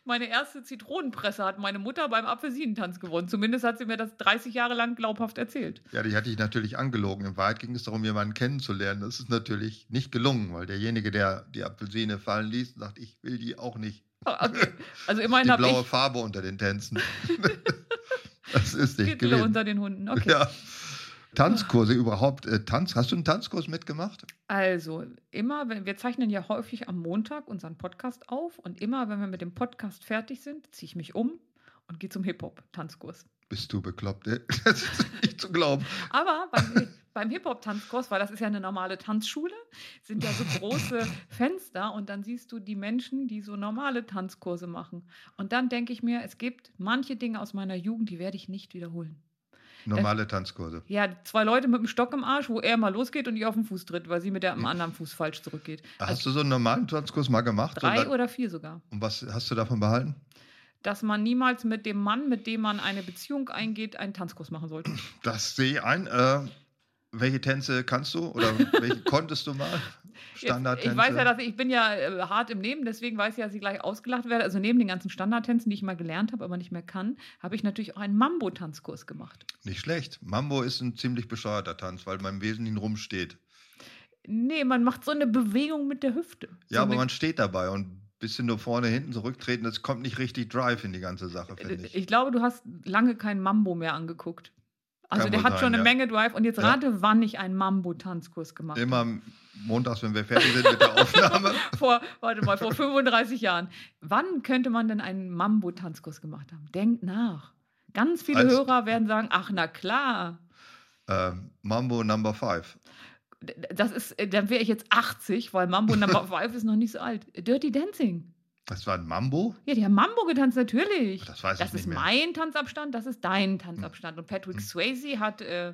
S3: meine erste Zitronenpresse hat meine Mutter beim Apfelsinentanz gewonnen. Zumindest hat sie mir das 30 Jahre lang glaubhaft erzählt.
S2: Ja, die hatte ich natürlich angelogen. In Wahrheit ging es darum, jemanden kennenzulernen. Das ist natürlich nicht gelungen, weil derjenige, der die Apfelsine fallen ließ, sagt, ich will die auch nicht.
S3: Okay. Also,
S2: Die
S3: immerhin habe
S2: blaue
S3: ich
S2: Farbe unter den Tänzen. das ist nicht
S3: Kittel
S2: gewesen.
S3: unter den Hunden. Okay.
S2: Ja. Tanzkurse überhaupt. Äh, Tanz, hast du einen Tanzkurs mitgemacht?
S3: Also, immer, wenn wir zeichnen ja häufig am Montag unseren Podcast auf und immer, wenn wir mit dem Podcast fertig sind, ziehe ich mich um und gehe zum Hip-Hop-Tanzkurs.
S2: Bist du bekloppt? Ey? Das ist nicht zu glauben.
S3: Aber beim, beim Hip-Hop-Tanzkurs, weil das ist ja eine normale Tanzschule, sind ja so große Fenster und dann siehst du die Menschen, die so normale Tanzkurse machen. Und dann denke ich mir, es gibt manche Dinge aus meiner Jugend, die werde ich nicht wiederholen.
S2: Normale Tanzkurse.
S3: Ja, zwei Leute mit dem Stock im Arsch, wo er mal losgeht und ihr auf den Fuß tritt, weil sie mit der am anderen Fuß falsch zurückgeht.
S2: Hast du so einen normalen Tanzkurs mal gemacht? So,
S3: Also Drei
S2: da-
S3: oder vier sogar.
S2: Und was hast du davon behalten?
S3: dass man niemals mit dem Mann, mit dem man eine Beziehung eingeht, einen Tanzkurs machen sollte.
S2: Das sehe ich ein. Äh, welche Tänze kannst du oder welche konntest du mal?
S3: Jetzt,
S2: Standardtänze.
S3: ich weiß ja, dass ich, ich bin ja äh, hart im Nehmen, deswegen weiß ich, dass ich gleich ausgelacht werde. Also neben den ganzen Standardtänzen, die ich mal gelernt habe, aber nicht mehr kann, habe ich natürlich auch einen Mambo-Tanzkurs gemacht.
S2: Nicht schlecht. Mambo ist ein ziemlich bescheuerter Tanz, weil man im Wesentlichen rumsteht.
S3: Nee, man macht so eine Bewegung mit der Hüfte.
S2: Ja,
S3: so
S2: aber
S3: eine,
S2: man steht dabei und ein bisschen nur vorne, hinten zurücktreten, das kommt nicht richtig Drive in die ganze Sache, finde
S3: Äh, ich.
S2: ich.
S3: glaube, du hast lange keinen Mambo mehr angeguckt. Also
S2: Kann
S3: der
S2: wohl
S3: hat
S2: sein,
S3: schon eine
S2: ja.
S3: Menge Drive und jetzt
S2: Ja.
S3: rate, wann ich einen Mambo-Tanzkurs gemacht habe.
S2: Immer montags, wenn wir fertig sind mit der Aufnahme.
S3: vor, warte mal, vor 35 Jahren. Wann könnte man denn einen Mambo-Tanzkurs gemacht haben? Denkt nach. Ganz viele
S2: Als-
S3: Hörer werden sagen, ach na klar.
S2: äh, Mambo Number 5.
S3: D- Das ist, äh, dann wäre ich jetzt 80, weil Mambo Number 5 ist noch nicht so alt. Dirty Dancing.
S2: Das war ein Mambo?
S3: Ja, die haben Mambo getanzt, natürlich.
S2: Das weiß
S3: Das
S2: ich nicht
S3: ist
S2: mehr.
S3: mein Tanzabstand, das ist dein Tanzabstand. Und Patrick
S2: Hm.
S3: Swayze hat äh,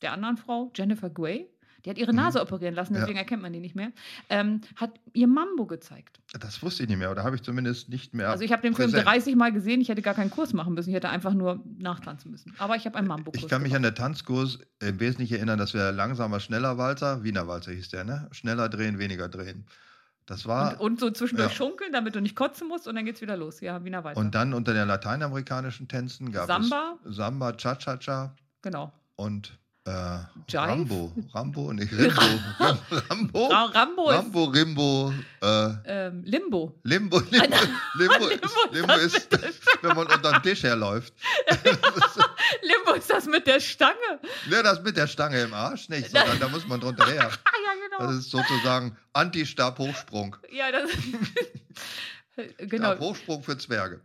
S3: der anderen Frau, Jennifer Grey, die hat ihre
S2: Mhm.
S3: Nase operieren lassen,
S2: Ja.
S3: deswegen erkennt man die nicht mehr, ähm, hat ihr Mambo gezeigt.
S2: das wusste ich nicht mehr, oder habe ich zumindest nicht mehr.
S3: Also ich habe den Film
S2: präsent.
S3: 30 Mal gesehen, ich hätte gar keinen Kurs machen müssen, ich hätte einfach nur nachtanzen müssen. Aber ich habe einen Mambo-Kurs.
S2: Ich kann mich
S3: gemacht.
S2: an der Tanzkurs im Wesentlichen erinnern, dass wir langsamer, schneller Walzer, Wiener Walzer hieß der, ne? Schneller drehen, weniger drehen. Das war.
S3: und, und so zwischendurch
S2: Ja.
S3: schunkeln, damit du nicht kotzen musst und dann geht's wieder los. Ja, Wiener weiter.
S2: Und dann unter den lateinamerikanischen Tänzen gab
S3: Samba,
S2: es Samba, Cha-Cha-Cha
S3: genau.
S2: und äh,
S3: Jive?
S2: Rambo. Rambo, nicht Rimbo. Rambo?
S3: Ra Rambo,
S2: Oh, Rambo, Rimbo, äh,
S3: ist ähm, Limbo.
S2: Limbo. Limbo, Limbo, ist, Limbo ist, wenn man unter den Tisch herläuft.
S3: Limbo ist das mit der Stange.
S2: Ne, das mit der Stange im Arsch nicht, sondern da muss man drunter her.
S3: Ah ja, genau.
S2: Das ist sozusagen Anti-Stab-Hochsprung.
S3: ja, das genau.
S2: Stab-Hochsprung für Zwerge.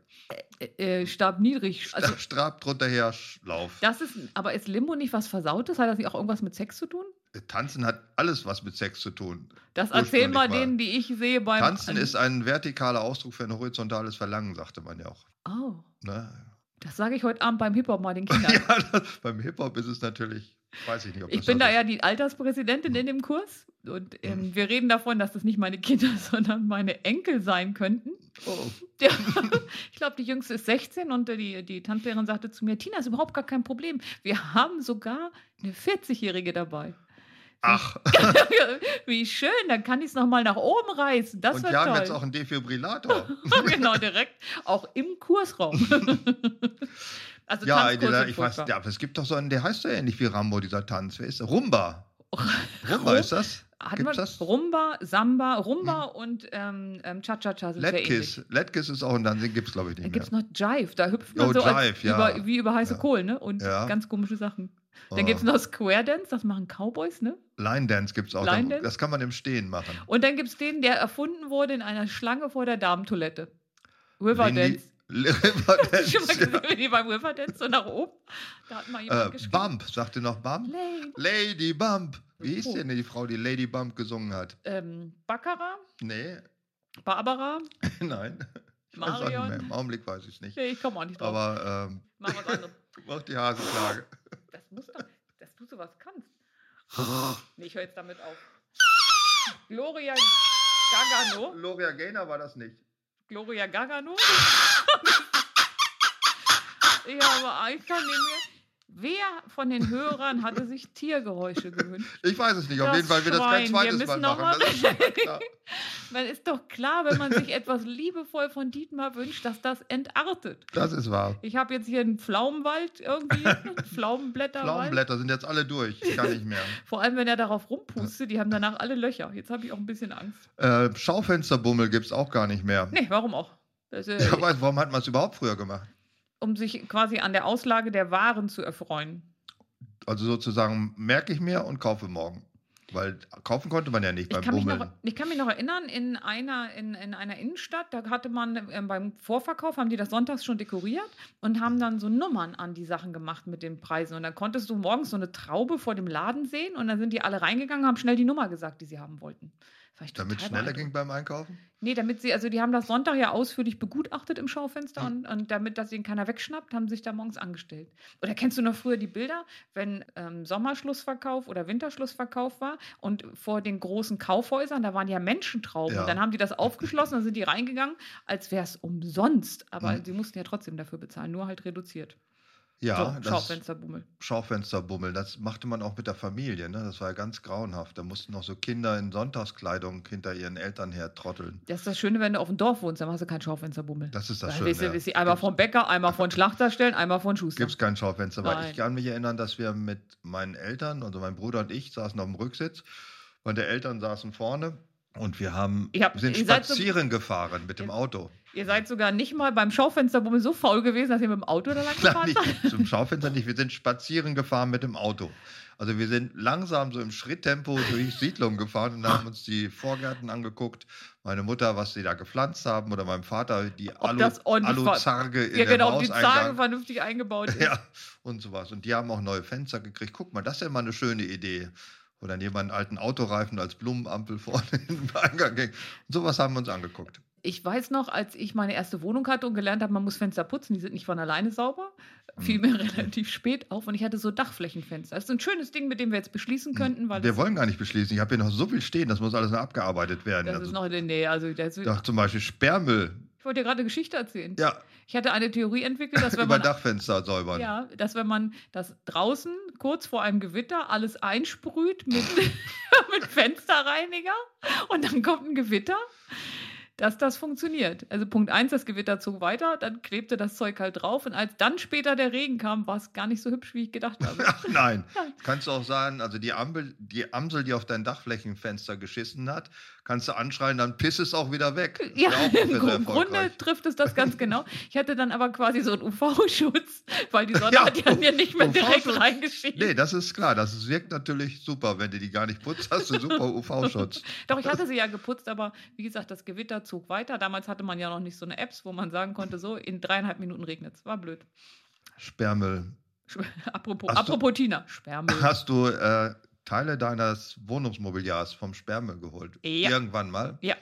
S3: Äh, Stab niedrig. Also,
S2: Also, Stab drunter her, Schlauf.
S3: das ist, aber ist Limbo nicht was Versautes? Hat das nicht auch irgendwas mit Sex zu tun?
S2: Tanzen hat alles was mit Sex zu tun.
S3: Das erzähl
S2: Ursprünglich
S3: mal
S2: mal.
S3: denen, die ich sehe beim
S2: Tanzen ist ein vertikaler Ausdruck für ein horizontales Verlangen, sagte man ja auch.
S3: Oh.
S2: Ne?
S3: Das sage ich heute Abend beim Hip-Hop mal den Kindern.
S2: Ja, das, beim Hip-Hop ist es natürlich, weiß ich nicht, ob das
S3: ich bin da
S2: das
S3: ja die Alterspräsidentin in dem Kurs und ähm, wir reden davon, dass das nicht meine Kinder, sondern meine Enkel sein könnten.
S2: ist. Oh,
S3: Ja. Ich glaube, die Jüngste ist 16 und äh, die, die Tanzlehrerin sagte zu mir, Tina, ist überhaupt gar kein Problem. Wir haben sogar eine 40-Jährige dabei.
S2: Ach,
S3: Wie schön, dann kann ich es nochmal nach oben reißen. Das
S2: und
S3: wird
S2: wir haben
S3: toll.
S2: jetzt auch einen Defibrillator.
S3: genau, direkt auch im Kursraum. also
S2: ja,
S3: Tanzkurse
S2: dieser,
S3: sind
S2: ich weiß,
S3: furchtbar.
S2: ja, aber es gibt doch so einen, der heißt ja ähnlich wie Rambo, dieser Tanz. Wer ist der? Rumba.
S3: Oh.
S2: Rumba ist das?
S3: Hat
S2: Gibt's
S3: man
S2: das? Hm.
S3: Rumba, Samba, Rumba und ähm, ähm, Cha-Cha-Cha sind sehr ähnlich.
S2: Letkiss. Letkiss ist auch ein Tanz, den gibt es, glaube ich,
S3: Dann
S2: nicht
S3: gibt es
S2: mehr.
S3: noch Jive, da hüpft man
S2: Oh,
S3: so als
S2: Jive, ja.
S3: über, wie über heiße
S2: Ja.
S3: Kohlen ne? und
S2: Ja.
S3: ganz komische Sachen. Dann
S2: Oh.
S3: gibt es noch Square Dance, das machen Cowboys. ne?
S2: Line Dance gibt es auch.
S3: Line
S2: Dann-
S3: Dance?
S2: Das kann man im Stehen machen.
S3: Und dann gibt es den, der erfunden wurde in einer Schlange vor der Damentoilette. River
S2: Lindy-
S3: Dance.
S2: River
S3: Hast du schon mal
S2: Dance.
S3: gesehen, wie die beim River Dance so nach oben? Da hat mal jemand
S2: ja. äh,
S3: geschrieben.
S2: Bump, sagt ihr noch Bump?
S3: Lane.
S2: Lady Bump. Wie hieß
S3: Oh.
S2: denn die Frau, die Lady Bump gesungen hat?
S3: Ähm, Baccarat,
S2: Nee,
S3: Barbara,
S2: nein. Ich weiß auch nicht mehr.
S3: Marion.
S2: Im Augenblick weiß ich es nicht.
S3: Nee, ich komme auch nicht drauf.
S2: Aber ähm,
S3: Mach was anderes.
S2: mach die Hasenklage.
S3: Das muss doch, dass du sowas kannst. Nee, ich höre jetzt damit auf. Gloria Gagano.
S2: Gloria Gaynor war das nicht.
S3: Gloria Gagano. Ich habe ich kann nicht mehr. Wer von den Hörern hatte sich Tiergeräusche gewünscht?
S2: Ich weiß es nicht. Auf
S3: Das
S2: jeden Fall wird das kein
S3: Schwein, wir
S2: zweites Mal
S3: müssen noch
S2: machen.
S3: mal-
S2: Das ist schon mal klar.
S3: Man ist doch klar, wenn man sich etwas liebevoll von Dietmar wünscht, dass das entartet.
S2: Das ist wahr.
S3: Ich habe jetzt hier einen Pflaumenwald irgendwie, einen Pflaumenblätterwald.
S2: Pflaumenblätter sind jetzt alle durch. Kann nicht mehr.
S3: Vor allem, wenn er darauf rumpustet, die haben danach alle Löcher. Jetzt habe ich auch ein bisschen Angst.
S2: Äh, Schaufensterbummel gibt es auch gar nicht mehr.
S3: Nee, warum auch? Das, äh,
S2: Ja, weiß, warum hat man es überhaupt früher gemacht?
S3: um sich quasi an der Auslage der Waren zu erfreuen.
S2: Also sozusagen merke ich mir und kaufe morgen. Weil kaufen konnte man ja nicht
S3: Ich
S2: beim
S3: kann, mich
S2: Bummeln.
S3: noch, e-, ich kann mich noch erinnern, in einer, in, in einer Innenstadt, da hatte man ähm, beim Vorverkauf, haben die das sonntags schon dekoriert und haben dann so Nummern an die Sachen gemacht mit den Preisen. Und dann konntest du morgens so eine Traube vor dem Laden sehen und dann sind die alle reingegangen und haben schnell die Nummer gesagt, die sie haben wollten. War ich
S2: Damit
S3: total
S2: schneller
S3: beeindruckt.
S2: ging beim Einkaufen?
S3: Nee, damit sie, also die haben das Sonntag ja ausführlich begutachtet im Schaufenster
S2: Hm.
S3: und, und damit das ihnen keiner wegschnappt, haben sich da morgens angestellt. Oder kennst du noch früher die Bilder, wenn ähm, Sommerschlussverkauf oder Winterschlussverkauf war und vor den großen Kaufhäusern, da waren ja Menschentrauben.
S2: Ja.
S3: Und dann haben die das aufgeschlossen, dann sind die reingegangen, als wäre es umsonst. Aber
S2: Mhm.
S3: sie mussten ja trotzdem dafür bezahlen, nur halt reduziert.
S2: Ja,
S3: so,
S2: das
S3: Schaufensterbummel.
S2: Schaufensterbummel, das machte man auch mit der Familie, ne? Das war ja ganz grauenhaft. Da mussten noch so Kinder in Sonntagskleidung hinter ihren Eltern hertrotteln.
S3: Das ist das Schöne, wenn du auf dem Dorf wohnst, dann hast du kein Schaufensterbummel.
S2: Das ist das
S3: Weil, weißt du,
S2: Schöne.
S3: weißt du, einmal von Bäcker, einmal von Schlachterstellen, einmal von Schuster.
S2: Gibt es kein Schaufenster, weil
S3: Nein.
S2: ich kann mich erinnern, dass wir mit meinen Eltern, also mein Bruder und ich, saßen auf dem Rücksitz. Meine Eltern saßen vorne und wir haben,
S3: Ich hab-
S2: sind
S3: ihr seid so-
S2: spazieren gefahren mit dem Auto.
S3: Ihr seid sogar nicht mal beim Schaufensterbummel so faul gewesen, dass ihr mit dem Auto da lang
S2: Klar,
S3: gefahren
S2: nicht
S3: seid.
S2: zum Schaufenster nicht. Wir sind spazieren gefahren mit dem Auto. Also wir sind langsam so im Schritttempo durch Siedlungen gefahren und haben uns die Vorgärten angeguckt. Meine Mutter, was sie da gepflanzt haben oder meinem Vater die Alu,
S3: das ordentlich war.
S2: Aluzarge in
S3: Ja,
S2: der
S3: genau, ob die Zahlen
S2: Mauseingang.
S3: vernünftig eingebaut ist.
S2: Ja, und sowas. Und die haben auch neue Fenster gekriegt. Guck mal, das ist ja mal eine schöne Idee. Wo dann jemand einen alten Autoreifen als Blumenampel vorne in den Eingang ging. Und sowas haben wir uns angeguckt.
S3: Ich weiß noch, als ich meine erste Wohnung hatte und gelernt habe, man muss Fenster putzen, die sind nicht von alleine sauber,
S2: Mhm.
S3: fiel mir relativ spät auf und ich hatte so Dachflächenfenster. Das ist ein schönes Ding, mit dem wir jetzt beschließen könnten, weil
S2: Mhm. wir
S3: es-
S2: wollen gar nicht beschließen. Ich habe hier noch so viel stehen, das muss alles noch abgearbeitet werden.
S3: das
S2: also,
S3: ist noch in der Nähe. Also das,
S2: ja, zum Beispiel Sperrmüll.
S3: ich wollte dir gerade eine Geschichte erzählen.
S2: Ja,
S3: Ich hatte eine Theorie entwickelt, dass wenn
S2: über
S3: man
S2: Dachfenster säubern.
S3: Ja, dass wenn man das draußen kurz vor einem Gewitter alles einsprüht mit, mit Fensterreiniger und dann kommt ein Gewitter, dass das funktioniert. Also Punkt eins, das Gewitter zog weiter, dann klebte das Zeug halt drauf und als dann später der Regen kam, war es gar nicht so hübsch, wie ich gedacht habe.
S2: Ach nein, kannst du auch sagen, also die Ampel, die Amsel, die auf dein Dachflächenfenster geschissen hat, kannst du anschreien, dann piss es auch wieder weg. Ist
S3: Ja,
S2: auch
S3: im
S2: sehr
S3: Gru- Grunde
S2: erfolgreich.
S3: trifft es das ganz genau. Ich hatte dann aber quasi so einen UV-Schutz, weil die Sonne
S2: Ja,
S3: hat ja mir nicht mehr direkt
S2: UV-Schutz.
S3: reingeschienen.
S2: Nee, das ist klar. Das ist- wirkt natürlich super. Wenn du die gar nicht putzt, hast du super UV-Schutz.
S3: Doch, ich hatte sie ja geputzt, aber wie gesagt, das Gewitter zog weiter. Damals hatte man ja noch nicht so eine Apps, wo man sagen konnte, so in dreieinhalb Minuten regnet es. War blöd.
S2: Sperrmüll.
S3: Sch- Apropos,
S2: Hast du-
S3: apropos Tina, Sperrmüll.
S2: Hast du äh, Teile deines Wohnungsmobiliars vom Sperrmüll geholt?
S3: Ja.
S2: Irgendwann mal?
S3: Ja.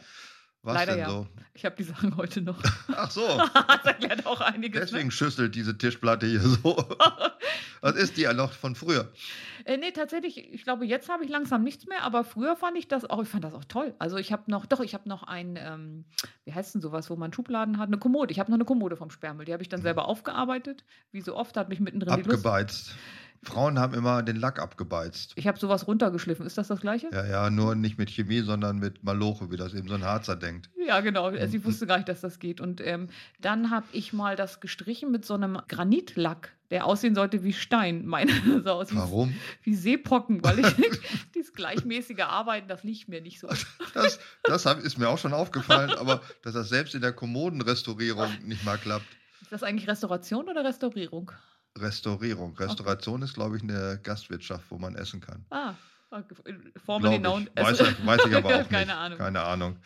S2: Was
S3: Leider
S2: denn
S3: ja.
S2: so?
S3: Ich habe die Sachen heute noch.
S2: Ach so.
S3: das erklärt auch einiges. ne?
S2: Deswegen schüsselt diese Tischplatte hier so. Das ist die ja noch von früher.
S3: Ne? Äh, nee, tatsächlich, ich glaube, jetzt habe ich langsam nichts mehr, aber früher fand ich das auch, ich fand das auch toll. Also ich habe noch, doch, ich habe noch ein, ähm, wie heißt denn sowas, wo man Schubladen hat, eine Kommode. Ich habe noch eine Kommode vom Sperrmüll. Die habe ich
S2: Mhm.
S3: dann selber aufgearbeitet. Wie so oft, da hat mich mittendrin die Lust.
S2: Abgebeizt. Frauen haben immer den Lack abgebeizt.
S3: Ich habe sowas runtergeschliffen. Ist das das Gleiche?
S2: Ja, ja, nur nicht mit Chemie, sondern mit Maloche, wie das eben so ein Harzer denkt.
S3: Ja, genau. Also
S2: Mhm.
S3: ich wusste gar nicht, dass das geht. Und ähm, dann habe ich mal das gestrichen mit so einem Granitlack, der aussehen sollte wie Stein. Meine sah aus wie,
S2: Warum?
S3: wie Seepocken, weil ich dieses gleichmäßige Arbeiten, das liegt mir nicht so.
S2: Also Das, das hab, ist mir auch schon aufgefallen, aber dass das selbst in der Kommodenrestaurierung nicht mal klappt.
S3: Ist das eigentlich Restauration oder Restaurierung?
S2: Restaurierung. Restauration ist, glaube ich, eine Gastwirtschaft, wo man essen kann.
S3: Ah, Formel genau.
S2: Glaub ich. Weiß, ich- weiß ich aber auch
S3: Keine
S2: nicht.
S3: Ahnung.
S2: Keine Ahnung.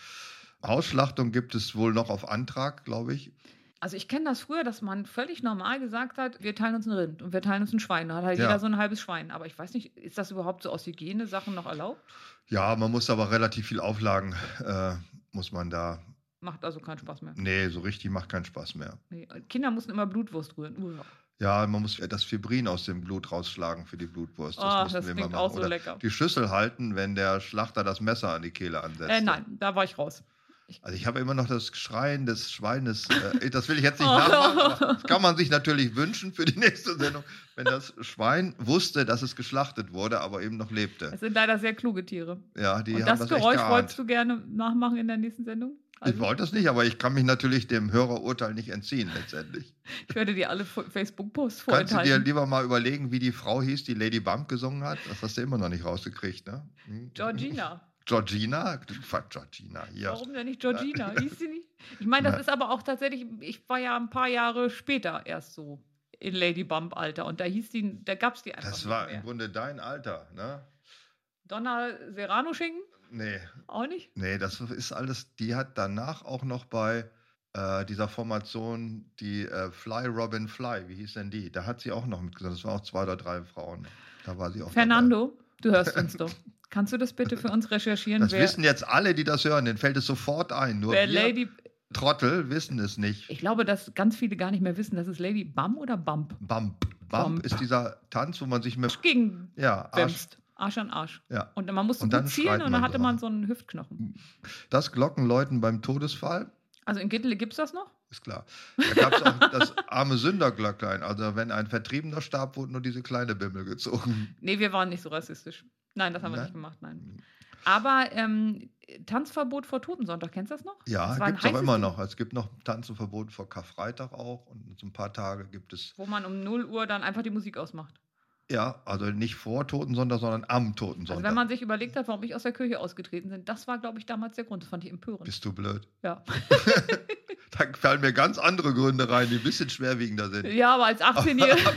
S2: Ausschlachtung gibt es wohl noch auf Antrag, glaube ich.
S3: Also ich kenne das früher, dass man völlig normal gesagt hat, wir teilen uns ein Rind und wir teilen uns ein Schwein. Da hat halt
S2: Ja.
S3: jeder so ein halbes Schwein. Aber ich weiß nicht, ist das überhaupt so aus Hygienesachen noch erlaubt?
S2: Ja, man muss aber relativ viel Auflagen, äh, muss man da.
S3: Macht also keinen Spaß mehr.
S2: Nee, so richtig macht keinen Spaß mehr.
S3: Nee, Kinder mussten immer Blutwurst rühren. Uah.
S2: Ja, man muss das Fibrin aus dem Blut rausschlagen für die Blutwurst.
S3: Ah,
S2: mussten
S3: das
S2: wir immer
S3: klingt
S2: machen.
S3: auch so
S2: Oder
S3: lecker.
S2: Die Schüssel halten, wenn der Schlachter das Messer an die Kehle ansetzt.
S3: Äh, nein, da war ich raus.
S2: Also ich habe immer noch das Schreien des Schweines. Äh, das will ich jetzt nicht
S3: Oh.
S2: nachmachen. aber Das kann man sich natürlich wünschen für die nächste Sendung, wenn das Schwein wusste, dass es geschlachtet wurde, aber eben noch lebte.
S3: Es sind leider sehr kluge Tiere.
S2: Ja, die
S3: Und
S2: haben
S3: das,
S2: das,
S3: Geräusch
S2: echt geahnt.
S3: wolltest du gerne nachmachen in der nächsten Sendung?
S2: ich
S3: Also,
S2: wollte es nicht, aber ich kann mich natürlich dem Hörerurteil nicht entziehen letztendlich.
S3: ich werde dir alle Fo- Facebook-Posts
S2: Kannst du dir
S3: vorenthalten.
S2: lieber mal überlegen, wie die Frau hieß, die Lady Bump gesungen hat? Das hast du immer noch nicht rausgekriegt, ne? Hm?
S3: Georgina.
S2: Georgina? Quatsch, Georgina, hier.
S3: Warum denn nicht Georgina? Hieß sie nicht? Ich meine, das
S2: Nein.
S3: ist aber auch tatsächlich, ich war ja ein paar Jahre später erst so in Lady Bump-Alter und da hieß die, da gab es die einfach
S2: Das war
S3: nicht
S2: im
S3: mehr.
S2: Grunde dein Alter, ne?
S3: Donna Serrano-Schinken?
S2: Nee,
S3: Auch nicht?
S2: Nee, das ist alles, die hat danach auch noch bei äh, dieser Formation, die äh, Fly Robin Fly, wie hieß denn die? Da hat sie auch noch mitgesungen. Das waren auch zwei oder drei Frauen. Da war sie auch.
S3: Fernando? du hörst uns doch. Kannst du das bitte für uns recherchieren?
S2: Das
S3: wer
S2: wissen jetzt alle, die das hören, denen fällt es sofort ein. Nur
S3: wer
S2: wir
S3: Lady.
S2: Trottel wissen es nicht.
S3: Ich glaube, dass ganz viele gar nicht mehr wissen, das ist Lady Bum oder Bump.
S2: Bump. Bump,
S3: Bump.
S2: ist dieser Tanz, wo man sich mit
S3: Gegen
S2: ja, Arsch,
S3: Bämst. Arsch an Arsch.
S2: ja.
S3: Und man musste
S2: Und dann
S3: gut zielen
S2: schreit
S3: und
S2: man
S3: dann hatte
S2: drauf.
S3: man so Mhm. einen Hüftknochen.
S2: Das Glockenläuten beim Todesfall,
S3: Also in Gittele gibt es das noch?
S2: ist klar. Da gab es auch das arme Sünderglöcklein. Also wenn ein Vertriebener starb, wurde nur diese kleine Bimmel gezogen.
S3: Nee, wir waren nicht so rassistisch. Nein, Mhm. das haben wir
S2: Nein.
S3: nicht gemacht, nein. Aber ähm, Tanzverbot vor Totensonntag, kennst du das noch?
S2: Ja,
S3: Das war ein
S2: gibt es auch
S3: heißes
S2: immer
S3: Lied.
S2: noch. Es gibt noch Tanzenverbot vor Karfreitag auch. Und so ein paar Tage gibt es,
S3: Wo man um 0 Uhr dann einfach die Musik ausmacht.
S2: ja, also nicht vor Totensonntag, sondern am
S3: Also
S2: Totensonntag.
S3: wenn man sich überlegt hat, warum ich aus der Kirche ausgetreten bin, das war, glaube ich, damals der Grund. Das fand ich empörend.
S2: Bist du blöd?
S3: Ja.
S2: Da fallen mir ganz andere Gründe rein, die ein bisschen schwerwiegender sind.
S3: ja, aber als 18-Jährige.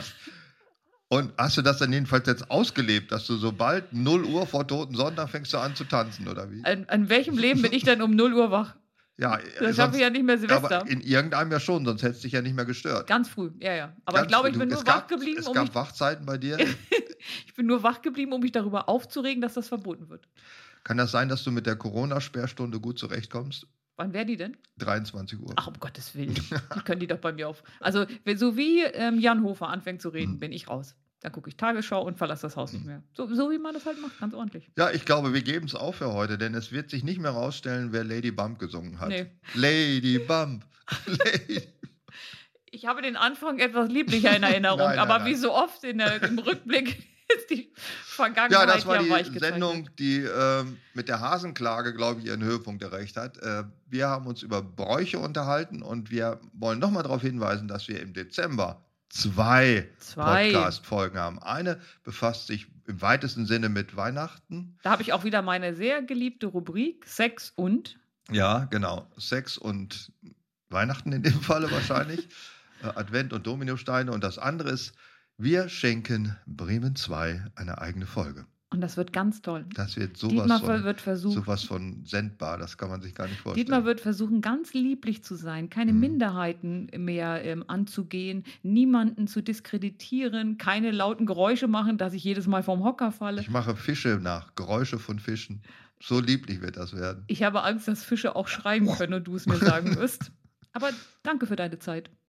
S2: Und hast du das dann jedenfalls jetzt ausgelebt, dass du sobald 0 Uhr vor Toten Sonntag fängst du an zu tanzen, oder wie?
S3: an, an welchem Leben bin ich denn um 0 Uhr wach?
S2: Ja,
S3: Das schaffe
S2: sonst,
S3: ich ja nicht mehr Silvester.
S2: aber in irgendeinem ja schon, sonst hättest du dich ja nicht mehr gestört.
S3: Ganz früh, ja, ja. Aber ich
S2: Ganz
S3: glaube,
S2: früh,
S3: ich bin
S2: du-
S3: nur
S2: es
S3: wach
S2: gab,
S3: geblieben,
S2: Es
S3: um
S2: gab
S3: mich,
S2: Wachzeiten bei dir.
S3: ich bin nur wach geblieben, um mich darüber aufzuregen, dass das verboten wird.
S2: Kann das sein, dass du mit der Corona-Sperrstunde gut zurechtkommst?
S3: Wann wäre die denn?
S2: 23 Uhr.
S3: Ach, um Gottes Willen. Die können die doch bei mir auf. Also, wenn- so wie ähm, Jan Hofer anfängt zu reden,
S2: Hm.
S3: bin ich raus. Dann gucke ich Tagesschau und verlasse das
S2: Mhm.
S3: Haus nicht mehr. So, so wie man das halt macht, ganz ordentlich.
S2: Ja, ich glaube, wir geben es auf für heute, denn es wird sich nicht mehr rausstellen, wer Lady Bump gesungen hat.
S3: Nee.
S2: Lady Bump. Lady.
S3: Ich habe den Anfang etwas lieblicher in Erinnerung,
S2: Nein, nein,
S3: aber
S2: nein.
S3: wie so oft in der, im Rückblick ist die Vergangenheit
S2: Ja, das war
S3: weich
S2: die
S3: gezeichnet.
S2: Sendung, die ähm, mit der Hasenklage, glaube ich, ihren Höhepunkt erreicht hat. Äh, wir haben uns über Bräuche unterhalten und wir wollen nochmal darauf hinweisen, dass wir im Dezember zwei,
S3: Zwei.
S2: Podcast-Folgen haben. Eine befasst sich im weitesten Sinne mit Weihnachten.
S3: Da habe ich auch wieder meine sehr geliebte Rubrik Sex und
S2: Ja, genau. Sex und Weihnachten in dem Falle wahrscheinlich. äh, Advent und Dominosteine. Und das andere ist, wir schenken Bremen 2 eine eigene Folge.
S3: und das wird ganz toll.
S2: Das wird sowas
S3: Dietmar
S2: von
S3: wird versuchen,
S2: sowas von sendbar, das kann man sich gar nicht vorstellen.
S3: Dietmar wird versuchen, ganz lieblich zu sein, keine
S2: Mhm.
S3: Minderheiten mehr ähm, anzugehen, niemanden zu diskreditieren, keine lauten Geräusche machen, dass ich jedes Mal vom Hocker falle.
S2: ich mache Fische nach, Geräusche von Fischen. So lieblich wird das werden.
S3: Ich habe Angst, dass Fische auch schreiben können und du es mir sagen wirst. Aber danke für deine Zeit.